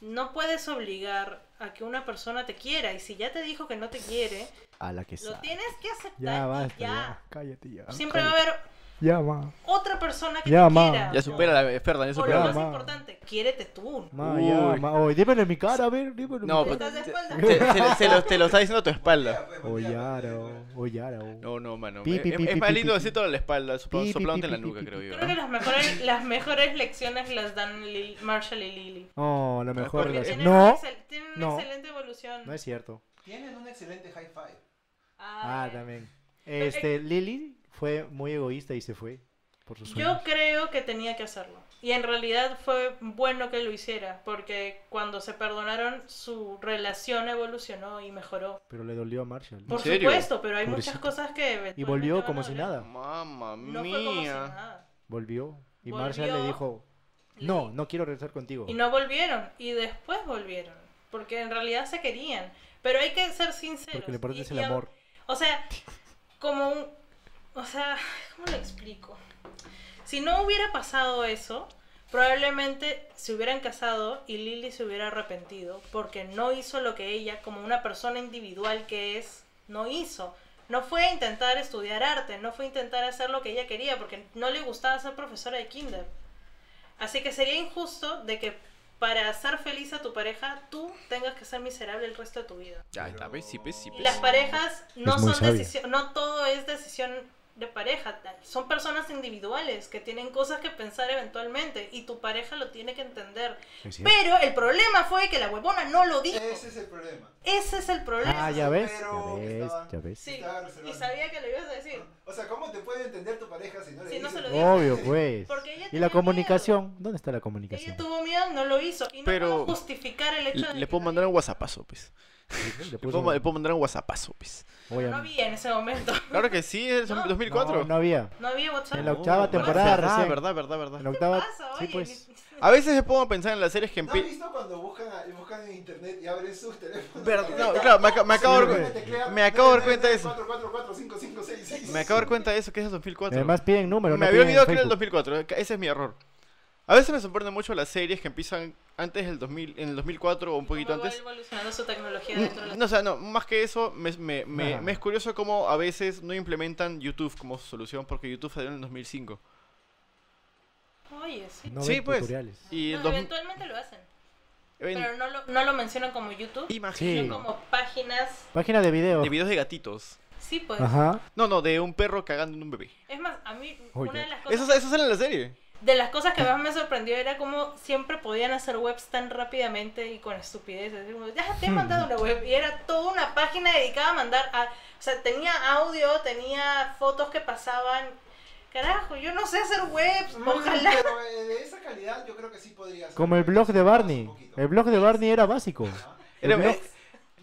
[SPEAKER 4] no puedes obligar a que una persona te quiera y si ya te dijo que no te quiere,
[SPEAKER 2] A la que
[SPEAKER 4] lo
[SPEAKER 2] sabe.
[SPEAKER 4] tienes que aceptar.
[SPEAKER 2] Ya
[SPEAKER 4] y
[SPEAKER 2] basta, ya.
[SPEAKER 4] ya.
[SPEAKER 2] Cállate ya.
[SPEAKER 4] Siempre va a
[SPEAKER 2] cállate.
[SPEAKER 4] haber
[SPEAKER 2] Ya, ma.
[SPEAKER 4] otra persona que
[SPEAKER 2] Ya,
[SPEAKER 4] te
[SPEAKER 2] ma.
[SPEAKER 4] quiera.
[SPEAKER 1] Ya supera la eh, Ferdan, ya
[SPEAKER 4] O
[SPEAKER 1] supera
[SPEAKER 4] lo
[SPEAKER 2] Ya,
[SPEAKER 4] más
[SPEAKER 2] ma.
[SPEAKER 4] importante, quiérete tú.
[SPEAKER 2] Ma, ya,
[SPEAKER 1] Uy.
[SPEAKER 2] ma. Oye, dímelo en mi cara, a ver, dímelo. en
[SPEAKER 1] No,
[SPEAKER 2] mi
[SPEAKER 1] pero
[SPEAKER 2] cara.
[SPEAKER 4] Estás de espaldas.
[SPEAKER 1] te, te- se lo, te lo está diciendo a tu espalda.
[SPEAKER 3] Voltea, pues,
[SPEAKER 2] O
[SPEAKER 3] voltea,
[SPEAKER 2] Yara,
[SPEAKER 3] voltea.
[SPEAKER 2] o- o Yara, o-
[SPEAKER 1] No, no, mano.
[SPEAKER 2] Pi,
[SPEAKER 1] Es-
[SPEAKER 2] pi,
[SPEAKER 1] es,
[SPEAKER 2] pi,
[SPEAKER 1] es
[SPEAKER 2] pi,
[SPEAKER 1] más
[SPEAKER 2] pi,
[SPEAKER 1] lindo
[SPEAKER 2] pi.
[SPEAKER 1] decirlo en la espalda, sopla-
[SPEAKER 2] Pi, pi,
[SPEAKER 1] soplándote en
[SPEAKER 2] pi,
[SPEAKER 1] la
[SPEAKER 2] pi,
[SPEAKER 1] nuca,
[SPEAKER 2] pi,
[SPEAKER 1] creo yo.
[SPEAKER 4] Creo que
[SPEAKER 1] ¿no?
[SPEAKER 4] las mejores, las mejores lecciones las dan Lil- Marshall y Lily.
[SPEAKER 2] Oh, la
[SPEAKER 1] Porque
[SPEAKER 2] mejor
[SPEAKER 4] Porque
[SPEAKER 2] relación.
[SPEAKER 4] tienen una,
[SPEAKER 2] No,
[SPEAKER 4] excel- tienen una
[SPEAKER 2] no.
[SPEAKER 4] excelente evolución.
[SPEAKER 2] no es cierto.
[SPEAKER 3] Tienen un excelente hi-fi.
[SPEAKER 2] Ah,
[SPEAKER 4] Ah, bien.
[SPEAKER 2] también. Este, Lily fue muy egoísta y se fue por sus
[SPEAKER 4] Eh, Yo
[SPEAKER 2] sueños.
[SPEAKER 4] creo que tenía que hacerlo. Y en realidad fue bueno que lo hiciera, porque cuando se perdonaron, su relación evolucionó y mejoró.
[SPEAKER 2] Pero le dolió a Marshall.
[SPEAKER 4] Por
[SPEAKER 1] serio?
[SPEAKER 4] supuesto, pero hay muchas
[SPEAKER 2] Pobrecito.
[SPEAKER 4] cosas que.
[SPEAKER 2] Y
[SPEAKER 4] eventualmente van
[SPEAKER 2] volvió
[SPEAKER 4] a
[SPEAKER 2] como si
[SPEAKER 4] doler.
[SPEAKER 2] nada.
[SPEAKER 1] Mamma
[SPEAKER 4] No fue como si
[SPEAKER 1] mía.
[SPEAKER 4] nada.
[SPEAKER 2] Volvió. Y
[SPEAKER 4] Volvió.
[SPEAKER 2] Marshall le dijo, no, no quiero regresar contigo.
[SPEAKER 4] Y no volvieron, y después volvieron. Porque en realidad se querían. Pero hay que ser sinceros.
[SPEAKER 2] Porque le
[SPEAKER 4] y-
[SPEAKER 2] perdes
[SPEAKER 4] y
[SPEAKER 2] el
[SPEAKER 4] a-
[SPEAKER 2] amor.
[SPEAKER 4] O sea, como un... O sea, ¿cómo lo explico? Si no hubiera pasado eso, probablemente se hubieran casado y Lily se hubiera arrepentido porque no hizo lo que ella, como una persona individual que es, no hizo. No fue a intentar estudiar arte, no fue a intentar hacer lo que ella quería porque no le gustaba ser profesora de kinder. Así que sería injusto de que para hacer feliz a tu pareja tú tengas que ser miserable el resto de tu vida.
[SPEAKER 1] Ya está, ves, sí, ves, sí, pues.
[SPEAKER 4] Y
[SPEAKER 1] ves.
[SPEAKER 4] Las parejas no
[SPEAKER 2] Es muy
[SPEAKER 4] son
[SPEAKER 2] sabia.
[SPEAKER 4] decisión, no todo es decisión de pareja, son personas individuales que tienen cosas que pensar eventualmente y tu pareja lo tiene que entender.
[SPEAKER 2] Es cierto.
[SPEAKER 4] Pero el problema fue que la huevona no lo dijo.
[SPEAKER 3] Ese es el problema.
[SPEAKER 4] Ese es el problema.
[SPEAKER 2] Ah, ya ves, ya
[SPEAKER 3] Pero
[SPEAKER 2] ves,
[SPEAKER 3] estaba-
[SPEAKER 2] ya ves.
[SPEAKER 4] Sí,
[SPEAKER 3] Estaba reservado.
[SPEAKER 4] y sabía que lo ibas a decir.
[SPEAKER 3] O sea, ¿cómo te puede entender tu pareja si no le
[SPEAKER 4] Si no
[SPEAKER 3] dices?
[SPEAKER 4] se lo
[SPEAKER 2] Obvio, pues.
[SPEAKER 4] Porque ella
[SPEAKER 2] Y
[SPEAKER 4] tenía
[SPEAKER 2] la comunicación, ¿dónde está la
[SPEAKER 4] Ella
[SPEAKER 2] comunicación?
[SPEAKER 4] tuvo miedo, no lo hizo. Y no
[SPEAKER 1] Pero-
[SPEAKER 4] puedo justificar el hecho de
[SPEAKER 1] Le
[SPEAKER 4] que
[SPEAKER 1] puedo
[SPEAKER 4] lo
[SPEAKER 1] mandar un WhatsAppazo, pues.
[SPEAKER 2] Le
[SPEAKER 1] Le
[SPEAKER 2] puso-
[SPEAKER 1] puedo, le puedo mandar un WhatsAppazo, pues.
[SPEAKER 2] Oye,
[SPEAKER 4] No había en ese momento.
[SPEAKER 1] Claro que sí, es
[SPEAKER 4] No.
[SPEAKER 1] 2004.
[SPEAKER 2] No, no había.
[SPEAKER 4] No había WhatsApp.
[SPEAKER 2] En la octava
[SPEAKER 1] No,
[SPEAKER 2] temporada
[SPEAKER 1] verdad,
[SPEAKER 2] recién.
[SPEAKER 1] verdad, verdad, verdad.
[SPEAKER 2] En la octava.
[SPEAKER 4] pasa?
[SPEAKER 2] Sí,
[SPEAKER 4] Oye,
[SPEAKER 2] pues.
[SPEAKER 1] A veces me pongo a pensar en las series que
[SPEAKER 3] ¿No has
[SPEAKER 1] empiezan.
[SPEAKER 3] visto cuando buscan, a- buscan en internet y abren sus teléfonos?
[SPEAKER 1] No, claro, me, ac- me acabo de dar
[SPEAKER 2] güey.
[SPEAKER 1] cu- me acabo de dar cuenta de eso.
[SPEAKER 3] 444556.
[SPEAKER 1] me acabo de dar cuenta de eso, que es el 2004.
[SPEAKER 2] Además piden número.
[SPEAKER 1] me había olvidado que era el 2004, eh, que ese es mi error. A veces me sorprenden mucho las series que empiezan antes del 2000, en el 2004 o un poquito
[SPEAKER 4] Cómo va
[SPEAKER 1] antes.
[SPEAKER 4] evolucionando su tecnología dentro de la...
[SPEAKER 1] No, o sea, no, más que eso, me, me- me-
[SPEAKER 2] Ajá.
[SPEAKER 1] me es curioso cómo a veces no implementan YouTube como solución, porque YouTube salió en el 2005.
[SPEAKER 4] Oye, sí.
[SPEAKER 2] No
[SPEAKER 1] Sí,
[SPEAKER 2] ven
[SPEAKER 1] pues.
[SPEAKER 2] tutoriales.
[SPEAKER 1] Y el
[SPEAKER 4] No,
[SPEAKER 1] dos-
[SPEAKER 4] eventualmente lo hacen.
[SPEAKER 1] ven-
[SPEAKER 4] Pero no lo, no lo mencionan como YouTube,
[SPEAKER 1] imagino
[SPEAKER 4] sino como páginas.
[SPEAKER 2] Página de video.
[SPEAKER 1] de videos de gatitos.
[SPEAKER 4] Sí, pues.
[SPEAKER 2] Ajá.
[SPEAKER 1] No, no, de un perro cagando en un bebé.
[SPEAKER 4] Es más, a mí
[SPEAKER 2] Oye.
[SPEAKER 4] una de las cosas
[SPEAKER 1] Oh, Eso, eso sale en la serie.
[SPEAKER 4] de las cosas que más me sorprendió era cómo siempre podían hacer webs tan rápidamente y con estupideces. Así como, ya
[SPEAKER 1] Hmm.
[SPEAKER 4] te he mandado una web y era toda una página dedicada a mandar a... O sea, tenía audio, tenía fotos que pasaban. Carajo, yo no sé hacer webs.
[SPEAKER 3] Mm,
[SPEAKER 4] Ojalá.
[SPEAKER 3] Pero eh, de esa calidad yo creo que sí podría ser.
[SPEAKER 2] Como el blog de Barney. El blog de Barney era básico.
[SPEAKER 1] Era-
[SPEAKER 2] blog-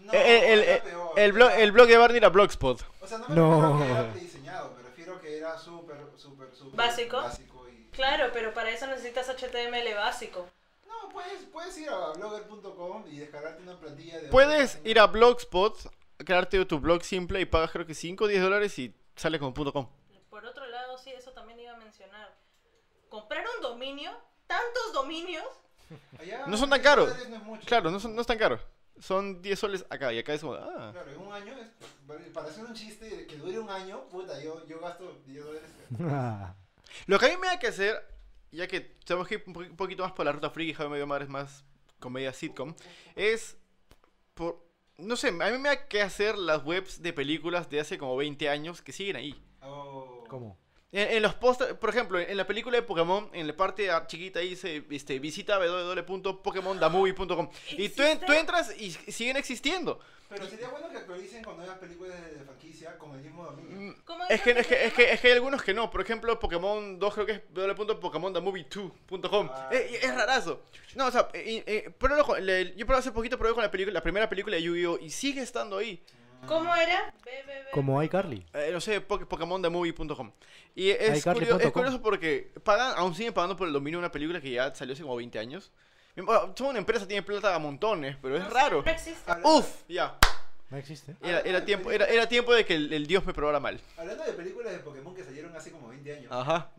[SPEAKER 3] No,
[SPEAKER 1] Eh, eh, el,
[SPEAKER 3] era
[SPEAKER 1] eh,
[SPEAKER 3] peor.
[SPEAKER 1] el blog, el blog de Barney era Blogspot.
[SPEAKER 3] O sea, no me
[SPEAKER 2] No.
[SPEAKER 3] refiero a que era prediseñado, me refiero que era súper, súper, súper.
[SPEAKER 4] ¿Básico?
[SPEAKER 3] Básico y...
[SPEAKER 4] Claro, pero para eso necesitas HTML básico.
[SPEAKER 3] No, puedes, puedes ir a blogger.com y descargarte una plantilla de.
[SPEAKER 1] Puedes ir a Blogspot, crearte tu blog simple y pagas creo que 5 o 10 dólares y sale con punto .com.
[SPEAKER 4] Por otro lado, sí, eso también iba a mencionar. Comprar un dominio, tantos dominios,
[SPEAKER 3] Allá,
[SPEAKER 1] No son tan caros.
[SPEAKER 3] 10 dólares No es mucho.
[SPEAKER 1] Claro, no, son, no es tan caro. Son 10 soles acá y acá es como... Ah.
[SPEAKER 3] Claro, en un año, es- para hacer un chiste que dure un año, puta, yo, yo gasto 10 dólares.
[SPEAKER 2] Ah,
[SPEAKER 1] Lo que a mí me da que hacer, ya que tenemos que ir un po- un poquito más por la ruta friki, Javier Medio Mar es más comedia sitcom, es por... No sé, a mí me da que hacer las webs de películas de hace como 20 años que siguen ahí.
[SPEAKER 3] Oh.
[SPEAKER 2] ¿Cómo?
[SPEAKER 1] En, en los pósteres, por ejemplo, en la película de Pokémon, en la parte a- chiquita dice, este, visita www.pokemondamovie.com y tú, en- tú
[SPEAKER 4] ¿Existe?
[SPEAKER 1] entras y s- siguen existiendo.
[SPEAKER 3] Pero sería bueno que actualicen con nuevas películas de, de franquicia con el mismo dominio.
[SPEAKER 1] Mm,
[SPEAKER 4] ¿Cómo
[SPEAKER 1] Es que, es,
[SPEAKER 4] dices
[SPEAKER 1] que, es,
[SPEAKER 4] se
[SPEAKER 1] que, es que hay algunos que no. Por ejemplo, Pokémon 2 creo que es www.pokemondamovie2.com.
[SPEAKER 3] Ah.
[SPEAKER 1] Eh, es rarazo. No, o sea, eh, eh, pero ojo, le- yo probé hace poquito probé con la, película, la primera película de Yu-Gi-Oh! y sigue estando ahí.
[SPEAKER 4] llama? ¿Cómo era? Be, be, be.
[SPEAKER 2] Como iCarly.
[SPEAKER 1] Eh, no sé, po pokemondamovie.com. Y es,
[SPEAKER 2] iCarly
[SPEAKER 1] curio- es
[SPEAKER 2] punto com.
[SPEAKER 1] curioso porque pagan, aún siguen pagando por el dominio de una película que ya salió hace como 20 años. Bueno, son una empresa, tiene plata a montones, pero es
[SPEAKER 4] No sé,
[SPEAKER 1] raro.
[SPEAKER 4] No existe.
[SPEAKER 3] Habla-
[SPEAKER 1] Uf, ya.
[SPEAKER 2] No existe.
[SPEAKER 1] Era, era tiempo, era, era tiempo de que el, el dios me probara mal.
[SPEAKER 3] Hablando de películas de Pokémon que salieron hace como 20 años.
[SPEAKER 1] Ajá.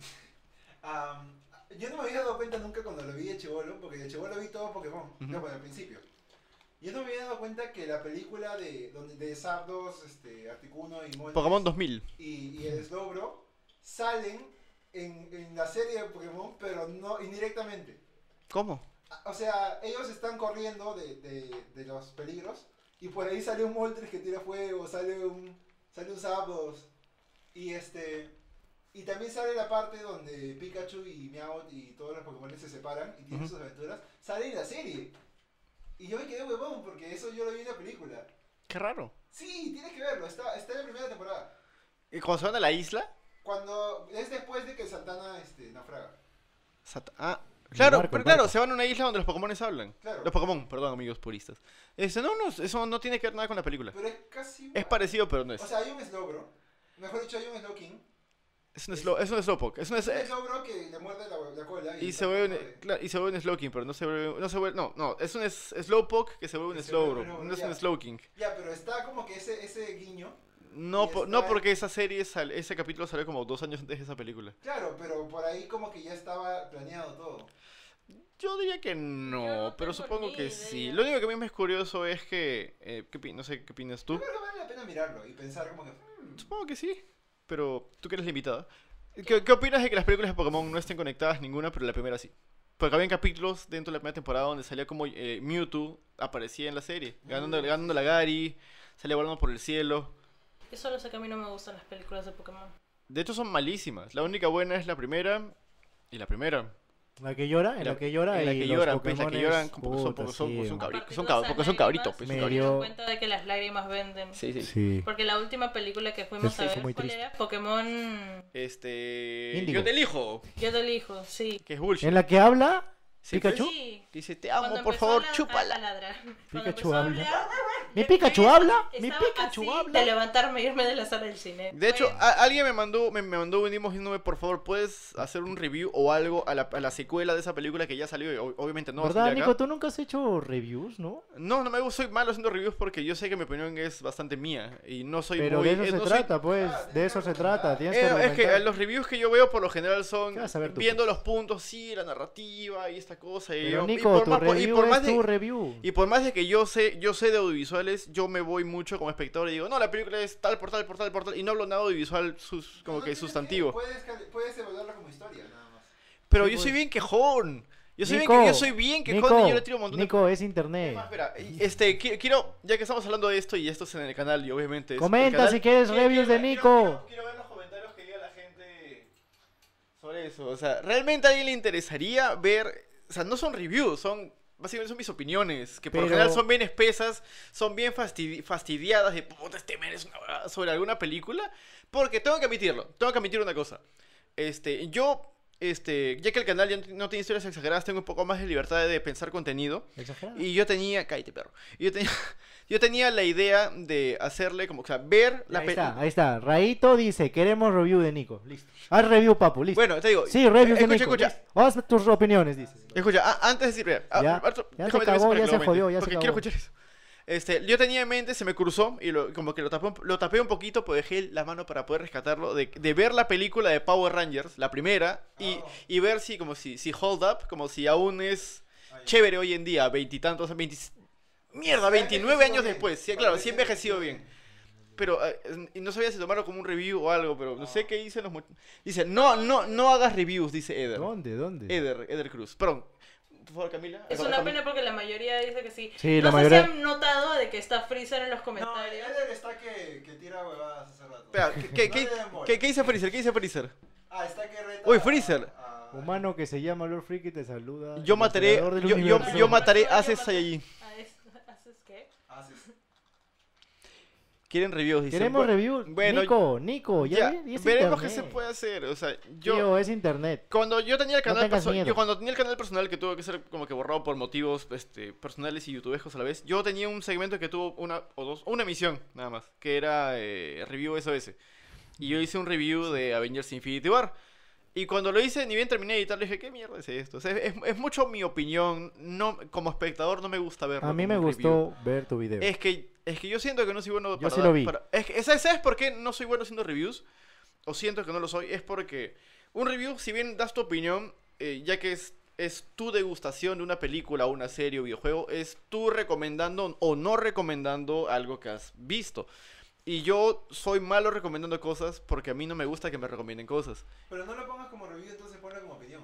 [SPEAKER 3] am, yo no me había dado cuenta nunca cuando lo vi de Chibolo, porque de Chibolo vi todo Pokémon,
[SPEAKER 1] Ujú.
[SPEAKER 3] no, bueno, al principio. Yo no me había dado cuenta que la película de, donde, de Sardos, este, Articuno y Moltres
[SPEAKER 1] Pokémon 2000.
[SPEAKER 3] y, y el Slowbro salen en, en la serie de Pokémon, pero no indirectamente.
[SPEAKER 1] ¿Cómo?
[SPEAKER 3] O sea, ellos están corriendo de, de- de los peligros y por ahí sale un Moltres que tira fuego, sale un sale un Zapdos y este y también sale la parte donde Pikachu y Meowth y todos los Pokémon se separan y tienen
[SPEAKER 1] Ujú.
[SPEAKER 3] sus aventuras, sale en la serie. Y yo me quedé huevón porque eso yo lo vi en la película.
[SPEAKER 1] Qué raro.
[SPEAKER 3] Sí, tienes que verlo, está está en la primera temporada.
[SPEAKER 1] ¿Y cuando se van a la isla?
[SPEAKER 3] Cuando es después de que Santana este naufraga.
[SPEAKER 1] Sat- ah, Claro,
[SPEAKER 2] barco,
[SPEAKER 1] pero
[SPEAKER 2] el
[SPEAKER 1] claro,
[SPEAKER 2] barco.
[SPEAKER 1] se van a una isla donde los Pokémon hablan.
[SPEAKER 3] Claro.
[SPEAKER 1] Los Pokémon, perdón, amigos puristas. Este, no, no, eso no tiene que ver nada con la película.
[SPEAKER 3] Pero es casi
[SPEAKER 1] Es
[SPEAKER 3] igual.
[SPEAKER 1] parecido, pero no es.
[SPEAKER 3] O sea, hay un Slowbro. Mejor dicho, hay un Slowking.
[SPEAKER 1] Es un, slow, es un Slowpoke. Es un,
[SPEAKER 3] Un
[SPEAKER 1] es-
[SPEAKER 3] Slowbro que le muerde la, la cola y,
[SPEAKER 1] Y se vuelve un, claro, y se vuelve un Slowking, pero no se vuelve, no se vuelve, no, no, es un es- Slowpoke que se vuelve un
[SPEAKER 3] Que se vuelve
[SPEAKER 1] Slowbro,
[SPEAKER 3] Slowbro,
[SPEAKER 1] no es
[SPEAKER 3] ya.
[SPEAKER 1] un Slowking.
[SPEAKER 3] Ya, pero está como que ese, ese guiño.
[SPEAKER 1] No,
[SPEAKER 3] Y
[SPEAKER 1] po-
[SPEAKER 3] está
[SPEAKER 1] no
[SPEAKER 3] el-
[SPEAKER 1] porque esa serie, sal- ese capítulo salió como dos años antes de esa película.
[SPEAKER 3] Claro, pero por ahí como que ya estaba planeado todo.
[SPEAKER 1] Yo diría que
[SPEAKER 4] Yo
[SPEAKER 1] no,
[SPEAKER 4] no
[SPEAKER 1] pero
[SPEAKER 4] tengo
[SPEAKER 1] supongo
[SPEAKER 4] ni
[SPEAKER 1] que
[SPEAKER 4] idea.
[SPEAKER 1] sí. Lo único que a mí me es curioso es que, eh, ¿qué opi- no sé, ¿qué opinas
[SPEAKER 3] Yo
[SPEAKER 1] tú?
[SPEAKER 3] creo que vale la pena mirarlo y pensar como que. mm,
[SPEAKER 1] Supongo que sí, pero tú que eres limitada. ¿Qué, ¿Qué opinas de que las películas de Pokémon no estén conectadas ninguna, pero la primera sí? Porque había capítulos dentro de la primera temporada donde salía como eh, Mewtwo aparecía en la serie, ganando,
[SPEAKER 3] Mm.
[SPEAKER 1] ganando la Gary, salía volando por el cielo.
[SPEAKER 4] Yo solo sé que a mí no me gustan las películas de Pokémon.
[SPEAKER 1] De hecho, son malísimas. La única buena es la primera. Y la primera.
[SPEAKER 2] La que llora, en la, que llora.
[SPEAKER 1] En la
[SPEAKER 2] y
[SPEAKER 1] que
[SPEAKER 2] los
[SPEAKER 1] lloran, pues, la que
[SPEAKER 2] Pokémones,
[SPEAKER 1] lloran como son,
[SPEAKER 2] puta,
[SPEAKER 1] porque son,
[SPEAKER 2] sí,
[SPEAKER 1] porque son
[SPEAKER 2] güey.
[SPEAKER 1] cabri- son
[SPEAKER 4] Aparte
[SPEAKER 1] cabri-
[SPEAKER 4] de
[SPEAKER 1] porque son
[SPEAKER 4] todas
[SPEAKER 1] cabritos,
[SPEAKER 4] las
[SPEAKER 1] pues, son
[SPEAKER 2] Me
[SPEAKER 4] Me
[SPEAKER 1] cabritos.
[SPEAKER 2] dio-
[SPEAKER 4] di cuenta de que las lágrimas venden.
[SPEAKER 1] Sí, sí.
[SPEAKER 2] Sí.
[SPEAKER 4] Porque la última película que fuimos
[SPEAKER 2] Sí,
[SPEAKER 4] a
[SPEAKER 2] fue
[SPEAKER 4] ver,
[SPEAKER 2] muy
[SPEAKER 4] ¿cuál
[SPEAKER 2] triste.
[SPEAKER 4] era? Pokémon
[SPEAKER 1] Este.
[SPEAKER 2] Índigo.
[SPEAKER 1] Yo te elijo.
[SPEAKER 4] Yo te elijo, sí.
[SPEAKER 1] Que es bullshit.
[SPEAKER 2] En la que habla
[SPEAKER 1] Sí,
[SPEAKER 2] Pikachu.
[SPEAKER 1] pues,
[SPEAKER 4] Sí.
[SPEAKER 1] Dice, te amo,
[SPEAKER 4] Cuando
[SPEAKER 1] por
[SPEAKER 4] empezó
[SPEAKER 1] favor,
[SPEAKER 4] a la- a
[SPEAKER 1] chúpala.
[SPEAKER 4] ladrar. Cuando
[SPEAKER 2] Pikachu
[SPEAKER 4] empezó a
[SPEAKER 2] habla.
[SPEAKER 4] hablar,
[SPEAKER 2] Mi
[SPEAKER 4] yo-
[SPEAKER 2] Pikachu
[SPEAKER 4] yo
[SPEAKER 2] habla, mi
[SPEAKER 4] estaba
[SPEAKER 2] Pikachu
[SPEAKER 4] así
[SPEAKER 2] habla.
[SPEAKER 4] De levantarme y irme de la sala del cine.
[SPEAKER 1] De hecho,
[SPEAKER 4] Fue-
[SPEAKER 1] a- alguien me mandó, me, me mandó un email diciéndome, por favor, ¿puedes hacer un review o algo a la, a la secuela de esa película que ya salió? Y ob- obviamente no va a
[SPEAKER 2] ¿Verdad,
[SPEAKER 1] salir acá.
[SPEAKER 2] Nico? Tú nunca has hecho reviews, ¿no?
[SPEAKER 1] No, no me gusta, soy malo haciendo reviews porque yo sé que mi opinión es bastante mía y no soy
[SPEAKER 2] Pero
[SPEAKER 1] muy...
[SPEAKER 2] de eso
[SPEAKER 1] eh,
[SPEAKER 2] se
[SPEAKER 1] no soy-
[SPEAKER 2] trata, pues.
[SPEAKER 3] Ah,
[SPEAKER 2] de eso se trata. Tienes
[SPEAKER 1] Eh,
[SPEAKER 2] que
[SPEAKER 1] es que eh,
[SPEAKER 2] argumentar.
[SPEAKER 1] los reviews que yo veo por lo general son
[SPEAKER 2] ¿Qué vas a ver tú, pues?
[SPEAKER 1] viendo los puntos, sí, la narrativa y esta cosa. Y,
[SPEAKER 2] Pero
[SPEAKER 1] yo- y
[SPEAKER 2] Nico, tu
[SPEAKER 1] más, po- y
[SPEAKER 2] review
[SPEAKER 1] por más
[SPEAKER 2] es tu
[SPEAKER 1] de,
[SPEAKER 2] review.
[SPEAKER 1] y por más de que yo sé, yo sé de audiovisuales, yo me voy mucho como espectador y digo, no, la película es tal por tal por tal por tal y no hablo nada audiovisual sus, como
[SPEAKER 3] No
[SPEAKER 1] que
[SPEAKER 3] tienes
[SPEAKER 1] sustantivo.
[SPEAKER 3] Puedes, cali- puedes evaluarla como historia, nada más.
[SPEAKER 1] Pero
[SPEAKER 2] Sí,
[SPEAKER 1] yo soy
[SPEAKER 2] pues.
[SPEAKER 1] bien quejón. Yo soy bien
[SPEAKER 2] Nico,
[SPEAKER 1] que yo soy bien quejón
[SPEAKER 2] Nico,
[SPEAKER 1] y yo le tiro un montón de
[SPEAKER 2] Nico, es internet.
[SPEAKER 1] Es más, espera, este, qui- quiero, ya que estamos hablando de esto y esto es en el canal y obviamente es el
[SPEAKER 2] Comenta
[SPEAKER 1] canal,
[SPEAKER 2] si quieres
[SPEAKER 1] quiero-
[SPEAKER 2] reviews de
[SPEAKER 1] quiero- quiero-
[SPEAKER 2] Nico.
[SPEAKER 1] Quiero, ver los comentarios que diga la gente sobre eso. O sea, ¿realmente a alguien le interesaría ver? O sea, no son reviews, son básicamente son mis opiniones, que por lo
[SPEAKER 2] Pero-
[SPEAKER 1] general son bien espesas, son bien fastidi- fastidiadas de puta, este men es una huevada", sobre alguna película, porque tengo que admitirlo, tengo que admitir una cosa. Este, yo este, ya que el canal ya no tiene historias exageradas, tengo un poco más de libertad de pensar contenido.
[SPEAKER 2] Exagerado.
[SPEAKER 1] Y yo tenía, cállate perro, Y yo tenía, yo tenía la idea de hacerle como, o sea, ver la
[SPEAKER 2] ahí
[SPEAKER 1] pe-
[SPEAKER 2] está, ahí está. Raito dice, queremos review de Nico. Listo. Haz review, papu, listo.
[SPEAKER 1] Bueno, te digo, eh,
[SPEAKER 2] sí, reviews de
[SPEAKER 1] escucha,
[SPEAKER 2] Nico.
[SPEAKER 1] escucha.
[SPEAKER 2] listo. Haz tus opiniones, dice.
[SPEAKER 1] escucha, a- antes de decir, mira, a-
[SPEAKER 2] Ya,
[SPEAKER 1] Arthur,
[SPEAKER 2] ya se
[SPEAKER 1] déjame terminar
[SPEAKER 2] cagó,
[SPEAKER 1] para
[SPEAKER 2] ya
[SPEAKER 1] que
[SPEAKER 2] se
[SPEAKER 1] lo
[SPEAKER 2] jodió,
[SPEAKER 1] comente,
[SPEAKER 2] ya se
[SPEAKER 1] porque quiero
[SPEAKER 2] cagó.
[SPEAKER 1] escuchar eso. Este, yo tenía en mente, se me cruzó y lo- como que lo tapé, un- lo tapé un poquito, pues dejé la mano para poder rescatarlo, de, de ver la película de Power Rangers, la primera, y,
[SPEAKER 3] Ah.
[SPEAKER 1] y ver si, como si, si Hold Up, como si aún es
[SPEAKER 3] Ahí.
[SPEAKER 1] chévere hoy en día, veintitantos, veinti... Mierda,
[SPEAKER 3] Ha
[SPEAKER 1] 29
[SPEAKER 3] envejecido
[SPEAKER 1] años
[SPEAKER 3] bien.
[SPEAKER 1] después, sí, claro, sí he
[SPEAKER 3] Parece que-
[SPEAKER 1] envejecido bien. Pero eh, n- y no sabía si tomarlo como un review o algo, pero no sé qué dicen los muchachos. Dice, no, no, no hagas reviews, dice Eder.
[SPEAKER 2] ¿Dónde? ¿Dónde?
[SPEAKER 1] Eder, Eder Cruz. Perdón. Por favor, Camila.
[SPEAKER 4] Es
[SPEAKER 1] Cam-
[SPEAKER 4] una
[SPEAKER 1] Cam-
[SPEAKER 4] pena porque la mayoría dice que sí.
[SPEAKER 2] Sí,
[SPEAKER 4] no
[SPEAKER 2] la
[SPEAKER 4] sé
[SPEAKER 2] mayoría-
[SPEAKER 4] si han notado de que está Freezer en los
[SPEAKER 3] No, el
[SPEAKER 4] comentarios.
[SPEAKER 3] Eder está que, que tira huevadas hace rato.
[SPEAKER 1] Espera, ¿qué, qué,
[SPEAKER 3] No
[SPEAKER 1] qué-
[SPEAKER 3] le den bola.
[SPEAKER 1] qué- qué dice Freezer? ¿Qué dice Freezer?
[SPEAKER 3] Ah, está que reta.
[SPEAKER 1] Uy,
[SPEAKER 3] a-
[SPEAKER 1] Freezer.
[SPEAKER 3] a-
[SPEAKER 2] Humano que se llama Lord Freaky te saluda.
[SPEAKER 1] Yo
[SPEAKER 2] Ah, el
[SPEAKER 1] mataré-
[SPEAKER 2] creador del
[SPEAKER 1] yo- yo-
[SPEAKER 2] universo.
[SPEAKER 1] yo mataré a
[SPEAKER 4] Yo
[SPEAKER 1] ese
[SPEAKER 4] mataré-
[SPEAKER 1] Saiyajin.
[SPEAKER 4] a ese- Ah, ¿Haces qué?
[SPEAKER 3] Haces.
[SPEAKER 1] Quieren reviews, dice.
[SPEAKER 2] Queremos
[SPEAKER 1] Bu-
[SPEAKER 2] reviews.
[SPEAKER 1] bueno,
[SPEAKER 2] Nico, Nico, ya,
[SPEAKER 1] Ya,
[SPEAKER 2] ve, y es
[SPEAKER 1] veremos qué
[SPEAKER 2] internet.
[SPEAKER 1] se puede hacer. O sea, yo.
[SPEAKER 2] Tío, es internet.
[SPEAKER 1] Cuando yo tenía el canal
[SPEAKER 2] tengas
[SPEAKER 1] perso-
[SPEAKER 2] miedo.
[SPEAKER 1] yo cuando tenía el canal personal que tuvo que ser como que borrado por motivos este, personales y youtubescos a la vez, yo tenía un segmento que tuvo una o dos, una emisión nada más, que era eh, review SOS. Y yo hice un review de Avengers Infinity War. Y cuando lo hice, ni bien terminé de editarlo, dije, ¿qué mierda es esto? O sea, es, es mucho mi opinión. No, como espectador no me gusta verlo.
[SPEAKER 2] A mí
[SPEAKER 1] como
[SPEAKER 2] me
[SPEAKER 1] un review.
[SPEAKER 2] gustó ver tu video.
[SPEAKER 1] Es que, es que yo siento que no soy bueno
[SPEAKER 2] Yo
[SPEAKER 1] para
[SPEAKER 2] sí
[SPEAKER 1] dar-
[SPEAKER 2] lo vi.
[SPEAKER 1] para- es que, ¿sabes, sabes por qué no soy bueno haciendo reviews? O siento que no lo soy. Es porque un review, si bien das tu opinión, eh, ya que es, es tu degustación de una película, una serie o videojuego, es tú recomendando o no recomendando algo que has visto. Y yo soy malo recomendando cosas porque a mí no me gusta que me recomienden cosas.
[SPEAKER 3] Pero no lo pongas como review, entonces ponlo como opinión.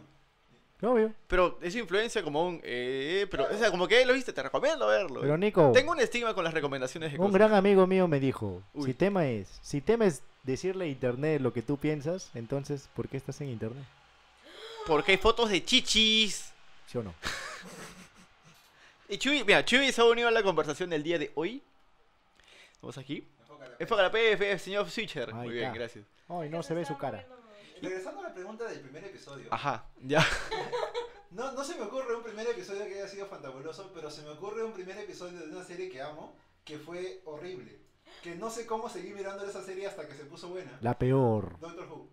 [SPEAKER 2] Obvio.
[SPEAKER 1] Pero es influencia como un... eh, pero, o sea, como que "Eh, lo viste, te recomiendo verlo.
[SPEAKER 2] Pero Nico,
[SPEAKER 1] Tengo un estigma con las recomendaciones de
[SPEAKER 2] un
[SPEAKER 1] cosas.
[SPEAKER 2] gran amigo mío me dijo,
[SPEAKER 1] Uy.
[SPEAKER 2] si tema es, si temes decirle a internet lo que tú piensas, entonces, ¿por qué estás en internet?
[SPEAKER 1] Porque hay fotos de chichis.
[SPEAKER 2] ¿Sí o no?
[SPEAKER 1] Y Chuy, mira, Chuy se ha unido a la conversación del día de hoy. Estamos aquí.
[SPEAKER 3] Enfócala.
[SPEAKER 1] Es para la PF, señor Switcher.
[SPEAKER 2] Ahí
[SPEAKER 1] Muy bien,
[SPEAKER 2] está.
[SPEAKER 1] gracias.
[SPEAKER 2] Ay, no se ve su cara.
[SPEAKER 3] Regresando a la pregunta del primer episodio.
[SPEAKER 1] Ajá, ya.
[SPEAKER 3] No, no se me ocurre un primer episodio que haya sido fantabuloso, pero se me ocurre un primer episodio de una serie que amo, que fue horrible. Que no sé cómo seguí mirando esa serie hasta que se puso buena.
[SPEAKER 2] La peor.
[SPEAKER 3] Doctor Who.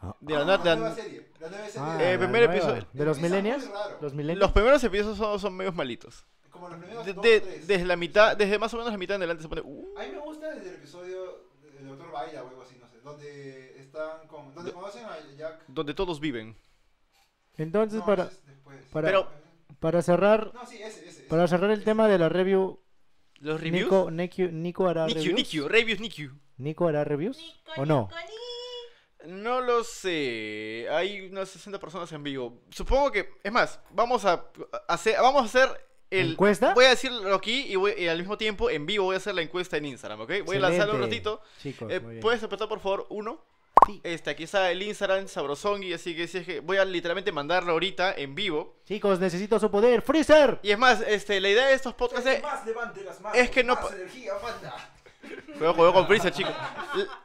[SPEAKER 2] Ah,
[SPEAKER 1] De la
[SPEAKER 3] Ah,
[SPEAKER 1] nada,
[SPEAKER 3] la
[SPEAKER 1] de la-
[SPEAKER 3] nueva serie. La nueva serie.
[SPEAKER 2] ah,
[SPEAKER 3] de-
[SPEAKER 1] Eh, primer
[SPEAKER 2] nueva.
[SPEAKER 1] episodio.
[SPEAKER 2] ¿De los
[SPEAKER 3] Empieza muy
[SPEAKER 2] millennials?
[SPEAKER 3] raro.
[SPEAKER 2] ¿Los millennials?
[SPEAKER 1] los primeros episodios son, son medios malitos.
[SPEAKER 3] como los primeros
[SPEAKER 1] De-
[SPEAKER 3] dos o
[SPEAKER 1] de-
[SPEAKER 3] tres.
[SPEAKER 1] desde la mitad, desde más o menos la mitad en adelante se pone. uh,
[SPEAKER 3] A mí me gusta desde el episodio del Doctor Baila o algo así, no sé. Donde están con. Donde conocen a Jack.
[SPEAKER 1] donde todos viven.
[SPEAKER 2] Entonces,
[SPEAKER 3] No,
[SPEAKER 2] para,
[SPEAKER 3] ese es después.
[SPEAKER 2] para-
[SPEAKER 1] Pero-
[SPEAKER 2] para cerrar,
[SPEAKER 3] No, sí, ese, ese. ese.
[SPEAKER 2] para cerrar el tema de la review,
[SPEAKER 1] Los reviews.
[SPEAKER 2] Nico, Nico, Nico hará
[SPEAKER 1] Nikiu,
[SPEAKER 2] reviews.
[SPEAKER 1] Nikiu, reviews Nikiu.
[SPEAKER 2] ¿Nico hará reviews? ¿O no?
[SPEAKER 1] No lo sé. Hay unas 60 personas en vivo. Supongo que. Es más, vamos a hacer. Vamos a hacer el.
[SPEAKER 2] ¿Encuesta?
[SPEAKER 1] Voy a decirlo aquí y, voy- y al mismo tiempo en vivo voy a hacer la encuesta en Instagram, ¿ok? Voy a lanzarlo un
[SPEAKER 2] Excelente.
[SPEAKER 1] ratito.
[SPEAKER 2] Chicos,
[SPEAKER 1] Eh,
[SPEAKER 2] muy bien.
[SPEAKER 1] ¿Puedes apretar por favor uno?
[SPEAKER 2] Sí.
[SPEAKER 1] Este, aquí está el Instagram Sabrosongi, así que si es que voy a literalmente mandarlo ahorita en vivo.
[SPEAKER 2] Chicos, necesito su poder. ¡Freezer!
[SPEAKER 1] Y es más, este, la idea de estos podcasts es,
[SPEAKER 3] más levante las manos.
[SPEAKER 1] es que no
[SPEAKER 3] Más
[SPEAKER 1] pa-
[SPEAKER 3] energía, manda.
[SPEAKER 1] Juego, juego con prisa, chicos.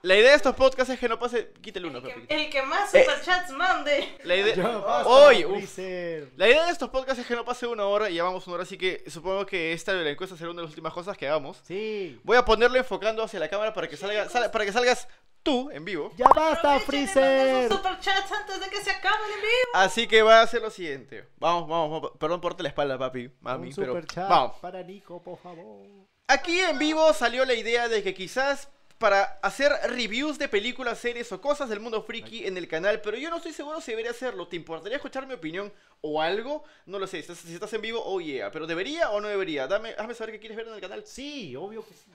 [SPEAKER 1] La idea de estos podcasts es que no pase. Quítale uno,
[SPEAKER 4] El que,
[SPEAKER 1] papi.
[SPEAKER 4] el que más
[SPEAKER 1] Eh.
[SPEAKER 4] superchats mande.
[SPEAKER 1] La idea.
[SPEAKER 2] Yo, basta,
[SPEAKER 1] Hoy, uf.
[SPEAKER 2] Freezer.
[SPEAKER 1] La idea de estos podcasts es que no pase una hora y ya vamos una hora, así que supongo que esta de la encuesta será una de las últimas cosas que hagamos.
[SPEAKER 2] Sí.
[SPEAKER 1] Voy a ponerlo enfocando hacia la cámara para que salga, sal- para que salgas tú en vivo.
[SPEAKER 2] Ya basta,
[SPEAKER 4] Aprovechen y manden
[SPEAKER 2] Freezer.
[SPEAKER 4] sus superchats antes de que se acabe el envío.
[SPEAKER 1] Así que va a hacer lo siguiente. Vamos, vamos, vamos. perdón por la espalda, papi, mami,
[SPEAKER 2] Un
[SPEAKER 1] pero
[SPEAKER 2] superchat
[SPEAKER 1] vamos.
[SPEAKER 2] para Nico, por favor.
[SPEAKER 1] Aquí en vivo salió la idea de que quizás para hacer reviews de películas, series o cosas del mundo friki en el canal, pero yo no estoy seguro si debería hacerlo. ¿Te importaría escuchar mi opinión o algo? No lo sé. Si estás- Si estás en vivo, oh yeah. Pero debería o no debería. Dame, hazme saber qué quieres ver en el canal.
[SPEAKER 2] Sí, obvio que sí.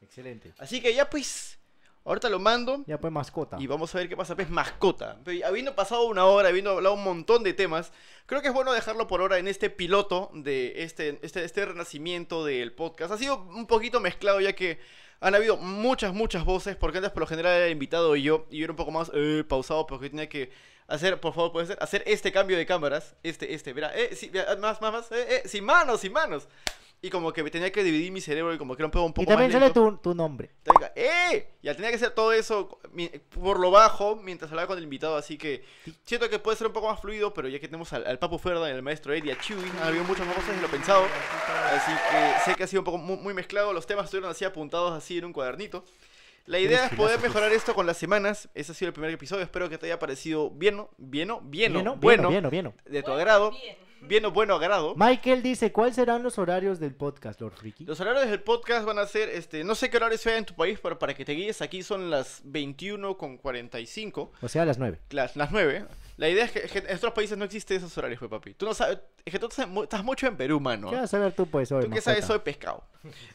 [SPEAKER 2] Excelente.
[SPEAKER 1] Así que ya pues, ahorita lo mando
[SPEAKER 2] Ya pues mascota.
[SPEAKER 1] y vamos a ver qué pasa. Pues mascota. Pero Habiendo pasado una hora, habiendo hablado un montón de temas, creo que es bueno dejarlo por ahora en este piloto de este, este, este renacimiento del podcast. Ha sido un poquito mezclado ya que han habido muchas, muchas voces, porque antes por lo general era el invitado y yo, y yo era un poco más eh, pausado porque tenía que hacer, por favor, puede ser, hacer este cambio de cámaras, este, este, verá, eh, sí, verá, más, más, más, eh, eh, sin manos, sin manos. Y como que tenía que dividir mi cerebro y como que era un poco un poco
[SPEAKER 2] Y también
[SPEAKER 1] más
[SPEAKER 2] sale
[SPEAKER 1] lento.
[SPEAKER 2] tu, tu nombre.
[SPEAKER 1] Te diga, ¡eh! Ya tenía que hacer todo eso mi- por lo bajo mientras hablaba con el invitado, así que siento que puede ser un poco más fluido, pero ya que tenemos al, al Papu Ferda y al maestro Eddie, a Chewy, han habido muchas más cosas de lo pensado, así que sé que ha sido un poco mu- muy, mezclado, los temas estuvieron así apuntados así en un cuadernito. La idea es poder mejorar esto con las semanas, ese ha sido el primer episodio, espero que te haya parecido bien, ¿no? bien, ¿no? bien, ¿no?
[SPEAKER 2] Bien, ¿no?
[SPEAKER 1] bueno,
[SPEAKER 2] bien, ¿no? bien, ¿no?
[SPEAKER 1] de tu agrado,
[SPEAKER 4] Bien.
[SPEAKER 1] bien, ¿no? bueno agrado.
[SPEAKER 2] Michael dice, ¿cuáles serán los horarios del podcast, Lord Freaky?
[SPEAKER 1] Los horarios del podcast van a ser, este, no sé qué horarios sea en tu país, pero para que te guíes aquí son las 21 con 45,
[SPEAKER 2] O sea, a las 9.
[SPEAKER 1] las, las 9. La idea es que, que en otros países no existen esos horarios, pues, papi. Tú no sabes, es que tú estás, mu- estás mucho en Perú, mano.
[SPEAKER 2] ¿Qué vas a ver tú, pues, hoy?
[SPEAKER 1] Tú que sabes
[SPEAKER 2] mascota?
[SPEAKER 1] eso de pescado.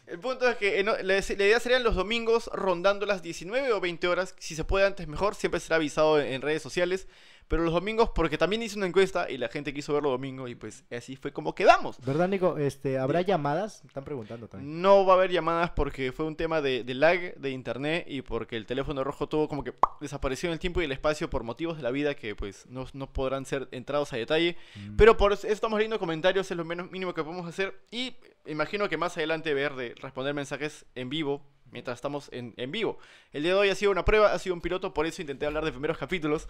[SPEAKER 1] El punto es que eh, no, la, la idea serían los domingos rondando las 19 o 20 horas. Si se puede antes, mejor. Siempre será avisado en, en redes sociales. Pero los domingos, porque también hice una encuesta y la gente quiso verlo domingo y pues así fue como quedamos.
[SPEAKER 2] ¿Verdad, Nico? Este, ¿Habrá llamadas? Están preguntando también.
[SPEAKER 1] No va a haber llamadas porque fue un tema de, de lag de internet y porque el teléfono rojo tuvo como que desapareció en el tiempo y el espacio por motivos de la vida que pues no, no podrán ser entrados a detalle. Pero por eso estamos leyendo comentarios, es lo menos mínimo que podemos hacer y imagino que más adelante ver de responder mensajes en vivo mientras estamos en, en vivo. El día de hoy ha sido una prueba, ha sido un piloto, por eso intenté hablar de primeros capítulos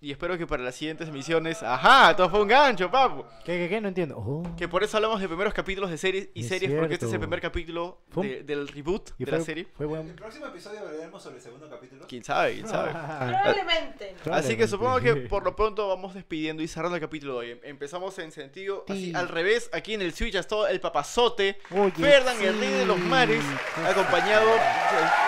[SPEAKER 1] y espero que para las siguientes emisiones... Ajá, todo fue un gancho, papu.
[SPEAKER 2] ¿Qué, qué, qué? No entiendo. Oh.
[SPEAKER 1] Que por eso hablamos de primeros capítulos de series y
[SPEAKER 2] Es
[SPEAKER 1] series, porque este es el
[SPEAKER 2] cierto.
[SPEAKER 1] primer capítulo
[SPEAKER 2] Fue un-
[SPEAKER 1] de- del reboot
[SPEAKER 2] Y
[SPEAKER 1] de
[SPEAKER 2] fue-
[SPEAKER 1] la serie.
[SPEAKER 2] Fue
[SPEAKER 3] El
[SPEAKER 2] bueno.
[SPEAKER 3] próximo episodio hablaremos sobre el segundo capítulo.
[SPEAKER 1] Quién sabe, quién
[SPEAKER 2] Ah,
[SPEAKER 1] sabe.
[SPEAKER 4] Probablemente. no.
[SPEAKER 1] Así que supongo que por lo pronto vamos despidiendo y cerrando el capítulo de hoy. Em- Empezamos en sentido así,
[SPEAKER 2] Sí.
[SPEAKER 1] al revés, aquí en el Switch ha estado el papazote,
[SPEAKER 2] Oye,
[SPEAKER 1] Ferdan, el
[SPEAKER 2] sí.
[SPEAKER 1] rey de los mares, acompañado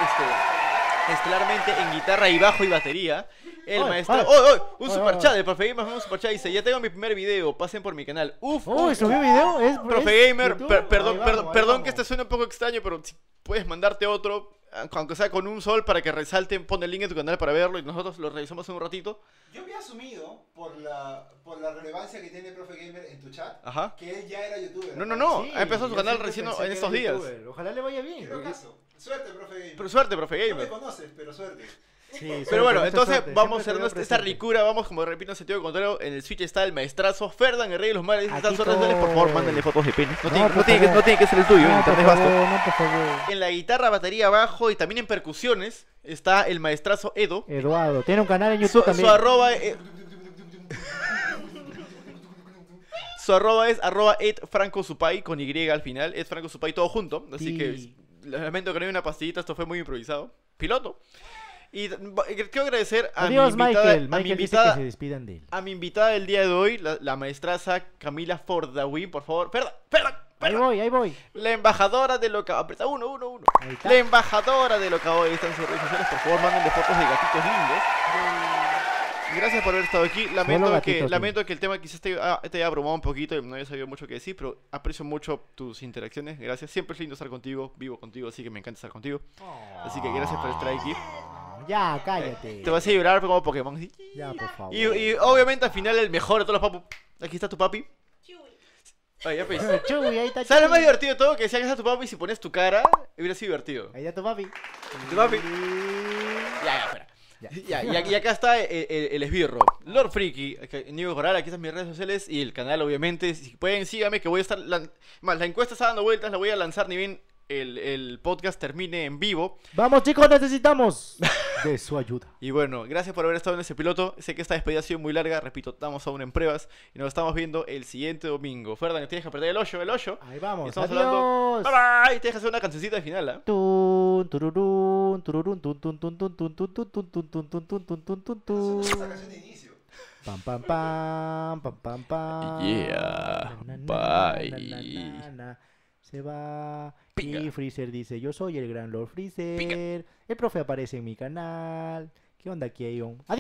[SPEAKER 1] este, estelarmente en guitarra y bajo y batería. El
[SPEAKER 2] Oye,
[SPEAKER 1] maestro.
[SPEAKER 2] oye.
[SPEAKER 1] ¡Oh, oh! Un
[SPEAKER 2] Oye,
[SPEAKER 1] superchat,
[SPEAKER 2] oye.
[SPEAKER 1] el profe Gamer, un superchat. Dice: Ya tengo mi primer video, pasen por mi canal. Uf,
[SPEAKER 2] Uy,
[SPEAKER 1] uf,
[SPEAKER 2] Oh, subió video. Es,
[SPEAKER 1] Profe
[SPEAKER 2] es
[SPEAKER 1] Gamer,
[SPEAKER 2] YouTube.
[SPEAKER 1] per- perdón,
[SPEAKER 2] Ahí
[SPEAKER 1] per-
[SPEAKER 2] vamos, ahí
[SPEAKER 1] perdón que
[SPEAKER 2] vamos.
[SPEAKER 1] este suene un poco extraño, pero si puedes mandarte otro, aunque sea con un sol, para que resalten, pon el link en tu canal para verlo y nosotros lo revisamos en un ratito.
[SPEAKER 3] Yo había asumido, por la, por la relevancia que tiene el profe gamer en tu chat,
[SPEAKER 1] Ajá.
[SPEAKER 3] que él ya era youtuber.
[SPEAKER 1] No, no, no.
[SPEAKER 2] Sí,
[SPEAKER 1] ha empezado su
[SPEAKER 2] yo
[SPEAKER 1] canal
[SPEAKER 2] siempre
[SPEAKER 1] recién
[SPEAKER 2] pensé
[SPEAKER 1] en
[SPEAKER 2] que
[SPEAKER 1] estos
[SPEAKER 2] era
[SPEAKER 1] días.
[SPEAKER 2] youtuber. Ojalá le vaya bien.
[SPEAKER 3] Quiero caso. Suerte, profe gamer.
[SPEAKER 1] Pero suerte, profe
[SPEAKER 3] no me
[SPEAKER 1] Gamer.
[SPEAKER 3] conoces, pero suerte.
[SPEAKER 2] Sí, suerte,
[SPEAKER 1] Pero bueno,
[SPEAKER 2] mucha
[SPEAKER 1] entonces
[SPEAKER 2] suerte.
[SPEAKER 1] vamos a
[SPEAKER 2] Siempre
[SPEAKER 1] hacer
[SPEAKER 2] te veo
[SPEAKER 1] nuestra- esta
[SPEAKER 2] presente.
[SPEAKER 1] ricura. Vamos, como repito, en sentido contrario. En el Switch está el maestrazo Ferdan, el rey de los mares. Están
[SPEAKER 2] Aquí
[SPEAKER 1] sus redes sociales, por favor,
[SPEAKER 2] estoy.
[SPEAKER 1] mándenle fotos de pene. No,
[SPEAKER 2] No,
[SPEAKER 1] tiene,
[SPEAKER 2] por
[SPEAKER 1] no, tiene que,
[SPEAKER 2] favor.
[SPEAKER 1] no tiene que ser el tuyo, en
[SPEAKER 2] No, Ah, por
[SPEAKER 1] internet
[SPEAKER 2] favor,
[SPEAKER 1] basta.
[SPEAKER 2] no, por favor.
[SPEAKER 1] En la guitarra, batería, bajo y también en percusiones está el maestrazo Edo.
[SPEAKER 2] Eduardo, tiene un canal en
[SPEAKER 1] Su,
[SPEAKER 2] YouTube
[SPEAKER 1] su
[SPEAKER 2] también.
[SPEAKER 1] arroba eh, Su arroba es arroba edfrancosupay con Y al final, edfrancosupay todo junto. Así
[SPEAKER 2] Sí.
[SPEAKER 1] que lamento que no hay una pastillita, esto fue muy improvisado. Piloto. Y ba- quiero agradecer a
[SPEAKER 2] Adiós,
[SPEAKER 1] mi invitada,
[SPEAKER 2] Michael.
[SPEAKER 1] a mi
[SPEAKER 2] Michael dice
[SPEAKER 1] invitada,
[SPEAKER 2] que se despidan de él.
[SPEAKER 1] a mi invitada del día de hoy, la, la maestraza Camila Fordawi, por favor. Perdón, perdón,
[SPEAKER 2] Ahí
[SPEAKER 1] perdón.
[SPEAKER 2] voy, ahí voy.
[SPEAKER 1] La embajadora de Loca... Apreta uno, uno, uno.
[SPEAKER 2] Ahí está.
[SPEAKER 1] La embajadora de Loca hoy está en sus redes sociales. Por favor, mándenle fotos de gatitos lindos. Gracias por haber estado aquí. Lamento,
[SPEAKER 2] gatitos
[SPEAKER 1] que,
[SPEAKER 2] lindos.
[SPEAKER 1] lamento que el tema quizás te, ah, te haya abrumado un poquito y no haya sabido mucho que decir, pero aprecio mucho tus interacciones. Gracias. Siempre es lindo estar contigo, vivo contigo, así que me encanta estar contigo. Así que gracias por estar aquí.
[SPEAKER 2] Ya, cállate. Ah,
[SPEAKER 1] Te vas a llorar como Pokémon. así.
[SPEAKER 2] Ya, por favor.
[SPEAKER 1] Y, y obviamente al final el mejor de todos los papus. Aquí está tu papi.
[SPEAKER 4] Chuy.
[SPEAKER 1] Ay, ya pues.
[SPEAKER 2] Chuy, ahí está
[SPEAKER 1] ¿Sabes lo
[SPEAKER 2] Chuy.
[SPEAKER 1] más divertido de todo? Que si hagas a tu papi y si pones tu cara, hubiera sido divertido.
[SPEAKER 2] Ahí está tu papi.
[SPEAKER 1] Tu papi. Ya,
[SPEAKER 2] Y-
[SPEAKER 1] ya, espera. Ya, y, aquí- y acá está el, el- el esbirro. Lord Freaky, acá- Nico Coral, aquí están mis redes sociales y el canal, obviamente. Si pueden, síganme, que voy a estar. lan- Más, la encuesta está dando vueltas, la voy a lanzar ni bien el, el podcast termine en vivo.
[SPEAKER 2] Vamos chicos, necesitamos de su ayuda.
[SPEAKER 1] Y bueno, gracias por haber estado en este piloto. Sé que esta despedida ha sido muy larga, repito, estamos aún en pruebas y nos estamos viendo el siguiente domingo. Ferdinand, tienes que apretar el 8, el 8.
[SPEAKER 2] Ahí vamos.
[SPEAKER 1] Estamos
[SPEAKER 2] Adiós.
[SPEAKER 1] Bye bye, te dejas hacer una cancioncita de final, ¿ah?
[SPEAKER 2] Tun, tururún, tururún, tun, tun, tun, tun, tun, tun, tun, tun, tun, tun, tun, tun, tun, tun, tun.
[SPEAKER 3] Esta canción de inicio.
[SPEAKER 2] Pam, pam, pam, pam, pam, pam.
[SPEAKER 1] Yeah,
[SPEAKER 2] Na, na, na,
[SPEAKER 1] bye.
[SPEAKER 2] na, na, na, na. Se va.
[SPEAKER 1] Pinga.
[SPEAKER 2] Y Freezer dice, yo soy el gran Lord Freezer.
[SPEAKER 1] Pinga.
[SPEAKER 2] El profe aparece en mi canal. ¿Qué onda, Kion? Adiós.